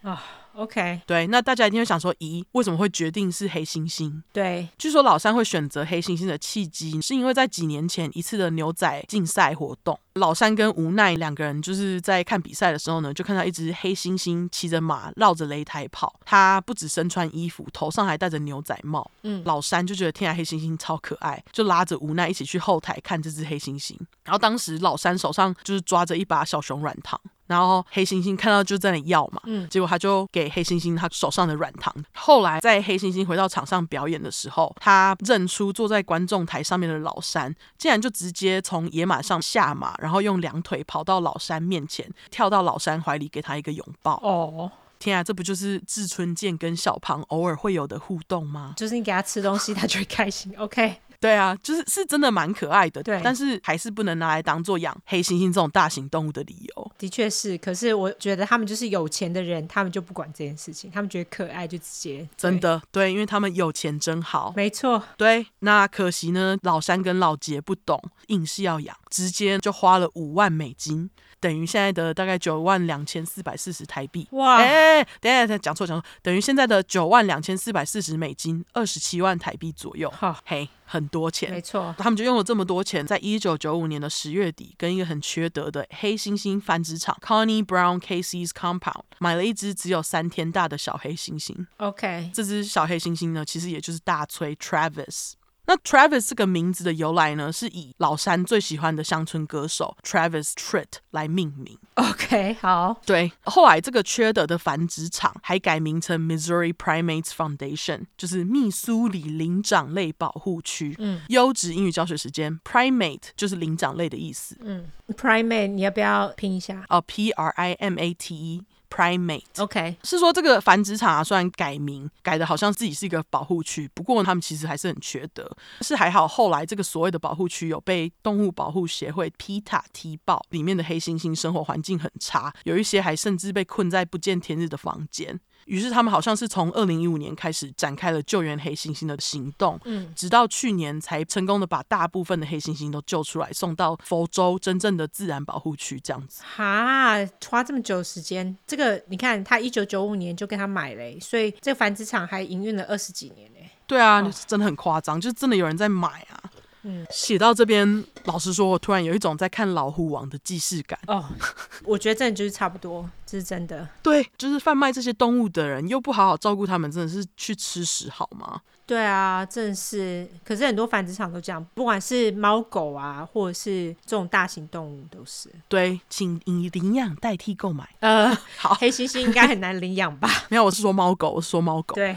B: OK，
A: 对，那大家一定会想说，咦，为什么会决定是黑猩猩？
B: 对，
A: 据说老三会选择黑猩猩的契机，是因为在几年前一次的牛仔竞赛活动，老三跟无奈两个人就是在看比赛的时候呢，就看到一只黑猩猩骑着马绕着擂台跑。它不止身穿衣服，头上还戴着牛仔帽。
B: 嗯
A: 老三就觉得天啊，黑猩猩超可爱，就拉着无奈一起去后台看这只黑猩猩。然后当时老三手上就是抓着一把小熊软糖，然后黑猩猩看到就在那里要嘛，
B: 嗯
A: 结果他就给黑猩猩他手上的软糖。后来在黑猩猩回到场上表演的时候，他认出坐在观众台上面的老山，竟然就直接从野马上下马，然后用两腿跑到老山面前，跳到老山怀里给他一个拥抱。
B: 哦，
A: 天啊，这不就是志村健跟小庞偶尔会有的互动吗？
B: 就是你给他吃东西，他就会开心。OK，
A: 对啊，就是是真的蛮可爱的，
B: 对
A: 但是还是不能拿来当做养黑猩猩这种大型动物的理由。
B: 的确是，可是我觉得他们就是有钱的人，他们就不管这件事情，他们觉得可爱就直接
A: 真，
B: 对
A: 的，对，因为他们有钱真好。
B: 没错，
A: 对，那可惜呢，老三跟老杰不懂，硬是要养，直接就花了五万美金，等于现在的大概九万两千四百四十台币。
B: 哇
A: 哎、等一下，等一下，讲错讲错，等于现在的九万两千四百四十美金，二十七万台币左右。
B: 好，
A: 嘿，很多钱，
B: 没错，
A: 他们就用了这么多钱，在一九九五年的十月底，跟一个很缺德的黑猩猩繁殖场 Connie Brown Casey's Compound 买了一只只有三天大的小黑猩猩。
B: OK，
A: 这只小黑猩猩呢，其实也就是大崔 Travis。那 Travis 这个名字的由来呢，是以老山最喜欢的乡村歌手 Travis Tritt 来命名。
B: OK，好，
A: 对，后来这个缺德的繁殖场还改名成 Missouri Primates Foundation，就是密苏里灵长类保护区。
B: 嗯，
A: 优质英语教学时间，primate 就是灵长类的意思，
B: 嗯，Primate，你要不要拼一下
A: 哦，P R I M A T E，primate。
B: ？OK，
A: 是说这个繁殖场啊，虽然改名改的好像自己是一个保护区，不过他们其实还是很缺德。是还好后来这个所谓的保护区有被动物保护协会 PETA 踢爆，里面的黑猩猩生活环境很差，有一些还甚至被困在不见天日的房间。于是他们好像是从二零一五年开始展开了救援黑猩猩的行动，
B: 嗯，
A: 直到去年才成功的把大部分的黑猩猩都救出来，送到佛州真正的自然保护区这样子。
B: 哈，花这么久时间，这个你看，他一九九五年就跟他买嘞、所以这个繁殖场还营运了二十几年嘞、
A: 对啊，就是真的很夸张，就是真的有人在买啊。
B: 嗯
A: 写到这边，老实说，我突然有一种在看《老虎王》的既视感。
B: 哦， 我觉得真的就是差不多，这是真的。
A: 对，就是贩卖这些动物的人又不好好照顾他们，真的是去吃屎好吗？
B: 对啊，真的是。可是很多繁殖场都这样，不管是猫狗啊，或者是这种大型动物都是。
A: 对，请以领养代替购买。
B: 呃，
A: 好
B: 黑猩猩应该很难领养 吧？
A: 没有，我是说猫狗，我是说猫狗，
B: 对，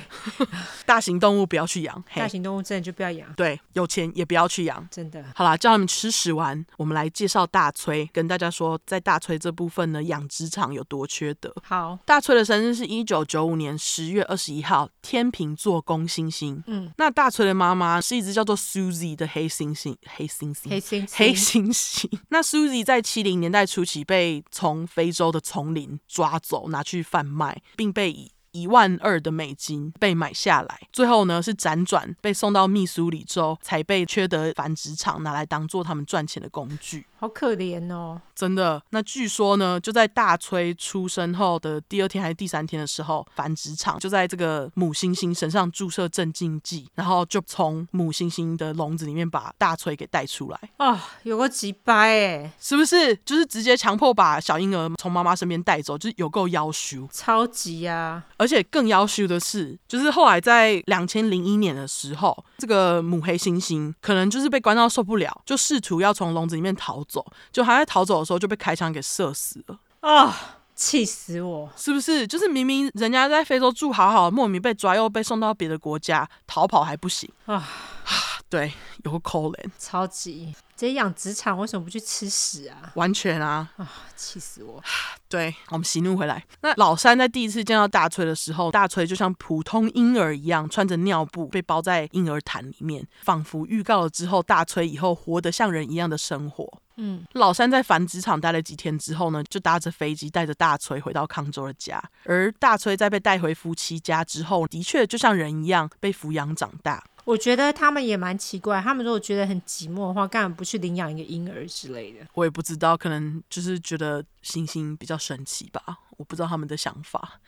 A: 大型动物不要去养。
B: 大
A: 嘿，
B: 型动物真的就不要养，
A: 对，有钱也不要去养。
B: 真的。
A: 好啦，叫他们吃屎完，我们来介绍大崔，跟大家说，在大崔这部分呢，养殖场有多缺德。
B: 好，
A: 大崔的生日是一九九五年十月二十一号，天秤座公猩猩。
B: 嗯，
A: 那大崔的妈妈是一只叫做 Susie 的黑猩猩，黑猩猩，
B: 嗯黑猩猩，
A: 黑猩猩。那 Susie 在七零年代初期被从非洲的丛林抓走，拿去贩卖，并被以一万二的美金被买下来。最后呢，是辗转被送到密苏里州，才被缺德繁殖场拿来当做他们赚钱的工具。
B: 好可怜哦。
A: 真的，那据说呢，就在大崔出生后的第二天还是第三天的时候，繁殖场就在这个母猩猩身上注射镇静剂，然后就从母猩猩的笼子里面把大崔给带出来，
B: 哦，有个急掰哎，
A: 是不是？就是直接强迫把小婴儿从妈妈身边带走，就是有够要求。
B: 超级啊！
A: 而而且更要修的是，就是后来在两千零一年的时候，这个母黑猩猩可能就是被关到受不了，就试图要从笼子里面逃走，就还在逃走的时候就被开枪给射死了。
B: 啊、气死我！
A: 是不是？就是明明人家在非洲住好好的，莫名被抓，又被送到别的国家逃跑还不行
B: 啊
A: 啊！ 对，有个扣脸，
B: 超级直接养殖场，为什么不去吃屎啊？
A: 完全啊！
B: 气死我！
A: 对我们息怒回来。那老三在第一次见到大崔的时候，大崔就像普通婴儿一样，穿着尿布被包在婴儿毯里面，仿佛预告了之后大崔以后活得像人一样的生活。
B: 嗯，
A: 老三在繁殖场待了几天之后呢，就搭着飞机带着大崔回到康州的家。而大崔在被带回夫妻家之后，的确就像人一样被抚养长大。
B: 我觉得他们也蛮奇怪，他们如果觉得很寂寞的话，干嘛不去领养一个婴儿之类的？
A: 我也不知道，可能就是觉得星星比较神奇吧，我不知道他们的想法。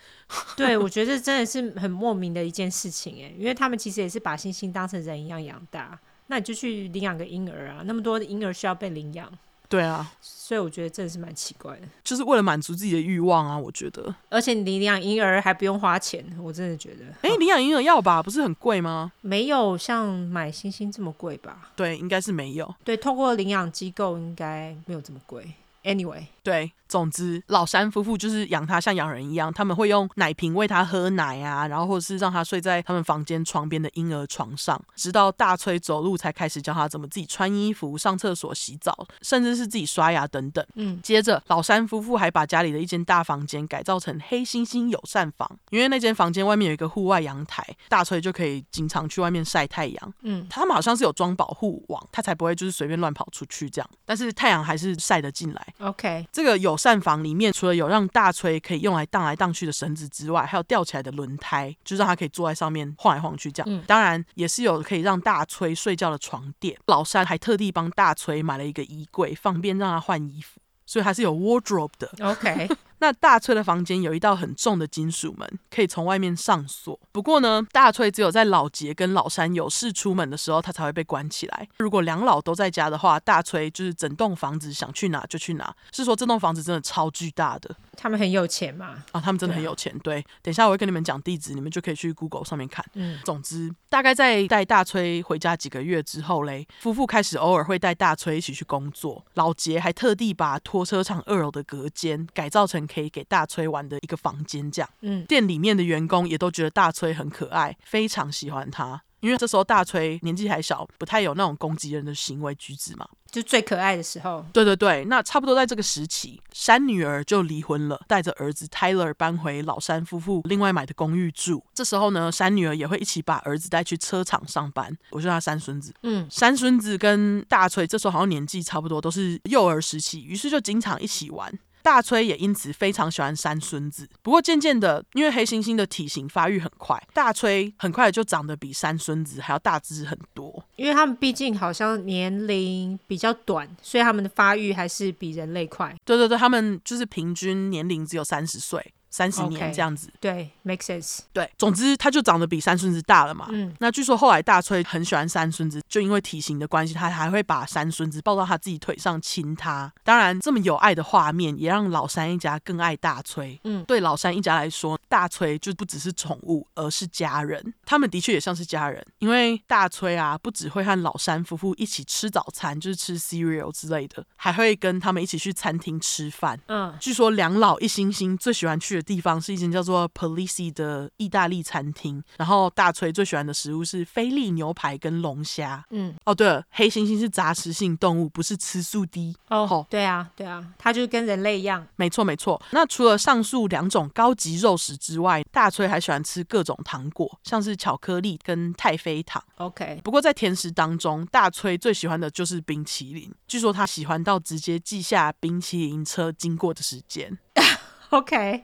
B: 对，我觉得这真的是很莫名的一件事情哎，因为他们其实也是把猩猩当成人一样养大，那你就去领养个婴儿啊，那么多的婴儿需要被领养，
A: 对啊，
B: 所以我觉得真的是蛮奇怪的。
A: 就是为了满足自己的欲望啊，我觉得。
B: 而且你领养婴儿还不用花钱，我真的觉得
A: 哎、领养婴儿药吧，不是很贵吗？
B: 没有像买星星这么贵吧？
A: 对，应该是没有。
B: 对，透过领养机构应该没有这么贵。Anyway，
A: 对，总之老山夫妇就是养他像养人一样，他们会用奶瓶喂他喝奶啊，然后或是让他睡在他们房间床边的婴儿床上，直到大崔走路才开始教他怎么自己穿衣服、上厕所、洗澡，甚至是自己刷牙等等。
B: 嗯，
A: 接着，老山夫妇还把家里的一间大房间改造成黑猩猩友善房，因为那间房间外面有一个户外阳台，大崔就可以经常去外面晒太阳。
B: 嗯，
A: 他们好像是有装保护网，他才不会就是随便乱跑出去这样。但是太阳还是晒得进来。
B: OK，
A: 这个友善房里面，除了有让大锤可以用来荡来荡去的绳子之外，还有吊起来的轮胎，就让他可以坐在上面晃来晃去这样。
B: 嗯
A: 当然，也是有可以让大锤睡觉的床垫。老山还特地帮大锤买了一个衣柜，方便让他换衣服，所以还是有 wardrobe 的。
B: OK，
A: 那大翠的房间有一道很重的金属门，可以从外面上锁。不过呢，大翠只有在老杰跟老山有事出门的时候，他才会被关起来。如果两老都在家的话，大翠就是整栋房子想去哪就去哪。是说这栋房子真的超巨大的
B: 他们很有钱嘛？
A: 啊，他们真的很
B: 对啊
A: 有钱。对，等一下我会跟你们讲地址，你们就可以去 Google 上面看。
B: 嗯，
A: 总之，大概在带大崔回家几个月之后嘞，夫妇开始偶尔会带大崔一起去工作。老杰还特地把拖车厂二楼的隔间改造成可以给大崔玩的一个房间，这样。
B: 嗯，
A: 店里面的员工也都觉得大崔很可爱，非常喜欢他。因为这时候大崔年纪还小，不太有那种攻击人的行为举止嘛。
B: 就最可爱的时候。
A: 对对对，那差不多在这个时期，山女儿就离婚了，带着儿子 Tyler 搬回老山夫妇另外买的公寓住。这时候呢，山女儿也会一起把儿子带去车厂上班，我叫他三孙子。
B: 嗯，
A: 三孙子跟大崔这时候好像年纪差不多，都是幼儿时期，于是就经常一起玩。大崔也因此非常喜欢三孙子。不过渐渐的，因为黑猩猩的体型发育很快，大崔很快就长得比三孙子还要大只很多。
B: 因为他们毕竟好像年龄比较短，所以他们的发育还是比人类快。
A: 对对对，他们就是平均年龄只有三十岁，三十
B: OK
A: 年这样子。
B: 对，make sense。
A: 对，总之他就长得比三孙子大了嘛。
B: 嗯
A: 那据说后来大崔很喜欢三孙子，就因为体型的关系，他还会把三孙子抱到他自己腿上亲他。当然，这么有爱的画面也让老三一家更爱大崔。
B: 嗯
A: 对老三一家来说，大崔就不只是宠物，而是家人。他们的确也像是家人，因为大崔啊，不只会和老三夫妇一起吃早餐，就是吃 cereal 之类的，还会跟他们一起去餐厅吃饭。
B: 嗯，
A: 据说两老一星星最喜欢去的地方是一间叫做 Polisi 的意大利餐厅，然后大锤最喜欢的食物是菲力牛排跟龙虾。
B: 嗯，
A: 哦对了，黑猩猩是杂食性动物，不是吃素的。
B: 哦、
A: 好
B: 对啊，对啊，他就跟人类一样。
A: 没错没错。那除了上述两种高级肉食之外，大锤还喜欢吃各种糖果，像是巧克力跟太妃糖。
B: OK，
A: 不过在甜食当中，大崔最喜欢的就是冰淇淋，据说他喜欢到直接记下冰淇淋车经过的时间。
B: OK，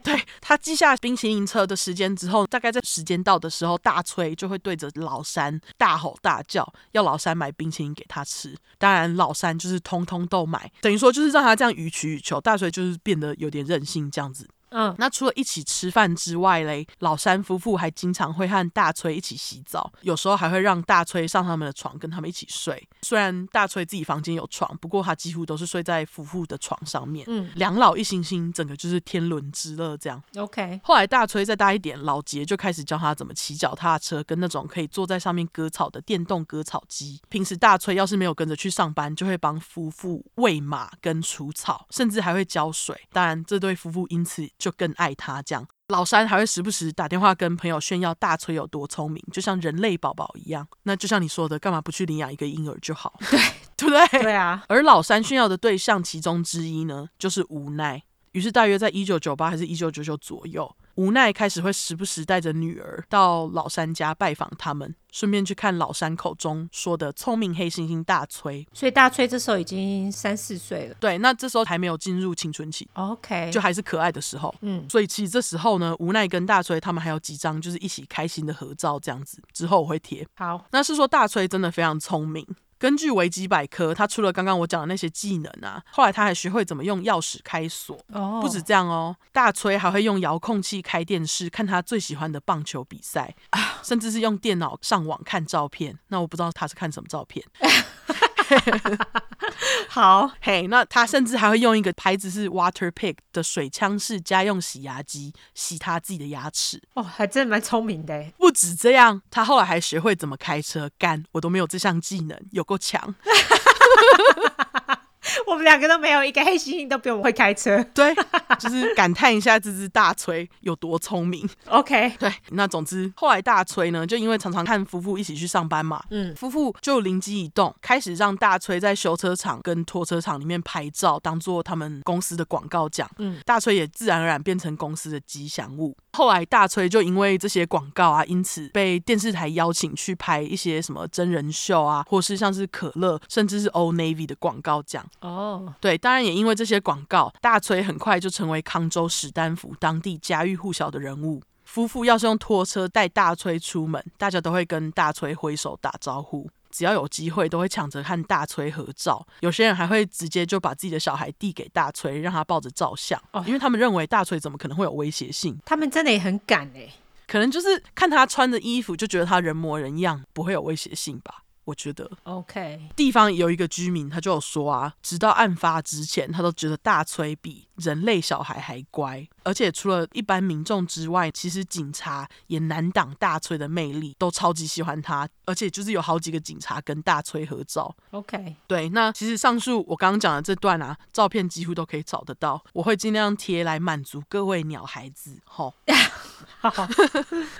A: 对他记下冰淇淋车的时间之后，大概在时间到的时候，大崔就会对着老三大吼大叫，要老三买冰淇淋给他吃。当然，老三就是通通都买，等于说就是让他这样予取予求。大崔就是变得有点任性这样子。
B: 嗯，
A: 那除了一起吃饭之外嘞，老山夫妇还经常会和大崔一起洗澡，有时候还会让大崔上他们的床跟他们一起睡。虽然大崔自己房间有床，不过他几乎都是睡在夫妇的床上面。
B: 嗯，
A: 两老一心心，整个就是天伦之乐这样。
B: OK，
A: 后来大崔再大一点，老杰就开始教他怎么骑脚踏车，跟那种可以坐在上面割草的电动割草机。平时大崔要是没有跟着去上班，就会帮夫妇喂马跟除草，甚至还会浇水。当然，这对夫妇因此就更爱他这样。老三还会时不时打电话跟朋友炫耀大崔有多聪明，就像人类宝宝一样。那就像你说的，干嘛不去领养一个婴儿就好？ 对，对不对？
B: 对啊，
A: 而老三炫耀的对象其中之一呢，就是无奈。于是，大约在一九九八还是一九九九左右，无奈开始会时不时带着女儿到老三家拜访他们，顺便去看老三口中说的聪明黑猩猩大崔。
B: 所以大崔这时候已经三四岁了。
A: 对，那这时候还没有进入青春期，
B: OK，
A: 就还是可爱的时候。
B: 嗯，
A: 所以其实这时候呢，无奈跟大崔他们还有几张就是一起开心的合照，这样子之后我会贴。
B: 好，
A: 那是说大崔真的非常聪明。根据维基百科，他除了刚刚我讲的那些技能啊，后来他还学会怎么用钥匙开锁。
B: 哦，
A: 不止这样哦，大崔还会用遥控器开电视，看他最喜欢的棒球比赛，甚至是用电脑上网看照片。那我不知道他是看什么照片。
B: 好，
A: 嘿那他甚至还会用一个牌子是 Water Pig 的水枪式家用洗牙机洗他自己的牙齿。
B: 哦，还真蛮聪明的欸耶，
A: 不止这样，他后来还学会怎么开车，干我都没有这项技能，有够强。
B: 我们两个都没有，一个黑猩猩都比我们会开车。
A: 对，就是感叹一下这只大锤有多聪 明。
B: OK，
A: 对，那总之后来大崔呢，就因为常常看夫妇一起去上班嘛，
B: 嗯，
A: 夫妇就灵机一动，开始让大崔在修车厂跟拖车厂里面拍照，当做他们公司的广告奖。
B: 嗯，
A: 大崔也自然而然变成公司的吉祥物。后来大崔就因为这些广告啊，因此被电视台邀请去拍一些什么真人秀啊，或是像是可乐，甚至是 Old Navy 的广告奖。
B: 哦，
A: 对，当然也因为这些广告，大崔很快就成为康州史丹福当地家喻户晓的人物。夫妇要是用拖车带大崔出门，大家都会跟大崔挥手打招呼。只要有机会，都会抢着和大崔合照。有些人还会直接就把自己的小孩递给大崔，让他抱着照相，
B: 哦
A: 因为他们认为大崔怎么可能会有威胁性？
B: 他们真的也很敢哎。
A: 可能就是看他穿的衣服，就觉得他人模人样，不会有威胁性吧？我觉得。
B: OK，
A: 地方有一个居民，他就有说啊，直到案发之前，他都觉得大崔比人类小孩还乖，而且除了一般民众之外，其实警察也难挡大崔的魅力，都超级喜欢他，而且就是有好几个警察跟大崔合照。
B: OK，
A: 对，那其实上述我刚刚讲的这段啊，照片几乎都可以找得到，我会尽量贴来满足各位鸟孩子。吼，
B: 好，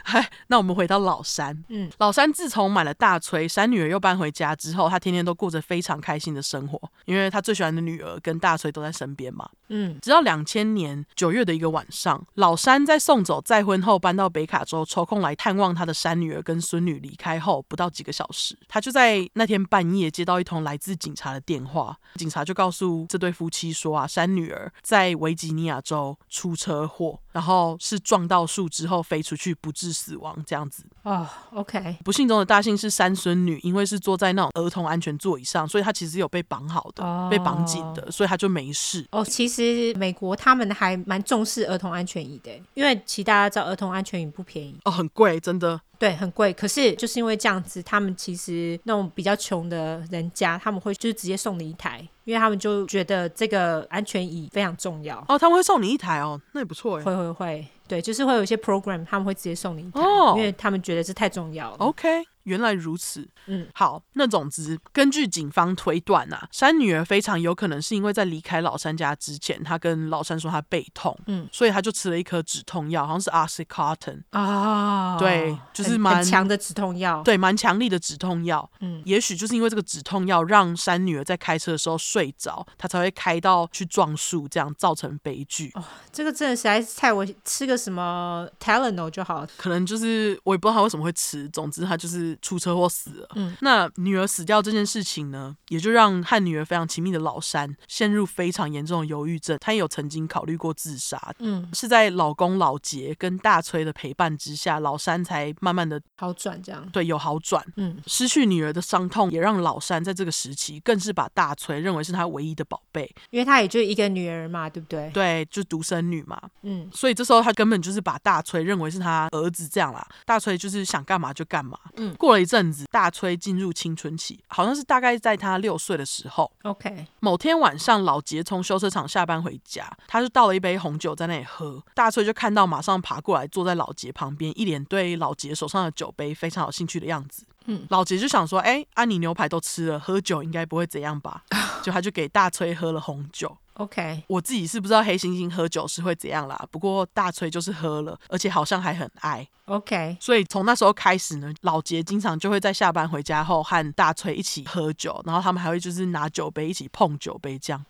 A: 嗨，哎那我们回到老山，
B: 嗯，
A: 老三自从买了大崔，三女儿又搬回家之后，他天天都过着非常开心的生活，因为他最喜欢的女儿跟大崔都在身边嘛。
B: 嗯，
A: 直到两千年九月的一个晚上，老三在送走再婚后搬到北卡州，抽空来探望他的三女儿跟孙女。离开后不到几个小时，他就在那天半夜接到一通来自警察的电话，警察就告诉这对夫妻说啊，三女儿在维吉尼亚州啊出车祸，然后是撞到树之后飞出去，不治死亡这样子。
B: 哦，OK，
A: 不幸中的大幸是三孙女，因为是坐在那种儿童安全座椅上，所以她其实有被绑好的、
B: 哦
A: 被绑紧的，所以她就没事。
B: 哦，其实美国他们还蛮重视儿童安全椅的，欸因为其实大家知道儿童安全椅不便宜，
A: 哦，很贵，真的。
B: 对，很贵。可是就是因为这样子，他们其实那种比较穷的人家，他们会就是直接送你一台，因为他们就觉得这个安全椅非常重要。
A: 哦，他们会送你一台哦，那也不错哎。
B: 会会会，对，就是会有一些 program，他们会直接送你一台，
A: 哦
B: 因为他们觉得这太重要了。
A: OK，原来如此。
B: 嗯，
A: 好，那总之，根据警方推断啊，山女儿非常有可能是因为在离开老山家之前，她跟老山说她背痛，
B: 嗯，
A: 所以她就吃了一颗止痛药，好像是 Oxycontin，
B: 啊、
A: 对就是
B: 很
A: 蛮
B: 很强的止痛药。
A: 对，蛮强力的止痛药。
B: 嗯，
A: 也许就是因为这个止痛药，让山女儿在开车的时候睡着，她才会开到去撞树，这样造成悲剧。
B: 这个真的实在是太危，吃个什么 Tylenol 就好了。
A: 可能就是我也不知道她为什么会吃，总之她就是是出车祸死了。
B: 嗯
A: 那女儿死掉这件事情呢，也就让和女儿非常亲密的老山陷入非常严重的忧郁症，他也有曾经考虑过自杀。
B: 嗯，
A: 是在老公老杰跟大崔的陪伴之下，老山才慢慢的
B: 好转这样。
A: 对有好转。
B: 嗯
A: 失去女儿的伤痛，也让老山在这个时期更是把大崔认为是他唯一的宝贝，
B: 因为她也就一个女儿嘛，对不对？
A: 对，就独生女嘛，
B: 嗯，
A: 所以这时候他根本就是把大崔认为是他儿子这样啦，大崔就是想干嘛就干嘛。
B: 嗯
A: 过了一阵子，大崔进入青春期，好像是大概在他六岁的时候，
B: OK，
A: 某天晚上，老杰从修车厂下班回家，他就倒了一杯红酒在那里喝。大崔就看到，马上爬过来坐在老杰旁边，一脸对老杰手上的酒杯非常有兴趣的样子。
B: 嗯，
A: 老杰就想说，哎、安妮牛排都吃了，喝酒应该不会怎样吧？就他就给大崔喝了红酒。
B: OK，
A: 我自己是不知道黑猩猩喝酒是会怎样啦，不过大崔就是喝了，而且好像还很爱。
B: OK，
A: 所以从那时候开始呢，老杰经常就会在下班回家后和大崔一起喝酒，然后他们还会就是拿酒杯一起碰酒杯这样。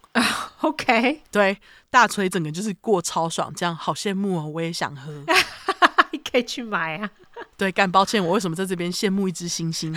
B: OK，
A: 对，大锤整个就是过超爽，这样好羡慕哦，我也想喝。
B: 你可以去买啊。
A: 对，干抱歉，我为什么在这边羡慕一只星 星？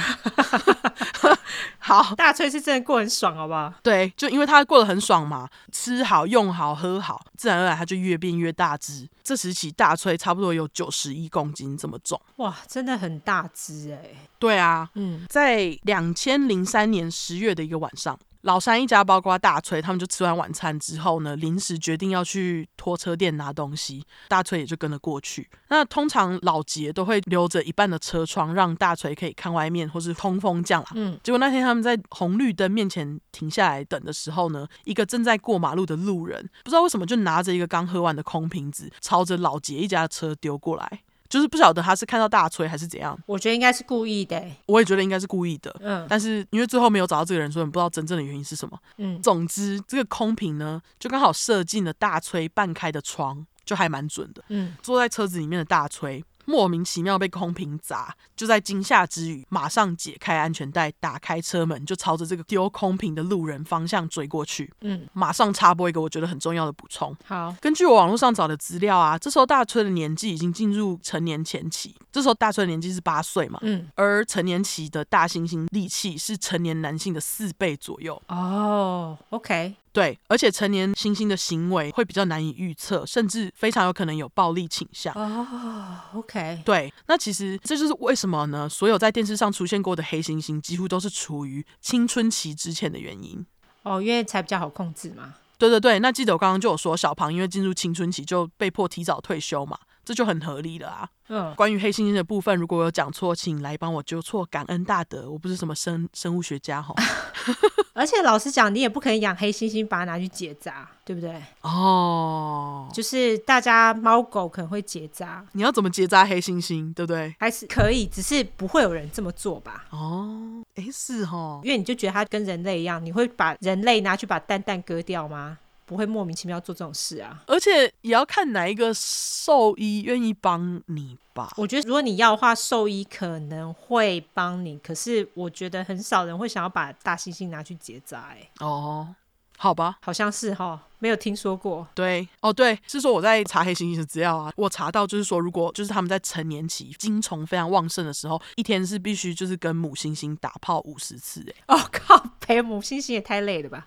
A: 好，
B: 大崔是真的过很爽，好不好？
A: 对，就因为他过得很爽嘛，吃好、用好、喝好，自然而然他就越变越大只。这时起，大锤差不多有九十一公斤这么重。
B: 哇，真的很大只哎、
A: 对啊，
B: 嗯
A: 在两千零三年十月的一个晚上，老山一家包括大锤他们就吃完晚餐之后呢，临时决定要去拖车店拿东西，大锤也就跟了过去。那通常老杰都会留着一半的车窗，让大锤可以看外面或是通风这样啦。
B: 嗯，
A: 结果那天他们在红绿灯面前停下来等的时候呢，一个正在过马路的路人不知道为什么就拿着一个刚喝完的空瓶子，朝着老杰一家的车丢过来，就是不晓得他是看到大锤还是怎样，
B: 我觉得应该是故意的、欸。
A: 我也觉得应该是故意的。
B: 嗯
A: 但是因为最后没有找到这个人，所以我们不知道真正的原因是什么。
B: 嗯，
A: 总之，这个空瓶呢，就刚好射进了大崔半开的窗，就还蛮准的。
B: 嗯，
A: 坐在车子里面的大崔莫名其妙被空瓶砸，就在惊吓之余，马上解开安全带，打开车门，就朝着这个丢空瓶的路人方向追过去。
B: 嗯，
A: 马上插播一个我觉得很重要的补充。
B: 好，
A: 根据我网络上找的资料啊，这时候大崔的年纪已经进入成年前期，这时候大崔的年纪是八岁嘛，
B: 嗯，
A: 而成年期的大猩猩力气是成年男性的四倍左右。
B: 哦，OK，
A: 对，而且成年猩猩的行为会比较难以预测，甚至非常有可能有暴力倾向。
B: 哦，OK，
A: 对，那其实这就是为什么呢？所有在电视上出现过的黑猩猩，几乎都是处于青春期之前的原因。
B: 哦，因为才比较好控制嘛。
A: 对对对，那记得我刚刚就有说，小庞因为进入青春期就被迫提早退休嘛，这就很合理了啊。
B: 嗯，
A: 关于黑猩猩的部分，如果有讲错，请来帮我纠错，感恩大德，我不是什么生生物学家哈。
B: 而且老实讲，你也不可能养黑猩猩把它拿去结扎，对不对？
A: 哦，
B: 就是大家猫狗可能会结扎，
A: 你要怎么结扎黑猩猩，对不对？
B: 还是可以，只是不会有人这么做吧？
A: 哦，诶，是哦，
B: 因为你就觉得它跟人类一样，你会把人类拿去把蛋蛋割掉吗？不会莫名其妙做这种事啊。
A: 而且也要看哪一个兽医愿意帮你吧。
B: 我觉得如果你要的话，兽医可能会帮你，可是我觉得很少人会想要把大猩猩拿去结扎、欸，
A: 哦，好吧，
B: 好像是哈，没有听说过。
A: 对，哦对，是说我在查黑猩猩的资料啊，我查到就是说，如果就是他们在成年期精虫非常旺盛的时候，一天是必须就是跟母猩猩打炮五十次， 诶，
B: 哦靠，陪母猩猩也太累了吧？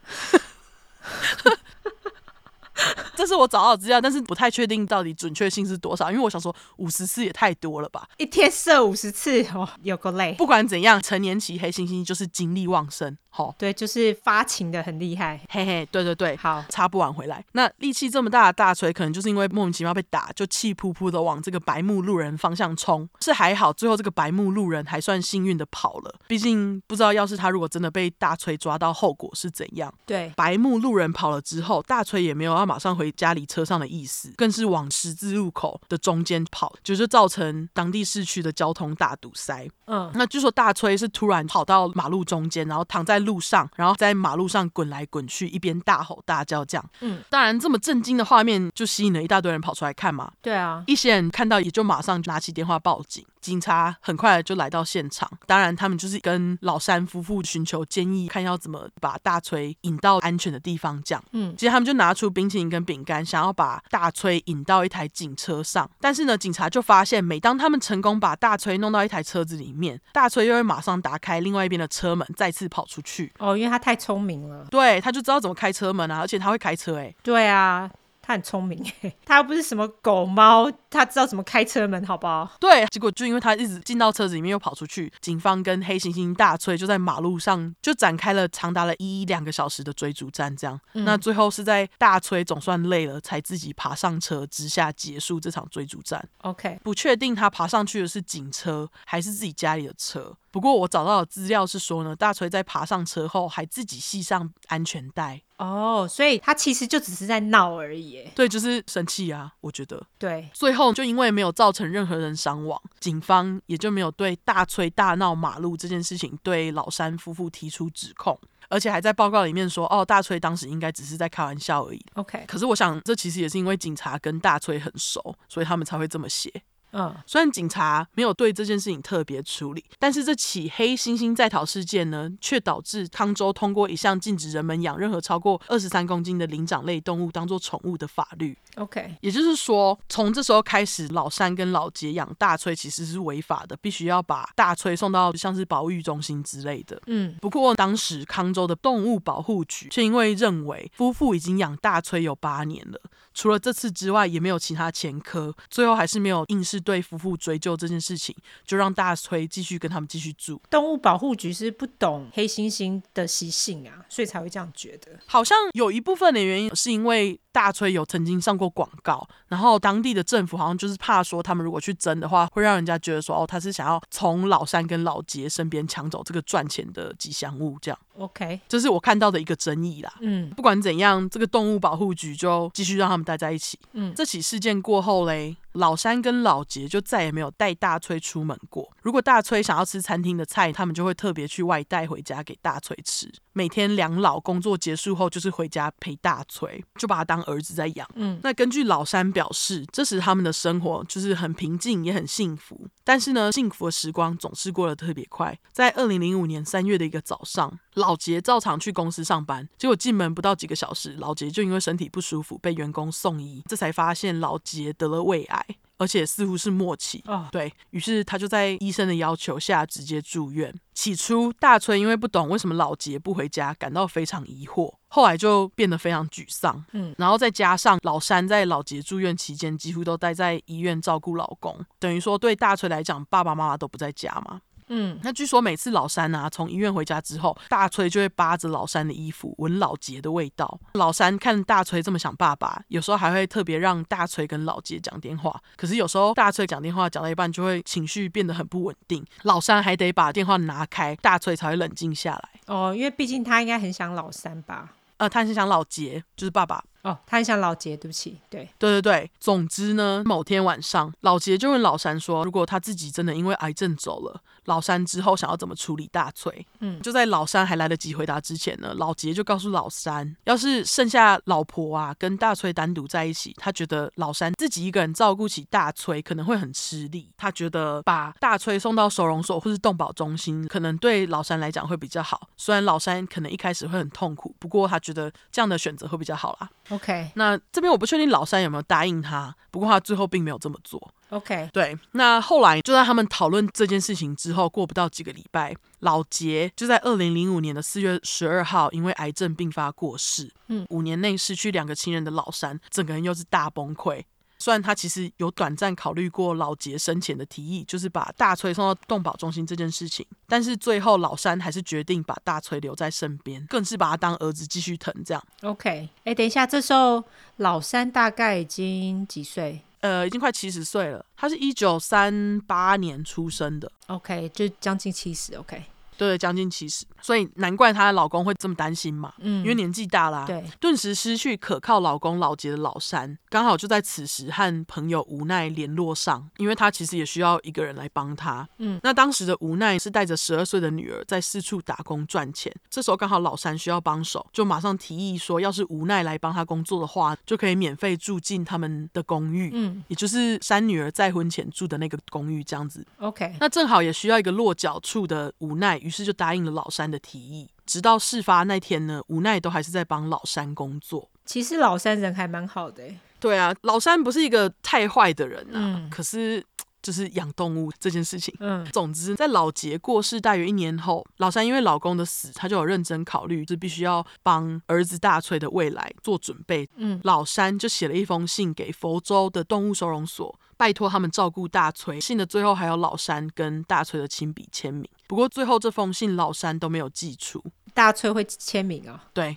A: 这是我找到的资料，但是不太确定到底准确性是多少，因为我想说五十次也太多了吧。
B: 一天射五十次哦，有够累。
A: 不管怎样，成年期黑猩猩就是精力旺盛，好、
B: 对，就是发情的很厉害。
A: 嘿嘿，对对对。
B: 好，
A: 插不完回来，那力气这么大的大锤，可能就是因为莫名其妙被打，就气扑扑的往这个白目路人方向冲。是还好，最后这个白目路人还算幸运的跑了，毕竟不知道要是他如果真的被大锤抓到，后果是怎样。
B: 对，
A: 白目路人跑了之后，大锤也没有要马上回家里车上的意思，更是往十字路口的中间跑，也就造成当地市区的交通大堵塞。
B: 嗯，
A: 那据说大崔是突然跑到马路中间，然后躺在路上，然后在马路上滚来滚去，一边大吼大叫这样。
B: 嗯，
A: 当然这么震惊的画面就吸引了一大堆人跑出来看嘛。
B: 对啊，
A: 一些人看到也就马上拿起电话报警。警察很快就来到现场，当然他们就是跟老山夫妇寻求建议，看要怎么把大崔引到安全的地方。这样，
B: 嗯
A: 其实他们就拿出冰淇淋跟饼干，想要把大崔引到一台警车上。但是呢，警察就发现，每当他们成功把大崔弄到一台车子里面，大崔又会马上打开另外一边的车门，再次跑出去。
B: 哦，因为他太聪明了。
A: 对，他就知道怎么开车门啊，而且他会开车、欸，
B: 对啊，他很聪明欸， 他又不是什么狗猫，他知道怎么开车门，好不好？
A: 对，结果就因为他一直进到车子里面又跑出去，警方跟黑猩猩大崔就在马路上就展开了长达了一两个小时的追逐战。这样，那最后是在大崔总算累了，才自己爬上车之下结束这场追逐战。
B: OK，
A: 不确定他爬上去的是警车还是自己家里的车。不过我找到的资料是说呢，大崔在爬上车后还自己系上安全带。
B: 哦、所以他其实就只是在闹而已欸。
A: 对，就是生气啊，我觉得。
B: 对，
A: 最后就因为没有造成任何人伤亡，警方也就没有对大吹大闹马路这件事情对老山夫妇提出指控，而且还在报告里面说，哦，大吹当时应该只是在开玩笑而已。
B: ，OK，
A: 可是我想，这其实也是因为警察跟大吹很熟，所以他们才会这么写。
B: 嗯，
A: 虽然警察没有对这件事情特别处理，但是这起黑猩猩在逃事件呢，却导致康州通过一项禁止人们养任何超过二十三公斤的灵长类动物当做宠物的法律。
B: OK，
A: 也就是说，从这时候开始，老山跟老杰养大崔其实是违法的，必须要把大崔送到像是保育中心之类的。
B: 嗯，
A: 不过，当时康州的动物保护局却因为认为夫妇已经养大崔有八年了，除了这次之外也没有其他前科，最后还是没有硬是对夫妇追究这件事情，就让大崔继续跟他们继续住。
B: 动物保护局是不懂黑猩猩的习性啊，所以才会这样觉得。
A: 好像有一部分的原因是因为大崔有曾经上过广告，然后当地的政府好像就是怕说他们如果去争的话，会让人家觉得说哦，他是想要从老三跟老杰身边抢走这个赚钱的吉祥物，这样
B: OK，
A: 这是我看到的一个争议啦。
B: 嗯
A: 不管怎样，这个动物保护局就继续让他们待在一起。
B: 嗯
A: 这起事件过后嘞，老山跟老杰就再也没有带大崔出门过。如果大崔想要吃餐厅的菜，他们就会特别去外带回家给大崔吃。每天两老工作结束后，就是回家陪大崔，就把他当儿子在养。
B: 嗯，
A: 那根据老山表示，这时他们的生活就是很平静，也很幸福。但是呢，幸福的时光总是过得特别快。在二零零五年三月的一个早上，老杰照常去公司上班，结果进门不到几个小时，老杰就因为身体不舒服被员工送医，这才发现老杰得了胃癌，而且似乎是末期。
B: 哦，
A: 对于是，他就在医生的要求下直接住院。起初，大崔因为不懂为什么老杰不回家，感到非常疑惑，后来就变得非常沮丧。
B: 嗯，
A: 然后再加上老山在老杰住院期间，几乎都待在医院照顾老公，等于说对大崔来讲，爸爸妈妈都不在家嘛。
B: 嗯
A: 那据说每次老山啊从医院回家之后，大崔就会扒着老山的衣服闻老杰的味道。老山看大崔这么想爸爸，有时候还会特别让大崔跟老杰讲电话。可是有时候大崔讲电话讲到一半，就会情绪变得很不稳定，老山还得把电话拿开，大崔才会冷静下来。
B: 哦，因为毕竟他应该很想老三吧？
A: 呃，他很想老杰，就是爸爸。
B: 哦，他很想老杰，对不起，对，
A: 对对对，总之呢，某天晚上，老杰就问老山说，如果他自己真的因为癌症走了，老山之后想要怎么处理大崔？
B: 嗯
A: 就在老山还来得及回答之前呢，老杰就告诉老山，要是剩下老婆啊跟大崔单独在一起，他觉得老山自己一个人照顾起大崔可能会很吃力，他觉得把大崔送到收容所或是动保中心，可能对老山来讲会比较好。虽然老山可能一开始会很痛苦，不过他觉得这样的选择会比较好啦。
B: ，OK
A: 那这边我不确定老山有没有答应他，不过他最后并没有这么做。
B: OK，
A: 对，那后来就在他们讨论这件事情之后，过不到几个礼拜，老杰就在二零零五年的四月十二号因为癌症病发过世。
B: 嗯，
A: 五年内失去两个亲人的老山，整个人又是大崩溃。虽然他其实有短暂考虑过老杰生前的提议，就是把大崔送到动保中心这件事情，但是最后老山还是决定把大崔留在身边，更是把他当儿子继续疼。这样，
B: OK，哎，等一下，这时候老三大概已经几岁
A: 呃，已经快七十岁了。他是一九三八年出生的，
B: ？OK，就将近七十。OK，
A: 对，将近七十，所以难怪她的老公会这么担心嘛，
B: 嗯，
A: 因为年纪大啦、
B: 对，
A: 顿时失去可靠老公老杰的老山，刚好就在此时和朋友无奈联络上，因为他其实也需要一个人来帮他。
B: 嗯，
A: 那当时的无奈是带着十二岁的女儿在四处打工赚钱，这时候刚好老山需要帮手，就马上提议说，要是无奈来帮他工作的话，就可以免费住进他们的公寓。
B: 嗯
A: 也就是山女儿再婚前住的那个公寓这样子，
B: ，OK，
A: 那正好也需要一个落脚处的无奈，于是就答应了老山的提议。直到事发那天呢，无奈都还是在帮老山工作。
B: 其实老三人还蛮好的欸、
A: 对啊，老山不是一个太坏的人啊，
B: 嗯
A: 可是就是养动物这件事情。
B: 嗯
A: 总之，在老杰过世大约一年后，老山因为老公的死，她就有认真考虑，是必须要帮儿子大翠的未来做准备。
B: 嗯，
A: 老山就写了一封信给佛州的动物收容所，拜托他们照顾大崔。信的最后还有老山跟大崔的亲笔签名。不过最后这封信老山都没有寄出，
B: 大崔会签名哦，
A: 对，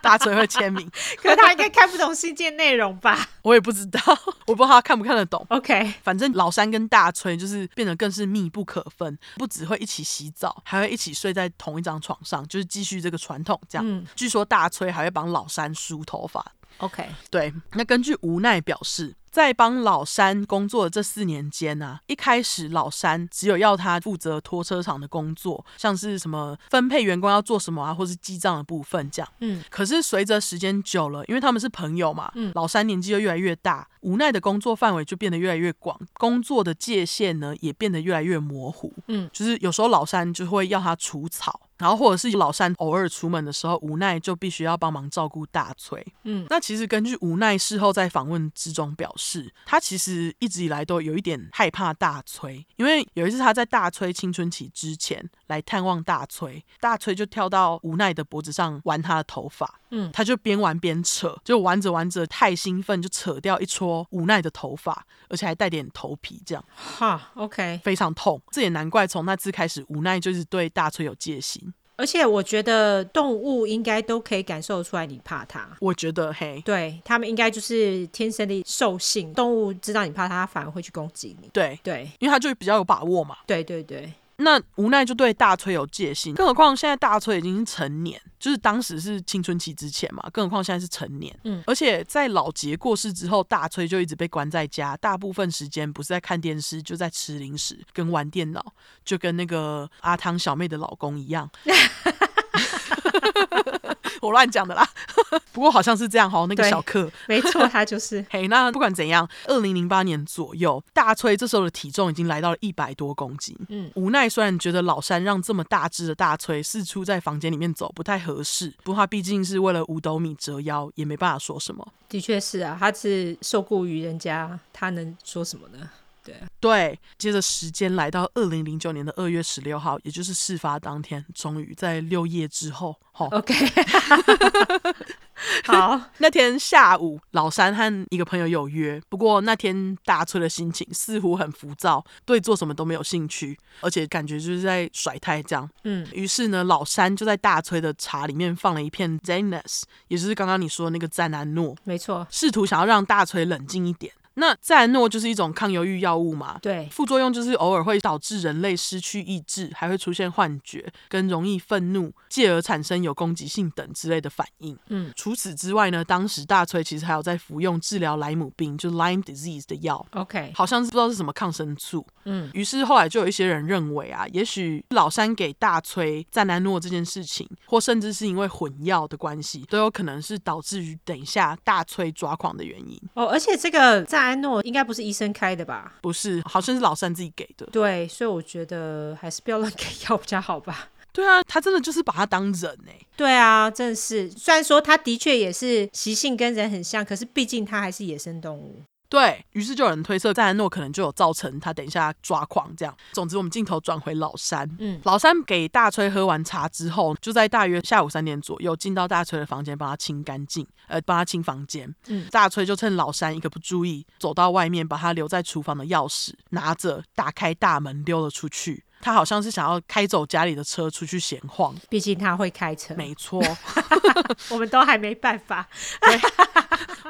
A: 大崔会签名，
B: 可是他应该看不懂信件内容吧
A: 我也不知道，我不知道他看不看得懂。
B: ？OK，
A: 反正老山跟大崔就是变得更是密不可分，不只会一起洗澡，还会一起睡在同一张床上，就是继续这个传统。这样，
B: 嗯
A: 据说大崔还会帮老山梳头发，
B: ，OK，
A: 对，那根据无奈表示，在帮老山工作的这四年间啊，一开始老山只有要他负责拖车厂的工作，像是什么分配员工要做什么啊，或是记账的部分这样。
B: 嗯，
A: 可是随着时间久了，因为他们是朋友嘛，
B: 嗯
A: 老山年纪就越来越大，无奈的工作范围就变得越来越广，工作的界限呢也变得越来越模糊。
B: 嗯，
A: 就是有时候老山就会要他除草，然后或者是老山偶尔出门的时候，无奈就必须要帮忙照顾大崔。
B: 嗯，
A: 那其实根据无奈事后在访问之中表示，他其实一直以来都有一点害怕大崔，因为有一次他在大崔青春期之前来探望大崔，大崔就跳到无奈的脖子上玩他的头发，
B: 嗯
A: 他就边玩边扯，就玩着玩着太兴奋，就扯掉一撮无奈的头发，而且还带点头皮这样。
B: 哈，OK，
A: 非常痛。这也难怪从那次开始，无奈就是对大崔有戒心。
B: 而且我觉得动物应该都可以感受出来你怕它。
A: 我觉得嘿。
B: 对他们应该就是天生的兽性，动物知道你怕它，它反而会去攻击你。
A: 对，
B: 对，
A: 因为他就比较有把握嘛。
B: 对，对，对，
A: 那无奈就对大崔有戒心，更何况现在大崔已经是成年，就是当时是青春期之前嘛，更何况现在是成年。
B: 嗯，
A: 而且在老杰过世之后，大崔就一直被关在家，大部分时间不是在看电视，就在吃零食跟玩电脑，就跟那个阿汤小妹的老公一 样。 我乱讲的啦， 不过好像是这样哈，那个
B: 对
A: 小克。
B: 没错，它就是。
A: 嘿，那不管怎样，二零零八年左右，大崔这时候的体重已经来到了一百多公斤。
B: 嗯
A: 嗯，无奈虽然觉得老山让这么大只的大崔四处在房间里面走不太合适，不过他毕竟是为了五斗米折腰，也没办法说什么。
B: 的确是啊，他是受雇于人家，他能说什么呢？
A: 对，接着时间来到二零零九年的二月十六号，也就是事发当天，终于在六夜之后，吼
B: OK，好，
A: 那天下午，老三和一个朋友有约，不过那天大崔的心情似乎很浮躁，对做什么都没有兴趣，而且感觉就是在甩胎这样。
B: 嗯
A: 于是呢，老三就在大崔的茶里面放了一片 Zenas，也就是刚刚你说的那个赞安诺，
B: 没错，
A: 试图想要让大崔冷静一点。那赞安诺就是一种抗忧郁药物嘛，
B: 对，
A: 副作用就是偶尔会导致人类失去意志，还会出现幻觉，跟容易愤怒，继而产生有攻击性等之类的反应。
B: 嗯
A: 除此之外呢，当时大崔其实还有在服用治疗莱姆病，就 Lyme disease 的药。
B: ，OK，
A: 好像是不知道是什么抗生素，
B: 嗯，
A: 于是后来就有一些人认为啊，也许老三给大崔赞安诺这件事情，或甚至是因为混药的关系，都有可能是导致于等一下大崔抓狂的原因，
B: 哦，而且这个赞安诺应该不是医生开的吧？
A: 不是，好像是老三自己给的。
B: 对，所以我觉得还是不要乱给药比较好吧。
A: 对啊，他真的就是把他当人哎、
B: 对啊，真的是，虽然说它的确也是习性跟人很像，可是毕竟它还是野生动物。
A: 对于是，就有人推测赞安诺可能就有造成他等一下抓狂这样。总之，我们镜头转回老山，
B: 嗯
A: 老三给大崔喝完茶之后，就在大约下午三点左右进到大崔的房间，帮他清干净，呃，帮他清房间。
B: 嗯
A: 大崔就趁老山一个不注意，走到外面，把他留在厨房的钥匙拿着，打开大门溜了出去。他好像是想要开走家里的车出去闲晃，
B: 毕竟它会开车，
A: 没 错。
B: 我们都还没办法。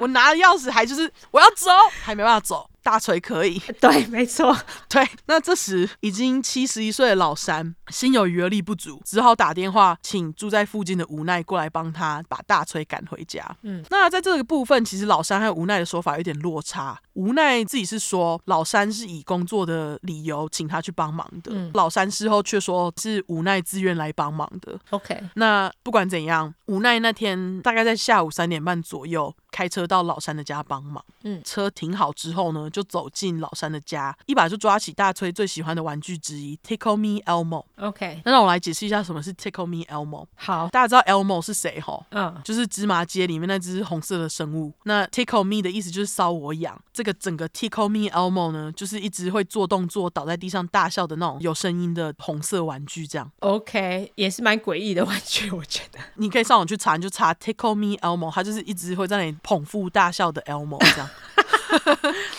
A: 我拿了钥匙还就是我要走，还没办法走。大锤可以。
B: 对，没错，
A: 对，那这时已经七十一岁的老山心有余而力不足，只好打电话请住在附近的无奈过来帮他把大锤赶回家。嗯，那在这个部分，其实老山和无奈的说法有点落差。无奈自己是说老山是以工作的理由请他去帮忙的，老山事后却说是无奈自愿来帮忙的。
B: OK，
A: 那不管怎样，无奈那天大概在下午三点半左右，开车到老山的家帮忙。
B: 嗯
A: 车停好之后呢，就走进老山的家，一把就抓起大崔最喜欢的玩具之一 Tickle Me Elmo。
B: OK，
A: 那让我来解释一下什么是 Tickle Me Elmo。
B: 好，
A: 大家知道 Elmo 是谁吼？
B: 嗯
A: 就是芝麻街里面那只红色的生物。那 tickle me 的意思就是搔我痒。这个整个 tickle me Elmo 呢，就是一只会做动作、倒在地上大笑的那种有声音的红色玩具。这样，
B: ，OK，也是蛮诡异的玩具，我觉得。
A: 你可以上网去查，你就查 tickle me Elmo，它就是一只会在那里捧腹大笑的 Elmo 这样。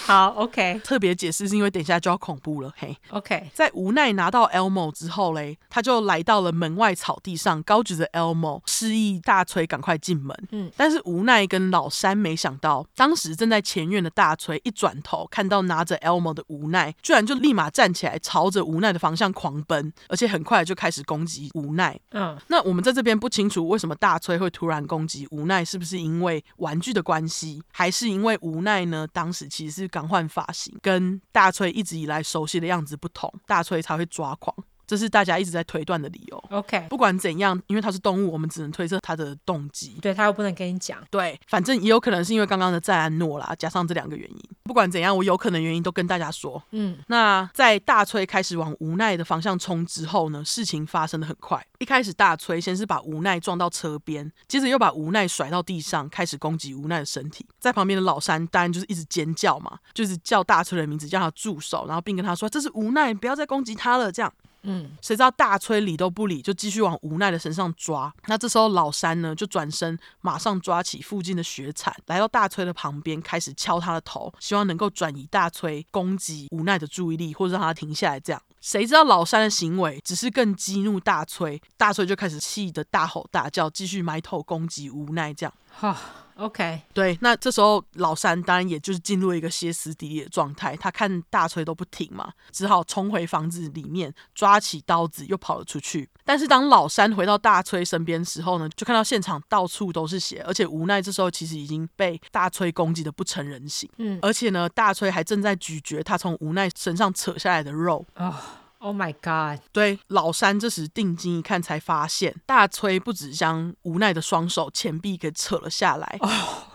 B: 好，OK，OK，、
A: 特别解释是因为等一下就要恐怖了，嘿。在无奈拿到 Elmo 之后嘞，他就来到了门外草地上，高举着 Elmo，示意大锤赶快进门。
B: 嗯
A: 嗯，但是无奈跟老山没想到，当时正在前院的大锤一转头，看到拿着 Elmo 的无奈，居然就立马站起来，朝着无奈的方向狂奔，而且很快就开始攻击无奈。
B: 嗯
A: 那我们在这边不清楚为什么大崔会突然攻击无奈，是不是因为玩具的关系，还是因为无奈呢？当时其实是刚换发型，跟大崔一直以来熟悉的样子不同，大崔才会抓狂，这是大家一直在推断的理由。
B: ，OK，
A: 不管怎样，因为它是动物，我们只能推测它的动机。
B: 对他又不能跟你讲。
A: 对，反正也有可能是因为刚刚的赞安诺啦，加上这两个原因。不管怎样，我有可能原因都跟大家说。
B: 嗯，
A: 那在大崔开始往无奈的方向冲之后呢，事情发生的很快。一开始大崔先是把无奈撞到车边，接着又把无奈甩到地上，开始攻击无奈的身体。在旁边的老山当然就是一直尖叫嘛，就是叫大崔的名字，叫他住手，然后并跟他说这是无奈，不要再攻击他了。这样，
B: 嗯，
A: 谁知道大崔理都不理，就继续往无奈的身上抓。那这时候老山呢就转身，马上抓起附近的雪铲，来到大崔的旁边，开始敲他的头，希望能够转移大崔攻击无奈的注意力，或者让他停下来。这样，谁知道老山的行为只是更激怒大崔，大崔就开始气得大吼大叫，继续埋头攻击无奈。这样。
B: 好、o k
A: 对，那这时候老三当然也就是进入一个歇斯底里的状态，他看大锤都不停嘛，只好冲回房子里面，抓起刀子又跑了出去。但是当老三回到大崔身边时候呢，就看到现场到处都是血，而且无奈这时候其实已经被大崔攻击的不成人形，
B: 嗯
A: 而且呢，大崔还正在咀嚼他从无奈身上扯下来的肉，
B: 哦、o h my God，
A: 对，老三这时定睛一看，才发现大崔不止将无奈的双手前臂给扯了下来，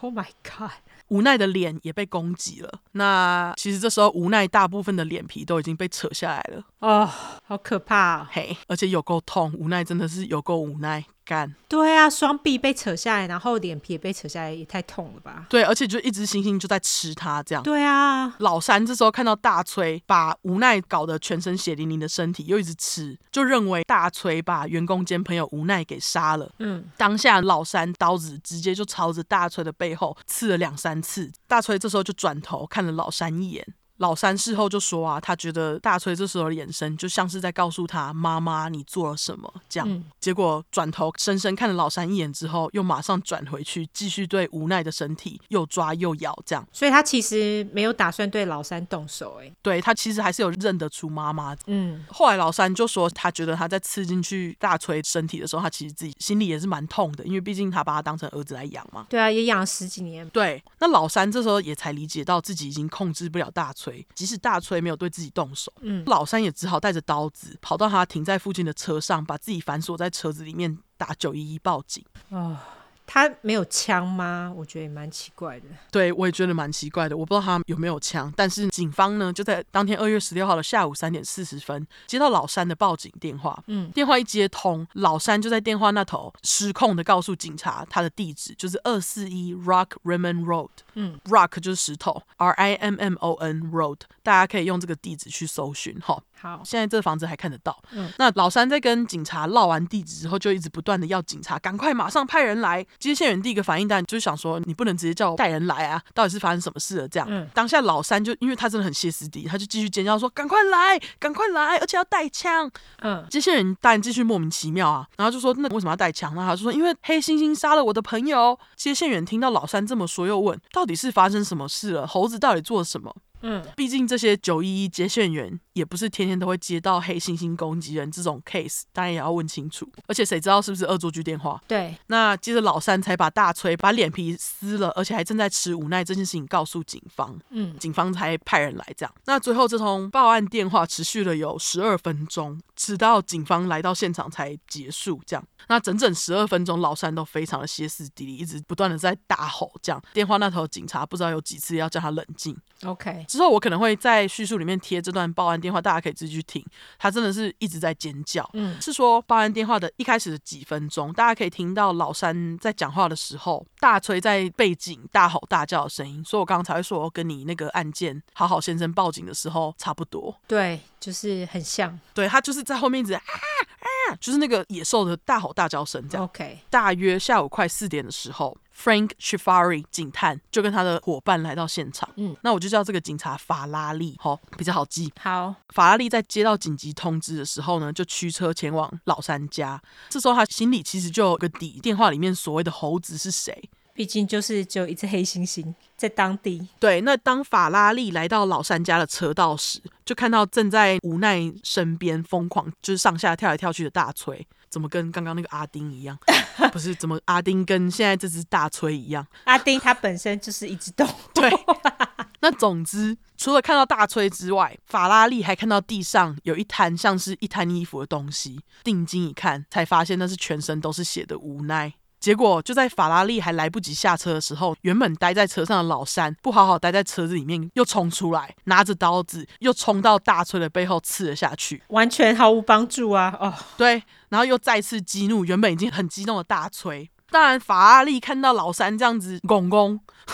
B: ，Oh my God，
A: 无奈的脸也被攻击了。那其实这时候无奈大部分的脸皮都已经被扯下来了，
B: 哦、好可怕、哦。
A: 嘿，而且有够痛，无奈真的是有够无奈干。
B: 对啊，双臂被扯下来，然后脸皮也被扯下来，也太痛了吧？
A: 对，而且就一只猩猩就在吃它这样。
B: 对啊，
A: 老三这时候看到大崔把无奈搞得全身血淋淋的身体又一直吃，就认为大崔把员工兼朋友无奈给杀了。
B: 嗯，
A: 当下老三刀子直接就朝着大锤的背后刺了两三次，大锤这时候就转头看了老三一眼。老三事后就说啊，他觉得大锤这时候的眼神就像是在告诉他妈妈你做了什么这样。
B: 嗯
A: 结果转头深深看了老三一眼之后，又马上转回去，继续对无奈的身体又抓又咬这样。
B: 所以他其实没有打算对老三动手、哎，
A: 对他其实还是有认得出妈妈
B: 嗯，
A: 后来老三就说，他觉得他在刺进去大锤身体的时候，他其实自己心里也是蛮痛的，因为毕竟他把他当成儿子来养嘛。
B: 对啊，也养了十几年，
A: 对，那老三这时候也才理解到自己已经控制不了大锤，即使大锤没有对自己动手，
B: 嗯
A: 老三也只好带着刀子跑到他停在附近的车上，把自己反锁在车子里面，打九一一报警。
B: 哦，他没有枪吗？我觉得也蛮奇怪的。
A: 对，我也觉得蛮奇怪的，我不知道他有没有枪，但是警方呢就在当天二月十六号的下午三点四十分接到老三的报警电话，
B: 嗯，
A: 电话一接通，老三就在电话那头失控的告诉警察他的地址就是二四一 Rock Raymond Road，
B: 嗯
A: ，Rock 就是石头，R I M M O N Road，大家可以用这个地址去搜寻哈。
B: 好，
A: 现在这房子还看得到。
B: 嗯
A: 那老三在跟警察唠完地址之后，就一直不断的要警察赶快马上派人来。接线员第一个反应当然就是想说，你不能直接叫我带人来啊，到底是发生什么事了？这样，
B: 嗯
A: 当下老三就因为他真的很歇斯底里，他就继续尖叫说，赶快来，赶快来，而且要带枪。
B: 嗯，
A: 接线员当然继续莫名其妙啊，然后就说那为什么要带枪？呢？他就说因为黑猩猩杀了我的朋友。接线员听到老三这么说，又问到底是发生什么事了，猴子到底做了什么？
B: 嗯，
A: 毕竟这些九一一接线员也不是天天都会接到黑猩猩攻击人这种 case，当然也要问清楚。而且谁知道是不是恶作剧电话？
B: 对，
A: 那接着老三才把大锤把脸皮撕了，而且还正在吃无奈这件事情告诉警方，
B: 嗯，
A: 警方才派人来这样。那最后这通报案电话持续了有十二分钟，直到警方来到现场才结束这样。那整整十二分钟，老三都非常的歇斯底里，一直不断的在大吼这样。电话那头的警察不知道有几次要叫他冷静。
B: OK，
A: 之后我可能会在叙述里面贴这段报案电话，大家可以自己去听。他真的是一直在尖叫，
B: 嗯
A: 是说报案电话的一开始的几分钟，大家可以听到老三在讲话的时候，大锤在背景大吼大叫的声音，所以我刚刚才会说跟你那个案件好好先生报警的时候差不多。
B: 对，就是很像
A: 对他就是在后面一直啊啊，就是那个野兽的大吼大叫声这样。
B: OK，
A: 大约下午快四点的时候，Frank Shifari 警探就跟他的伙伴来到现场。
B: 嗯，
A: 那我就叫这个警察法拉利，好、比较好记。
B: 好，
A: 法拉利在接到紧急通知的时候呢，就驱车前往老三家。这时候他心里其实就有个底，电话里面所谓的猴子是谁？
B: 毕竟就是只有一只黑猩猩在当地，
A: 对，那当法拉利来到老三家的车道时，就看到正在无奈身边疯狂就是上下跳来跳去的大锤，怎么跟刚刚那个阿丁一样？ 不是，怎么阿丁跟现在这只大锤一样？
B: 阿丁他本身就是一只动物，
A: 对，那总之，除了看到大吹之外，法拉利还看到地上有一滩像是一滩衣服的东西，定睛一看，才发现那是全身都是血的无奈。结果就在法拉利还来不及下车的时候，原本待在车上的老三不好好待在车子里面，又冲出来，拿着刀子又冲到大吹的背后刺了下去。
B: 完全毫无帮助啊！哦，
A: 对，然后又再次激怒原本已经很激动的大锤。当然，法拉利看到老三这样子拱拱，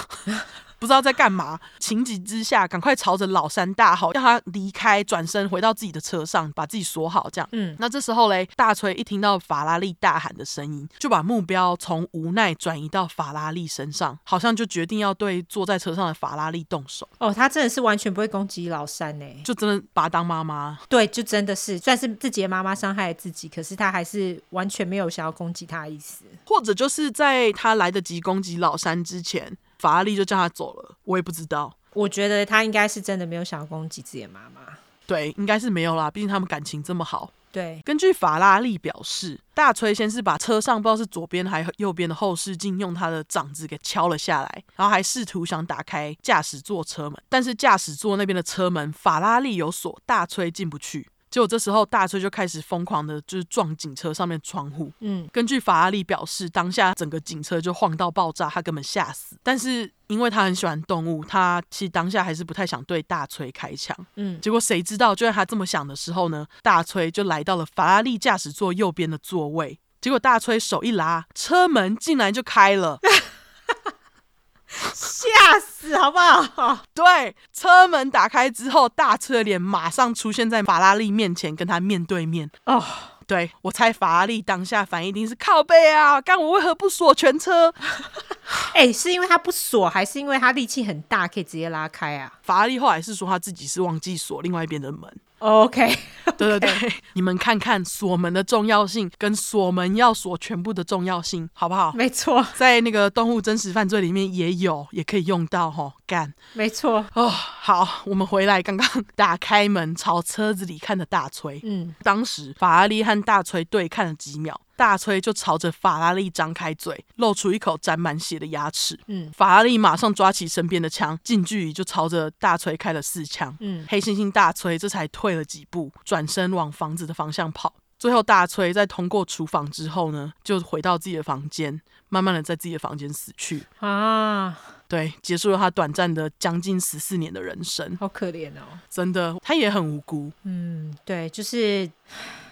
A: 不知道在干嘛，情急之下赶快朝着老三大吼，让他离开，转身回到自己的车上，把自己锁好，这样。
B: 嗯，
A: 那这时候嘞，大锤一听到法拉利大喊的声音，就把目标从无奈转移到法拉利身上，好像就决定要对坐在车上的法拉利动手，
B: 哦，他真的是完全不会攻击老三呢、
A: 就真的把他当妈妈。
B: 对，就真的是，算是自己的妈妈伤害了自己，可是他还是完全没有想要攻击他的意思。
A: 或者就是在他来得及攻击老三之前，法拉利就叫他走了。我也不知道，
B: 我觉得他应该是真的没有想要攻击自己的妈妈。
A: 对，应该是没有啦，毕竟他们感情这么好。
B: 对，
A: 根据法拉利表示，大锤先是把车上不知道是左边还是右边的后视镜用他的掌子给敲了下来，然后还试图想打开驾驶座车门，但是驾驶座那边的车门法拉利有锁，大锤进不去。结果这时候大锤就开始疯狂的，就是撞警车上面的窗户，
B: 嗯，
A: 根据法拉利表示，当下整个警车就晃到爆炸，他根本吓死。但是因为他很喜欢动物，他其实当下还是不太想对大锤开枪。
B: 嗯
A: 结果谁知道，就在他这么想的时候呢，大锤就来到了法拉利驾驶座右边的座位。结果大锤手一拉，车门竟然就开了。
B: 吓死好不好？
A: 对，车门打开之后，大车脸马上出现在法拉利面前，跟他面对面。
B: 哦，
A: 对我猜法拉利当下反应一定是靠背啊，干我为何不锁全车？
B: 哎、是因为他不锁，还是因为他力气很大，可以直接拉开啊
A: 法拉利后来是说他自己是忘记锁另外一边的门。
B: ？OK，
A: 对对对，你们看看锁门的重要性跟锁门要锁全部的重要性，好不好？
B: 没错，
A: 在那个动物真实犯罪里面也有，也可以用到吼、干
B: 没错，
A: 哦，好，我们回来，刚刚打开门朝车子里看的大锤，
B: 嗯，
A: 当时法拉利和大锤对看了几秒，大锤就朝着法拉利张开嘴，露出一口沾满血的牙齿。
B: 嗯，
A: 法拉利马上抓起身边的枪，近距离就朝着大锤开了四枪。
B: 嗯，
A: 黑猩猩大锤这才退了几步，转身往房子的方向跑。最后，大锤在通过厨房之后呢，就回到自己的房间，慢慢的在自己的房间死去。
B: 啊，
A: 对，结束了他短暂的将近十四年的人生。
B: 好可怜哦。
A: 真的，他也很无辜。
B: 嗯，对，就是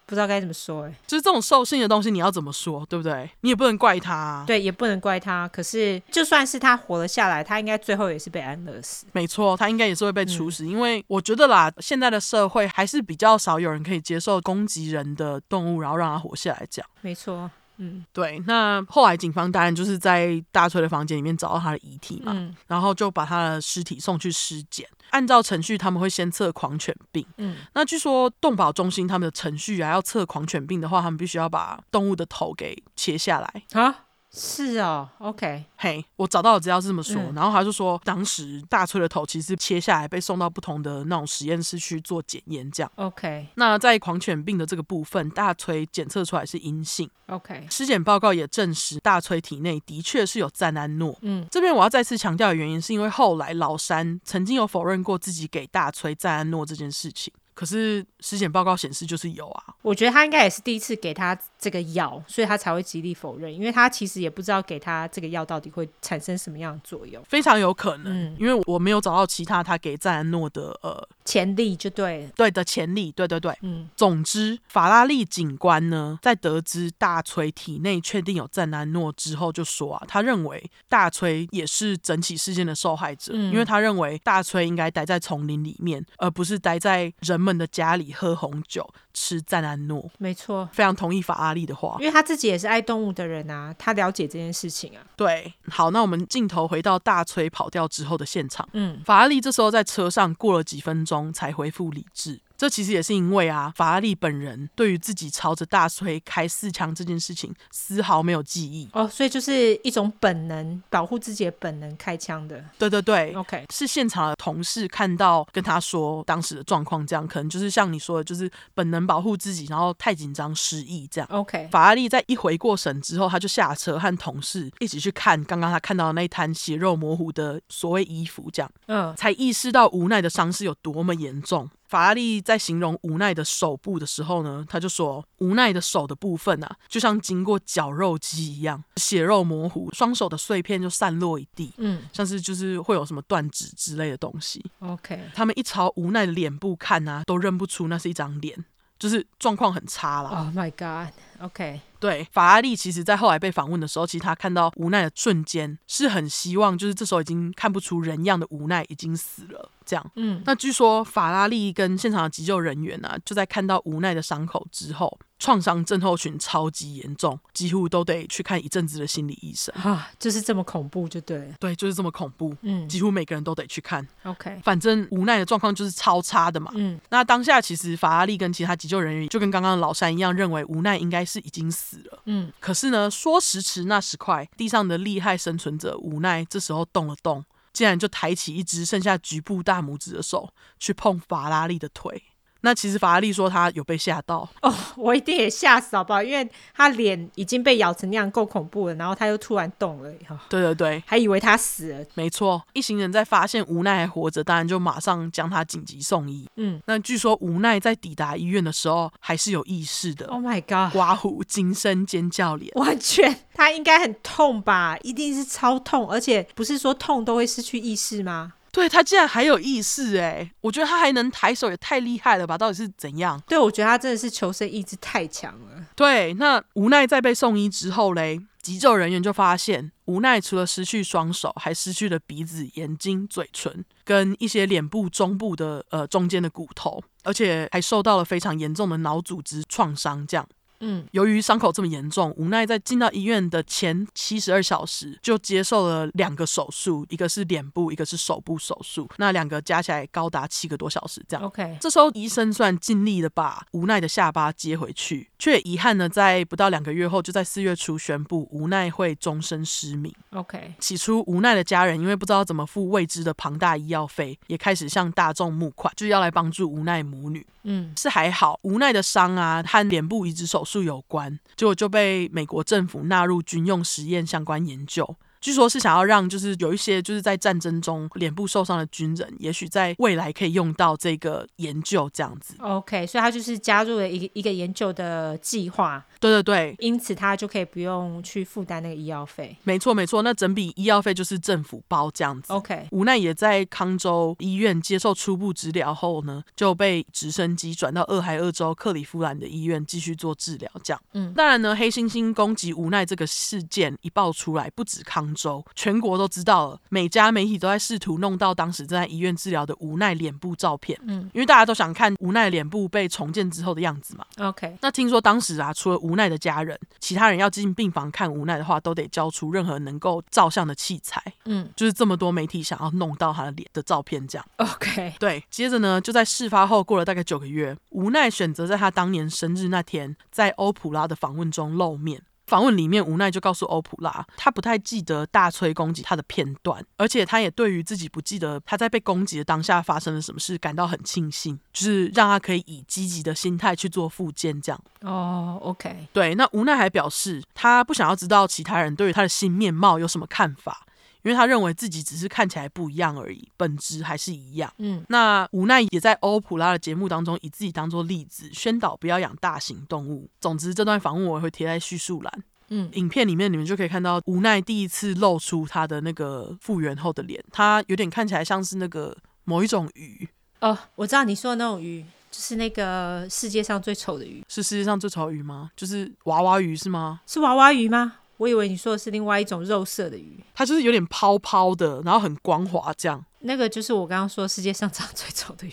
B: 不知道该怎么说哎、
A: 就是这种兽性的东西，你要怎么说，对不对？你也不能怪他、啊。
B: 对，也不能怪他。可是就算是他活了下来，他应该最后也是被安乐死。
A: 没错，他应该也是会被处死，因为我觉得啦，现在的社会还是比较少有人可以接受攻击人的动物，然后让它活下来这样。
B: 没错，嗯
A: 对，那后来警方当然就是在大锤的房间里面找到他的遗体嘛，
B: 嗯
A: 然后就把他的尸体送去尸检。按照程序，他们会先测狂犬病。
B: 嗯，
A: 那据说动保中心他们的程序啊，要测狂犬病的话，他们必须要把动物的头给切下来。
B: 啊，是哦，OK，
A: 嘿，我找到的资料是这么说，
B: 嗯
A: 然后他就说，当时大崔的头其实是切下来被送到不同的那种实验室去做检验，这样。
B: OK，
A: 那在狂犬病的这个部分，大崔检测出来是阴性，
B: OK，
A: 尸检报告也证实大崔体内的确是有赞安诺。
B: 嗯，
A: 这边我要再次强调的原因，是因为后来老山曾经有否认过自己给大崔赞安诺这件事情，可是尸检报告显示就是有啊。
B: 我觉得他应该也是第一次给他这个药，所以他才会极力否认，因为他其实也不知道给他这个药到底会产生什么样的作用，
A: 非常有可能，
B: 嗯
A: 因为我没有找到其他他给赞安诺的呃
B: 潜力就对了，
A: 对的潜力，对对对。
B: 嗯
A: 总之，法拉利警官呢，在得知大崔体内确定有赞安诺之后，就说啊，他认为大崔也是整起事件的受害者，
B: 嗯
A: 因为他认为大崔应该待在丛林里面，而不是待在人们的家里喝红酒、吃赞安诺。
B: 没错。
A: 非常同意法拉利的话
B: 因，为他自己也是爱动物的人啊，他了解这件事情啊。
A: 对，好，那我们镜头回到大崔跑掉之后的现场。
B: 嗯，
A: 法拉利这时候在车上过了几分钟才恢复理智。这其实也是因为啊，法拉利本人对于自己朝着大崔开四枪这件事情丝毫没有记忆。
B: 哦，所以就是一种本能，保护自己的本能开枪的。
A: 对对对。
B: OK，
A: 是现场的同事看到，跟他说当时的状况，这样可能就是像你说的，就是本能保护自己，然后太紧张失忆这样。
B: OK，
A: 法拉利在一回过神之后，他就下车和同事一起去看刚刚他看到的那一滩血肉模糊的所谓衣服，这样。
B: 嗯
A: 才意识到无奈的伤势有多么严重。法拉利在形容无奈的手部的时候呢，他就说，无奈的手的部分啊，就像经过绞肉机一样，血肉模糊，双手的碎片就散落一地，
B: 嗯
A: 像是就是会有什么断指之类的东西。
B: ，OK，
A: 他们一朝无奈的脸部看啊，都认不出那是一张脸，就是状况很差啦。
B: Oh my God！OK，、
A: 对，法拉利其实在后来被访问的时候，其实他看到无奈的瞬间，是很希望就是这时候已经看不出人样的无奈已经死了这样。
B: 嗯，
A: 那据说法拉利跟现场的急救人员啊，就在看到无奈的伤口之后，创伤症候群超级严重，几乎都得去看一阵子的心理医生。
B: 啊，就是这么恐怖就对了。
A: 对，就是这么恐怖，
B: 嗯
A: 几乎每个人都得去看。
B: ，OK，
A: 反正无奈的状况就是超差的嘛。
B: 嗯
A: 那当下其实法拉利跟其他急救人员就跟刚刚的老山一样，认为无奈应该是已经死了。
B: 嗯，
A: 可是呢，说时迟那时快，地上的厉害生存者无奈这时候动了动，竟然就抬起一只剩下局部大拇指的手去碰法拉利的腿。那其实法拉利说他有被吓到，
B: 哦，我一定也吓死好不好？因为他脸已经被咬成那样够恐怖了，然后他又突然动了，哦
A: 对对对，
B: 还以为他死了。
A: 没错。一行人在发现无奈还活着，当然就马上将他紧急送医。
B: 嗯
A: 那据说无奈在抵达医院的时候还是有意识的，
B: ，Oh my God！
A: 刮胡惊声尖叫脸。
B: 完全，他应该很痛吧？一定是超痛，而且不是说痛都会失去意识吗？
A: 对他竟然还有意识哎、我觉得他还能抬手也太厉害了吧？到底是怎样？
B: 对，我觉得他真的是求生意志太强了。
A: 对，那无奈在被送医之后嘞，急救人员就发现无奈除了失去双手，还失去了鼻子、眼睛、嘴唇跟一些脸部中部的呃中间的骨头，而且还受到了非常严重的脑组织创伤。这样，
B: 嗯，
A: 由于伤口这么严重，无奈在进到医院的前七十二小时就接受了两个手术，一个是脸部，一个是手部手术，那两个加起来高达七个多小时。这样，
B: OK，
A: 这时候医生虽然尽力的把无奈的下巴接回去，却遗憾呢，在不到两个月后，就在四月初宣布无奈会终身失明。
B: OK，
A: 起初，无奈的家人因为不知道怎么付未知的庞大医药费，也开始向大众募款，就是要来帮助无奈母女。
B: 嗯
A: 是还好，无奈的伤啊和脸部移植手术有关，结果就被美国政府纳入军用实验相关研究。据说，是想要让就是有一些就是在战争中脸部受伤的军人，也许在未来可以用到这个研究这样子。
B: ，OK，所以他就是加入了一个一个研究的计划，
A: 对对对，
B: 因此他就可以不用去负担那个医药费。
A: 没错没错，那整笔医药费就是政府包这样子。
B: OK，
A: 无奈也在康州医院接受初步治疗后呢，就被直升机转到俄亥俄州克利夫兰的医院继续做治疗。这样，
B: 嗯
A: 当然呢，黑猩猩攻击无奈这个事件一爆出来，不止康州，全国都知道了，每家媒体都在试图弄到当时正在医院治疗的无奈脸部照片，
B: 嗯，
A: 因为大家都想看无奈脸部被重建之后的样子嘛。
B: ，OK，
A: 那听说当时啊，除了无奈的家人，其他人要进病房看无奈的话，都得交出任何能够照相的器材。
B: 嗯
A: 就是这么多媒体想要弄到他的脸的照片，这样。
B: ，OK，
A: 对，接着呢，就在事发后过了大概九个月，无奈选择在他当年生日那天，在欧普拉的访问中露面。访问里面，无奈就告诉欧普拉，他不太记得大崔攻击他的片段，而且他也对于自己不记得他在被攻击的当下发生了什么事感到很庆幸，就是让他可以以积极的心态去做复健这样。
B: 哦，OK，
A: 对，那无奈还表示他不想要知道其他人对于他的新面貌有什么看法，因为他认为自己只是看起来不一样而已，本质还是一样。
B: 嗯，
A: 那无奈也在欧普拉的节目当中以自己当做例子，宣导不要养大型动物。总之，这段访问我也会贴在叙述栏。
B: 嗯
A: 影片里面你们就可以看到无奈第一次露出他的那个复原后的脸，他有点看起来像是那个某一种鱼，
B: 哦，我知道你说的那种鱼，就是那个世界上最丑的鱼，
A: 是世界上最丑的鱼吗？就是娃娃鱼是吗？
B: 是娃娃鱼吗？我以为你说的是另外一种肉色的鱼，
A: 它就是有点泡泡的，然后很光滑这样。
B: 那个就是我刚刚说世界上长 最丑的鱼，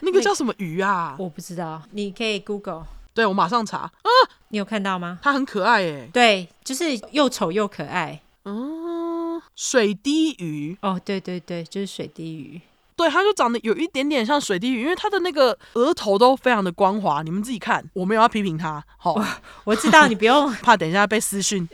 A: 那个叫什么鱼啊？
B: 我不知道，你可以 Google，
A: 对我马上查，啊
B: 你有看到吗？
A: 它很可爱诶。
B: 对，就是又丑又可爱。
A: 嗯，水滴鱼，
B: 哦，对对对，就是水滴鱼。
A: 对，它就长得有一点点像水滴鱼，因为它的那个额头都非常的光滑，你们自己看，我没有要批评它，好、
B: 我知道你不用
A: 怕等一下被私讯。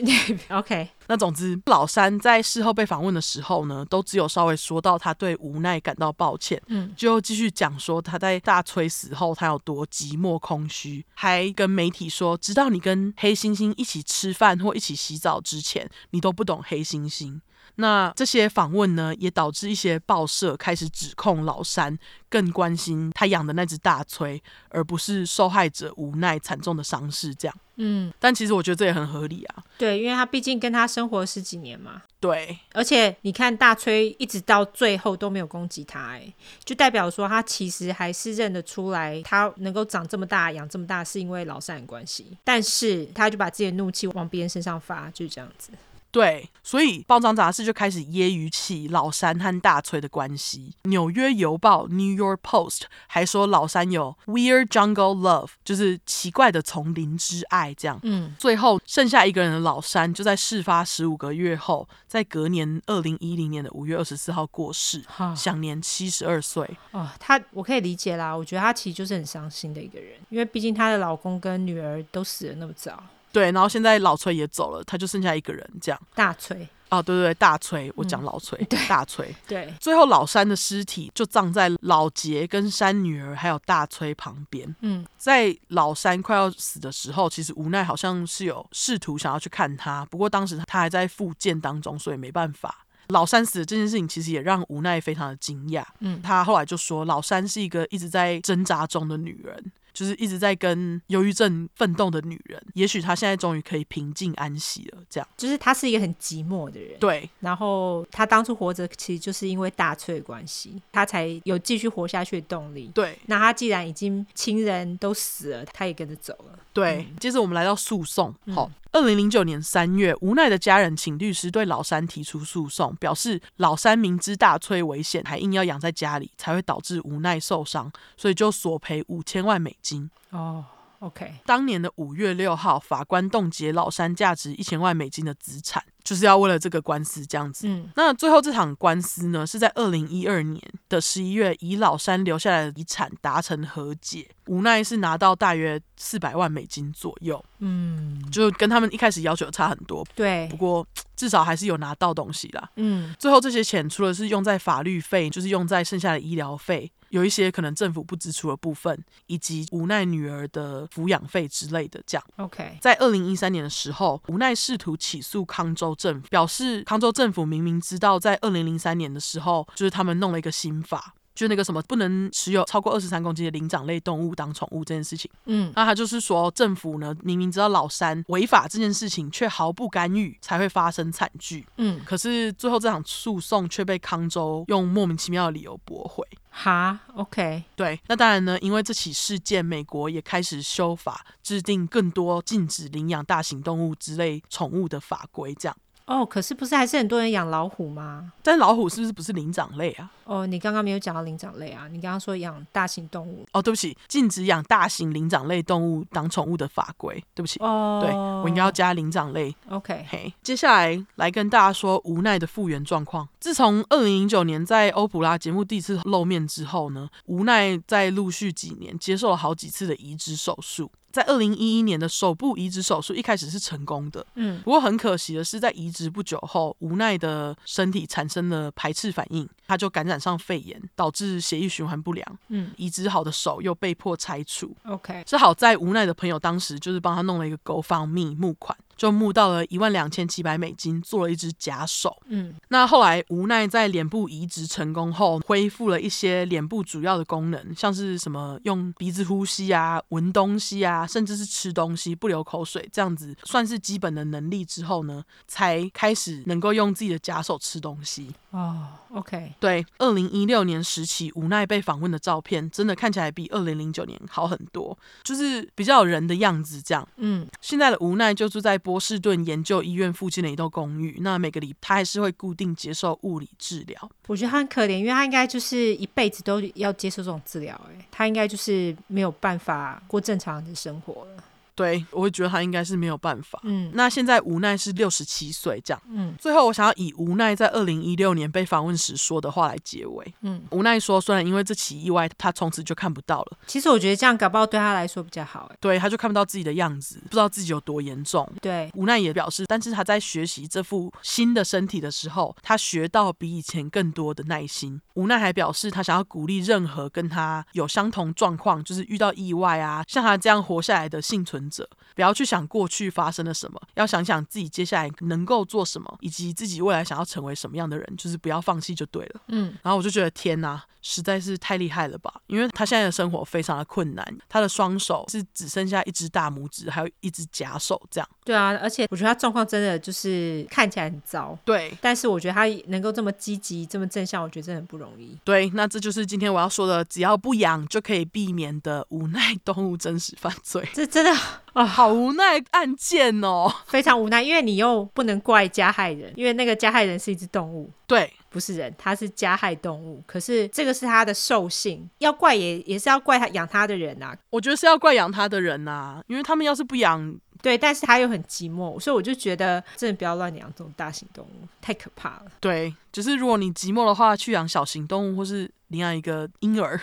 B: ，OK，
A: 那总之，老三在事后被访问的时候呢，都只有稍微说到他对无奈感到抱歉，
B: 嗯，
A: 就继续讲说他在大崔死后他有多寂寞空虚，还跟媒体说，直到你跟黑猩猩一起吃饭或一起洗澡之前，你都不懂黑猩猩。那这些访问呢，也导致一些报社开始指控老三更关心他养的那只大崔，而不是受害者无奈惨重的伤势这样。
B: 嗯，
A: 但其实我觉得这也很合理啊，
B: 对，因为他毕竟跟他生活了十几年嘛，
A: 对。
B: 而且你看大崔一直到最后都没有攻击他，哎，就代表说他其实还是认得出来，他能够长这么大、养这么大是因为老三的关系，但是他就把自己的怒气往别人身上发，就是这样子。
A: 对，所以报章杂志就开始揶揄起老三和大崔的关系。《纽约邮报》（New York Post） 还说老三有 “weird jungle love”，就是奇怪的丛林之爱这样。
B: 嗯，
A: 最后剩下一个人的老三，就在事发十五个月后，在隔年二零一零年的五月二十四号过世，
B: 好
A: 享年七十二岁。
B: 哦，她我可以理解啦，我觉得她其实就是很伤心的一个人，因为毕竟她的老公跟女儿都死的那么早，
A: 对，然后现在老崔也走了，他就剩下一个人这样。
B: 大崔。
A: 哦，对对对，大崔，我讲老崔，大崔。
B: 对，
A: 最后，老山的尸体就葬在老杰跟山女儿还有大崔旁边。
B: 嗯，
A: 在老山快要死的时候，其实无奈好像是有试图想要去看他，不过当时他还在复健当中，所以没办法。老山死的这件事情，其实也让无奈非常的惊讶。
B: 嗯
A: 他后来就说，老山是一个一直在挣扎中的女人，就是一直在跟忧郁症奋斗的女人。也许她现在终于可以平静安息了，这样
B: 就是她是一个很寂寞的人。
A: 对。
B: 然后她当初活着，其实就是因为大翠的关系，她才有继续活下去的动力。
A: 对
B: 那她既然已经亲人都死了，她也跟着走了。
A: 对，接着我们来到诉讼。好，二零零九年三月，无奈的家人请律师对老三提出诉讼，表示老三明知大崔危险，还硬要养在家里，才会导致无奈受伤，所以就索赔五千万美金。
B: 哦，OK，
A: 当年的五月六号，法官冻结老三价值一千万美金的资产，就是要为了这个官司这样子。
B: 嗯
A: 那最后这场官司呢，是在二零一二年的十一月，以老山留下来的遗产达成和解，无奈是拿到大约四百万美金左右。
B: 嗯，
A: 就跟他们一开始要求差很多，
B: 对
A: 不，过至少还是有拿到东西啦。
B: 嗯
A: 最后这些钱除了是用在法律费，就是用在剩下的医疗费，有一些可能政府不支出的部分，以及无奈女儿的抚养费之类的。这样，
B: ，OK，
A: 在二零一三年的时候，无奈试图起诉康州政府，表示康州政府明明知道在二零零三年的时候，就是他们弄了一个新法。就是那个什么不能持有超过二十三公斤的灵长类动物当宠物这件事情，
B: 嗯
A: 那他就是说，政府呢明明知道老三违法这件事情，却毫不干预，才会发生惨剧。
B: 嗯，
A: 可是最后这场诉讼却被康州用莫名其妙的理由驳回。
B: 哈，OK，
A: 对，那当然呢，因为这起事件，美国也开始修法，制定更多禁止领养大型动物之类宠物的法规。这样，
B: 哦，可是不是还是很多人养老虎吗？
A: 但老虎是不是不是灵长类啊？
B: 哦，你刚刚没有讲到灵长类啊，你刚刚说养大型动物。
A: 哦，对不起，禁止养大型灵长类动物当宠物的法规。对不起，
B: 哦，
A: 对我应该要加灵长类
B: OK，
A: 嘿，接下来来跟大家说无奈的复原状况。自从二零零九年在欧普拉节目第一次露面之后呢，无奈在陆续几年接受了好几次的移植手术。在二零一一年的手部移植手术一开始是成功的，
B: 嗯，
A: 不过很可惜的是，在移植不久后，无奈的身体产生了排斥反应，他就感染上肺炎，导致血液循环不良。
B: 嗯，
A: 移植好的手又被迫拆除。
B: OK，
A: 是好在无奈的朋友当时就是帮他弄了一个 GoFundMe 募款，就募到了一万两千七百美金，做了一只假手。
B: 嗯，
A: 那后来无奈在脸部移植成功后，恢复了一些脸部主要的功能，像是什么用鼻子呼吸啊、闻东西啊，甚至是吃东西不流口水这样子，算是基本的能力之后呢，才开始能够用自己的假手吃东西。
B: 哦，OK，
A: 对，二零一六年时期，无奈被访问的照片，真的看起来比二零零九年好很多，就是比较有人的样子这样。
B: 嗯
A: 现在的无奈就住在波士顿研究医院附近的一栋公寓，那每个礼他还是会固定接受物理治疗。
B: 我觉得他很可怜，因为他应该就是一辈子都要接受这种治疗，哎，他应该就是没有办法过正常的生活了。
A: 对，我会觉得他应该是没有办法。
B: 嗯
A: 那现在无奈是六十七岁这样。
B: 嗯
A: 最后，我想要以无奈在二零一六年被访问时说的话来结尾。
B: 嗯，
A: 无奈说，虽然因为这起意外，他从此就看不到了，
B: 其实我觉得这样搞不好对他来说比较好，哎，
A: 对，他就看不到自己的样子，不知道自己有多严重。
B: 对，
A: 无奈也表示，但是他在学习这副新的身体的时候，他学到比以前更多的耐心。无奈还表示，他想要鼓励任何跟他有相同状况，就是遇到意外啊，像他这样活下来的幸存者，不要去想过去发生了什么，要想想自己接下来能够做什么，以及自己未来想要成为什么样的人，就是不要放弃就对了。
B: 嗯，
A: 然后我就觉得天呐，实在是太厉害了吧！因为他现在的生活非常的困难，他的双手是只剩下一只大拇指，还有一只假手这样。
B: 对啊，而且我觉得他状况真的就是看起来很糟，
A: 对，
B: 但是我觉得他能够这么积极、这么正向，我觉得真的很不容易。。
A: 对，那这就是今天我要说的，只要不养就可以避免的无奈动物真实犯罪
B: 这真的
A: 啊，好无奈案件哦。
B: 非常无奈，因为你又不能怪加害人，因为那个加害人是一只动物，
A: 对
B: 不是人，它是加害动物。可是这个是它的兽性，要怪也也是要怪它养它的人啊。
A: 我觉得是要怪养它的人呐、因为他们要是不养，
B: 对，但是它又很寂寞，所以我就觉得真的不要乱养这种大型动物，太可怕了。
A: 对，就是如果你寂寞的话，去养小型动物或是领养一个婴儿。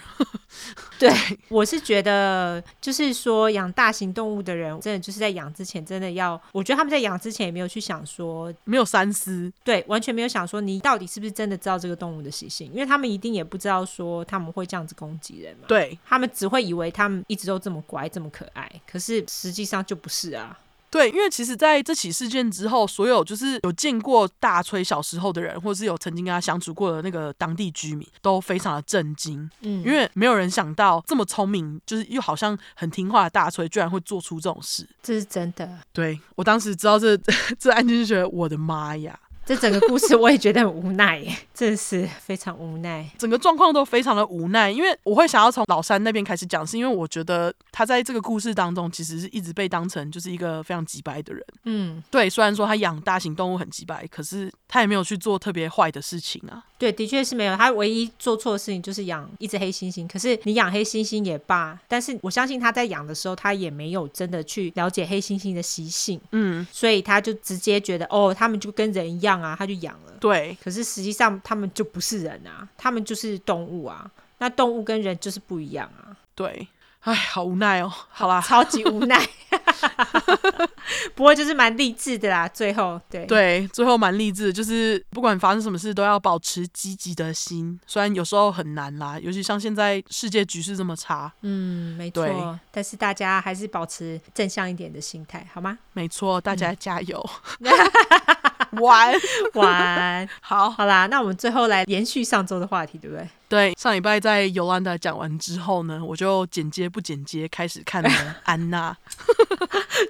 B: 对，我是觉得，就是说养大型动物的人，真的就是在养之前，真的要，我觉得他们在养之前也没有去想说，
A: 没有三思，
B: 对，完全没有想说你到底是不是真的知道这个动物的习性，因为他们一定也不知道说他们会这样子攻击人嘛。
A: 对
B: 他们只会以为他们一直都这么乖、这么可爱，可是实际上就不是啊。
A: 对，因为其实在这起事件之后，所有就是有见过大崔小时候的人，或是有曾经跟他相处过的那个当地居民，都非常的震惊，
B: 嗯
A: 因为没有人想到这么聪明，就是又好像很听话的大崔，居然会做出这种事。
B: 这是真的。
A: 对我当时知道这 这案件，就觉得我的妈呀，
B: 这整个故事我也觉得很无奈耶，真的是非常无奈。
A: 整个状况都非常的无奈。因为我会想要从老三那边开始讲，是因为我觉得他在这个故事当中，其实是一直被当成就是一个非常急白的人。
B: 嗯，
A: 对，虽然说他养大型动物很急白，可是他也没有去做特别坏的事情啊。
B: 对，的确是没有。他唯一做错的事情就是养一只黑猩猩，可是你养黑猩猩也罢，但是我相信他在养的时候，他也没有真的去了解黑猩猩的习性，
A: 嗯，
B: 所以他就直接觉得哦，他们就跟人一样啊，他就养了。
A: 对
B: 可是实际上他们就不是人啊，他们就是动物啊。那动物跟人就是不一样啊。
A: 对，哎，好无奈哦。好啦，
B: 超级无奈。 不过就是蛮励志的啦，最后对
A: 对，最后蛮励志的，就是不管发生什么事，都要保持积极的心。虽然有时候很难啦，尤其像现在世界局势这么差，
B: 嗯，没
A: 对
B: 错。但是大家还是保持正向一点的心态，好吗？
A: 没错，大家加油。玩
B: 晚安。
A: 好，
B: 好啦，那我们最后来延续上周的话题，对不对？
A: 对，上礼拜在尤兰达讲完之后呢，我就剪接不剪接开始看了安娜，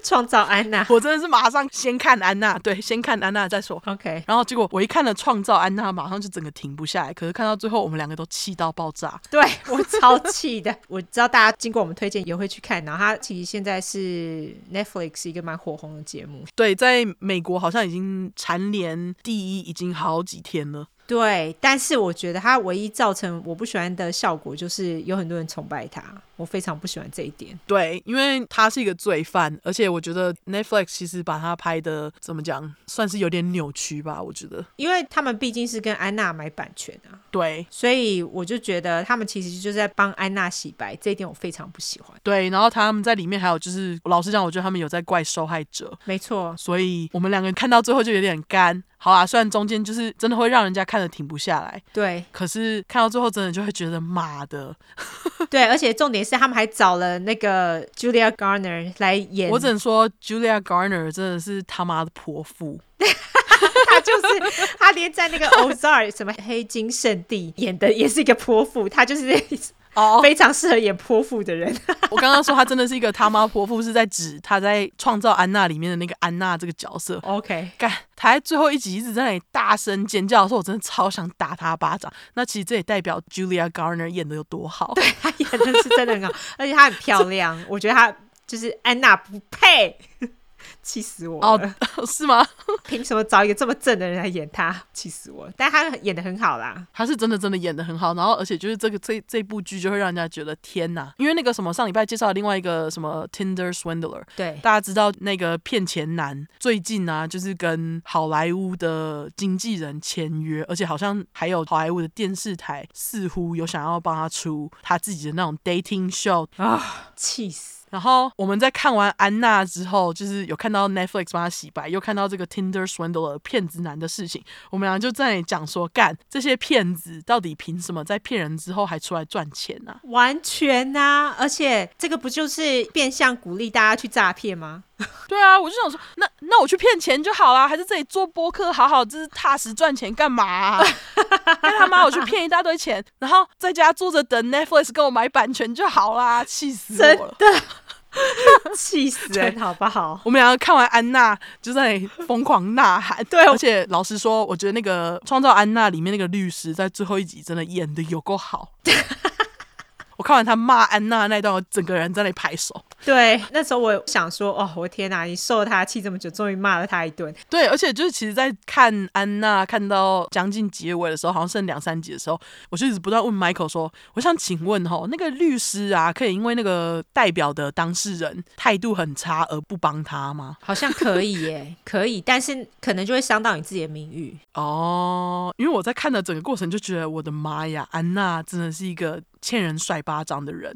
B: 创造安娜。
A: 我真的是马上先看安娜，对，先看安娜再说。
B: OK，
A: 然后结果我一看了《创造安娜》，马上就整个停不下来。可是看到最后，我们两个都气到爆炸。
B: 对我超气的。我知道大家经过我们推荐也会去看，然后它其实现在是 Netflix 一个蛮火红的节目。
A: 对，在美国好像已经蝉联第一，已经好几天了。
B: 对，但是我觉得它唯一造成我不喜欢的效果就是有很多人崇拜它。我非常不喜欢这一点。
A: 对，因为他是一个罪犯，而且我觉得 Netflix 其实把他拍的怎么讲，算是有点扭曲吧。我觉得，
B: 因为他们毕竟是跟安娜买版权啊，
A: 对
B: 所以我就觉得他们其实就是在帮安娜洗白，这一点我非常不喜欢。
A: 对，然后他们在里面还有就是，老实讲，我觉得他们有在怪受害者，
B: 没错，
A: 所以我们两个看到最后就有点干。好啦，虽然中间就是真的会让人家看的停不下来，
B: 对
A: 可是看到最后真的就会觉得妈的，
B: 对，而且重点是他们还找了那个 Julia Garner 来演，
A: 我只能说 Julia Garner 真的是他妈的泼妇。
B: 他就是他连在那个 Ozark 什么黑金圣地演的也是一个泼妇，他就是那
A: 哦
B: 非常适合演泼妇 的人。
A: 我刚刚说她真的是一个他妈泼妇，是在指她在创造安娜里面的那个安娜这个角色。
B: OK，
A: 干，他在最后一集一直在那里大声尖叫的时候，我真的超想打他巴掌。那其实这也代表 Julia Garner 演的有多好。对，
B: 她演的是真的很好，而且她很漂亮，我觉得她就是安娜不配。气死我了！
A: 哦 是吗？
B: 凭什么找一个这么正的人来演她？气死我了！但她演的很好啦，
A: 他是真的真的演的很好，然后而且就是这个这这部剧就会让人家觉得天哪，因为那个什么上礼拜介绍的另外一个什么 Tinder Swindler，
B: 对
A: 大家知道那个骗钱男最近啊，就是跟好莱坞的经纪人签约，而且好像还有好莱坞的电视台似乎有想要帮他出他自己的那种 dating show。
B: 啊，气死！
A: 然后我们在看完安娜之后，就是有看到 Netflix 帮他洗白，又看到这个 Tinder Swindler 骗子男的事情，我们俩就在那里讲说，干这些骗子到底凭什么在骗人之后还出来赚钱啊？
B: 完全呐、而且这个不就是变相鼓励大家去诈骗吗？
A: 对啊，我就想说，那那我去骗钱就好啊啦，还是这里做播客好好，这是踏实赚钱干嘛、 啊？干他妈，我去骗一大堆钱，然后在家坐着等 Netflix 跟我买版权就好啦，气死
B: 真
A: 我了！
B: 的 气死人，好不好？
A: 我们两个看完安娜就在那里疯狂呐喊，
B: 对
A: 而且老实说，我觉得那个《创造安娜》里面那个律师在最后一集真的演的有够 好。我看完他骂安娜那段，我整个人在那里拍手。
B: 对，那时候我想说，哦，我天哪，你受了他的气这么久，终于骂了他一顿，
A: 对，而且就是其实，在看安娜看到将近结尾的时候，好像剩两三集的时候，我就一直不断问 Michael 说：“我想请问哈，那个律师啊，可以因为那个代表的当事人态度很差而不帮他吗
B: 好像可以 耶，可以，但是可能就会伤到你自己的名誉。？”
A: 哦，因为我在看的整个过程就觉得，我的妈呀，安娜真的是一个欠人甩巴掌的 人。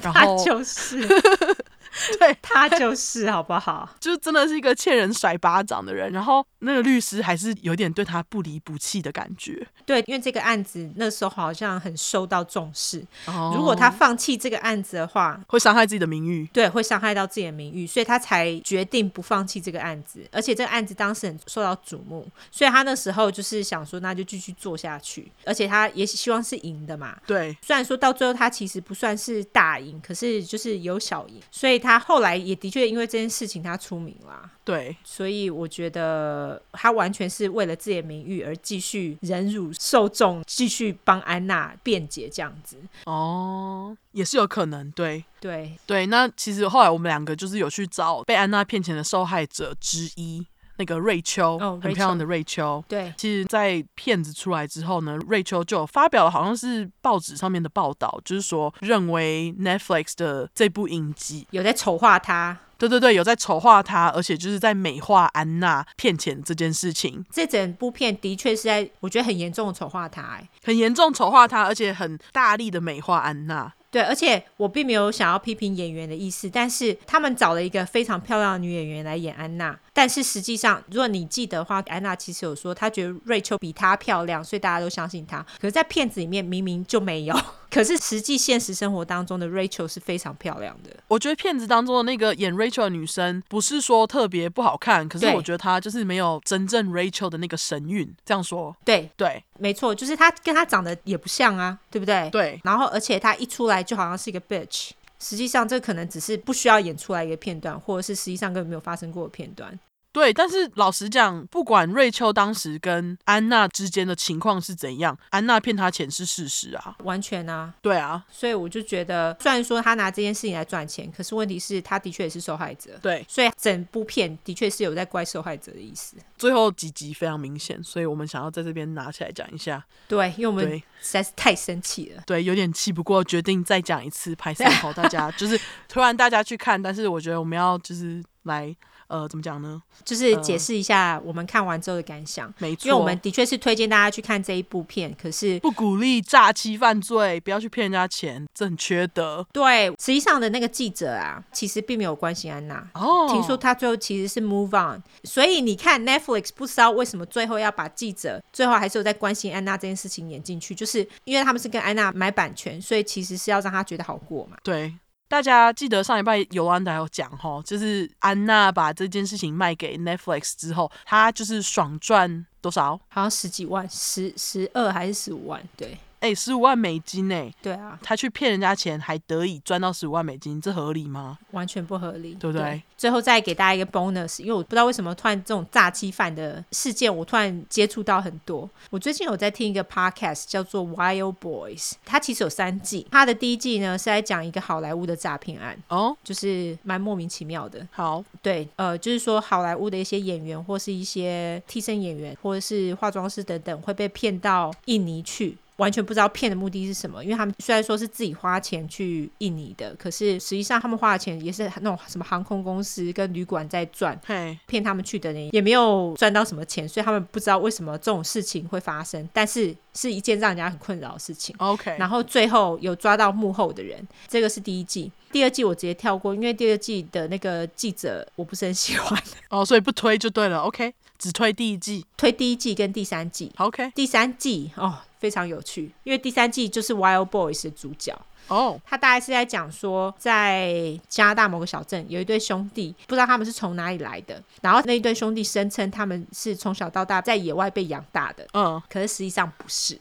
A: 然
B: 他
A: 后
B: 就是，
A: 对，
B: 他就是，好不好？
A: 就真的是一个欠人甩巴掌的人。然后那个律师还是有点对他不离不弃的感觉。
B: 对，因为这个案子那时候好像很受到重视，
A: 哦
B: 如果他放弃这个案子的话。
A: 会伤害自己的名誉，
B: 对，会伤害到自己的名誉，所以他才决定不放弃这个案子。而且这个案子当时很受到瞩目，所以他那时候就是想说，那就继续做下去。而且他也希望是赢的嘛，
A: 对，
B: 虽然说到最后他其实不算是大赢，可是就是有小赢，所以他后来也的确因为这件事情他出名啦。
A: 对，
B: 所以我觉得他完全是为了自己的名誉而继续忍辱受众，继续帮安娜辩解这样子。
A: 哦，也是有可能，对
B: 对，
A: 对。那其实后来我们两个就是有去找被安娜骗钱的受害者之一，那个瑞秋，
B: 哦
A: 很
B: 瑞
A: 漂亮
B: 秋
A: 的瑞秋。
B: 对，
A: 其实，在骗子出来之后呢，瑞秋就有发表了好像是报纸上面的报道，就是说认为 Netflix 的这部影集，
B: 有在丑化他，
A: 对对对，有在丑化她，而且就是在美化安娜骗钱这件事情，
B: 这整部片的确是在我觉得很严重的丑化他、哎，
A: 很严重丑化她，而且很大力的美化安娜。
B: 对，而且我并没有想要批评演员的意思，但是他们找了一个非常漂亮的女演员来演安娜。但是实际上，如果你记得的话，安娜其实有说她觉得瑞秋比她漂亮，所以大家都相信她。可是，在片子里面明明就没有。可是实际现实生活当中的 Rachel 是非常漂亮的，
A: 我觉得片子当中的那个演 Rachel 的女生，不是说特别不好看，可是
B: 对
A: 我觉得她就是没有真正 Rachel 的那个神韵。这样说，
B: 对，
A: 对
B: 没错，就是她跟她长得也不像啊，对不对？
A: 对
B: 然后，而且她一出来就好像是一个 bitch，实际上这可能只是不需要演出来一个片段，或者是实际上根本没有发生过的片段。
A: 对，但是老实讲，不管瑞秋当时跟安娜之间的情况是怎样，安娜骗他钱是事实啊。
B: 完全啊。
A: 对啊，
B: 所以我就觉得，虽然说他拿这件事情来赚钱，可是问题是，他的确也是受害者。
A: 对，
B: 所以整部片的确是有在怪受害者的意思。
A: 最后几集非常明显，所以我们想要在这边拿起来讲一下。
B: 对，因为我们
A: 对
B: 实在是太生气了。
A: 对，有点气不过，决定再讲一次拍摄好，大 家就是突然大家去看，但是我觉得我们要就是来呃怎么讲呢？
B: 就是解释一下我们看完之后的感想，
A: 没嗯错，
B: 因为我们的确是推荐大家去看这一部片，可是。
A: 不鼓励诈欺犯罪，不要去骗人家钱，这很缺德
B: 对，实际上的那个记者啊，其实并没有关心安娜。
A: 哦。
B: 听说他最后其实是 move on，所以你看 Netflix 不知道为什么最后要把记者最后还是有在关心安娜这件事情演进去，就是因为他们是跟安娜买版权，所以其实是要让她觉得好过嘛。
A: 对，大家记得上礼拜尤安达有讲哈，就是安娜把这件事情卖给 Netflix 之后，她就是爽赚多少？
B: 好像十几万，十十二还是十五万？对
A: 哎、十五万美金哎、
B: 对啊，
A: 她去骗人家钱，还得以赚到十五万美金，这合理吗？
B: 完全不合理，
A: 对不对
B: 最后再给大家一个 bonus，因为我不知道为什么突然这种诈欺犯的事件，我突然接触到很多。我最近有在听一个 podcast 叫做《Wild Boys》，它其实有三季，它的第一季呢是在讲一个好莱坞的诈骗案。
A: 哦，
B: 就是蛮莫名其妙的，
A: 好，
B: 对，呃，就是说好莱坞的一些演员或是一些替身演员或者是化妆师等等会被骗到印尼去。完全不知道骗的目的是什么，因为他们虽然说是自己花钱去印尼的，可是实际上他们花的钱也是那种什么航空公司跟旅馆在赚，
A: 嘿，
B: 骗他们去的人也没有赚到什么钱，所以他们不知道为什么这种事情会发生，但是是一件让人家很困扰的事情。
A: OK，
B: 然后最后有抓到幕后的人，这个是第一季。第二季我直接跳过，因为第二季的那个记者我不是很喜欢，
A: 哦，所以不推就对了，OK，只推第一季
B: 推第一季跟第三季。
A: 好，OK，
B: 第三季哦非常有趣，因为第三季就是 Wild Boys 的主角。
A: 哦，
B: 他大概是在讲说，在加拿大某个小镇有一对兄弟，不知道他们是从哪里来的。然后那一对兄弟声称他们是从小到大在野外被养大的，
A: 嗯，
B: 可是实际上不是。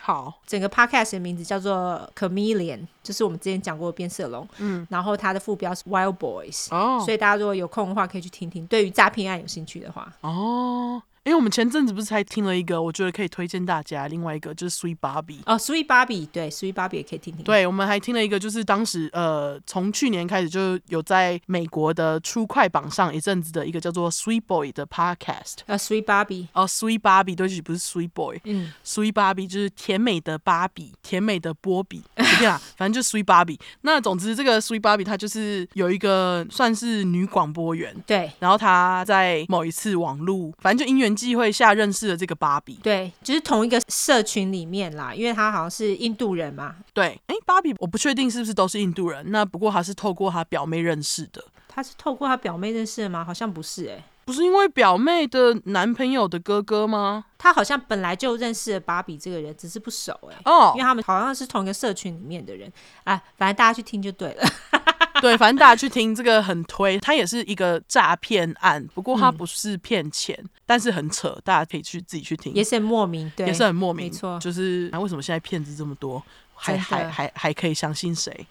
A: 好，
B: 整个 podcast 的名字叫做 Chameleon，就是我们之前讲过的变色龙。嗯，然后它的副标是 Wild Boys，、
A: 哦
B: 所，以大家如果有空的话，可以去听听。对于诈骗案有兴趣的话，
A: 哦。因为我们前阵子不是才听了一个，我觉得可以推荐大家。另外一个就是 Sweet Barbie，
B: 哦，Sweet Barbie，对，Sweet Barbie 也可以听听。
A: 对，我们还听了一个，就是当时呃，从去年开始就有在美国的出快榜上一阵子的一个叫做 Sweet Boy 的 podcast。
B: 呃，Sweet Barbie，
A: 哦、s w e e t Barbie，对不起，不是 Sweet Boy，Sweet
B: 嗯，
A: Barbie 就是甜美的芭比，甜美的波比，随便啦，反正就 Sweet Barbie。那总之，这个 Sweet Barbie 她就是有一个算是女广播员，
B: 对。
A: 然后她在某一次网路，反正就因缘际会下认识了这个芭比。
B: 对，就是同一个社群里面啦，因为他好像是印度人嘛，
A: 对，诶，芭比我不确定是不是都是印度人，那不过她是透过她表妹认识的。
B: 他是透过他表妹认识的吗？好像不是、欸，
A: 不是因为表妹的男朋友的哥哥吗？
B: 他好像本来就认识了芭比这个人，只是不熟、欸，
A: 哦
B: 因为，他们好像是同一个社群里面的人啊，反正大家去听就对了。
A: 对，反正大家去听这个很推，它也是一个诈骗案，不过它不是骗钱，但是很扯，大家可以去自己去听，
B: 也是很莫名，对，
A: 也是很莫名，
B: 没错
A: 就是、啊、为什么现在骗子这么多，还
B: 真的
A: 还还还可以相信谁？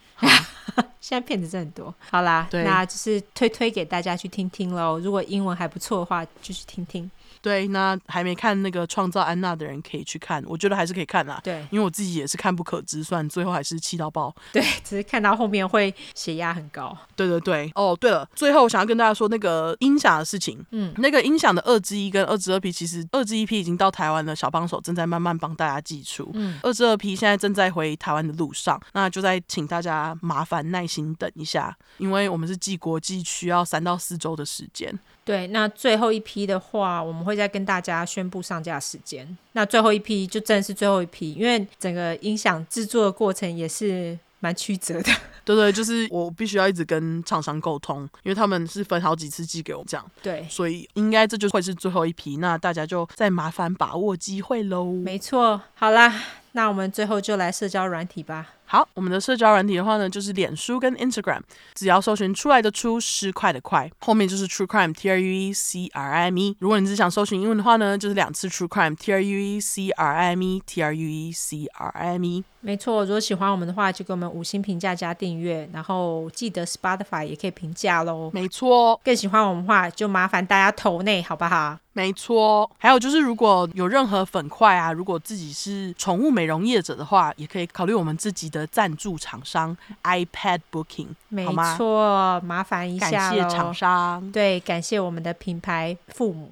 B: 现在骗子真的很多。好啦，
A: 对
B: 那就是推推给大家去听听喽。如果英文还不错的话，就去听听。
A: 对，那还没看那个创造安娜的人可以去看，我觉得还是可以看啦。
B: 对
A: 因为我自己也是看不可知，算最后还是气到爆。
B: 对，只是看到后面会血压很高。
A: 对对对，哦，对了，最后我想要跟大家说那个音响的事情。
B: 嗯，
A: 那个音响的二之一跟二之二 P，其实二之一 P 已经到台湾了，小帮手正在慢慢帮大家寄出。
B: 嗯，
A: 二之二 P 现在正在回台湾的路上，那就在请大家麻烦耐心等一下，因为我们是寄国际，需要三到四周的时间。
B: 对，那最后一批的话，我们会再跟大家宣布上架时间。那最后一批就真的是最后一批，因为整个音响制作的过程也是蛮曲折的。
A: 对对，就是我必须要一直跟厂商沟通，因为他们是分好几次寄给我这样，
B: 对，
A: 所以应该这就会是最后一批，那大家就再麻烦把握机会喽。
B: 没错。好啦，那我们最后就来社交软体吧。
A: 好，我们的社交软体的话呢，就是脸书跟 Instagram，只要搜寻出来的出失快的快，后面就是 True Crime T R U E C R I M E。如果你只想搜寻英文的话呢，就是两次 True Crime T R U E C R I M E T R U E C R I M E。
B: 没错，如果喜欢我们的话，就给我们五星评价加订阅，然后记得 Spotify 也可以评价喽。
A: 没错，哦
B: 更喜欢我们的话，就麻烦大家投内好不好？
A: 没错。还有就是，如果有任何粉块啊，如果自己是宠物美容业者的话，也可以考虑我们自己的赞助厂商 iPad Booking，
B: 没
A: 好吗？
B: 错，麻烦一
A: 感
B: 下
A: 谢厂
B: 喽。
A: 商。
B: 对，感谢我们的品牌 父母。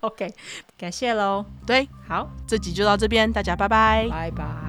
B: OK，感谢喽。
A: 对，
B: 好，
A: 这集就到这边，大家拜拜。
B: 拜拜。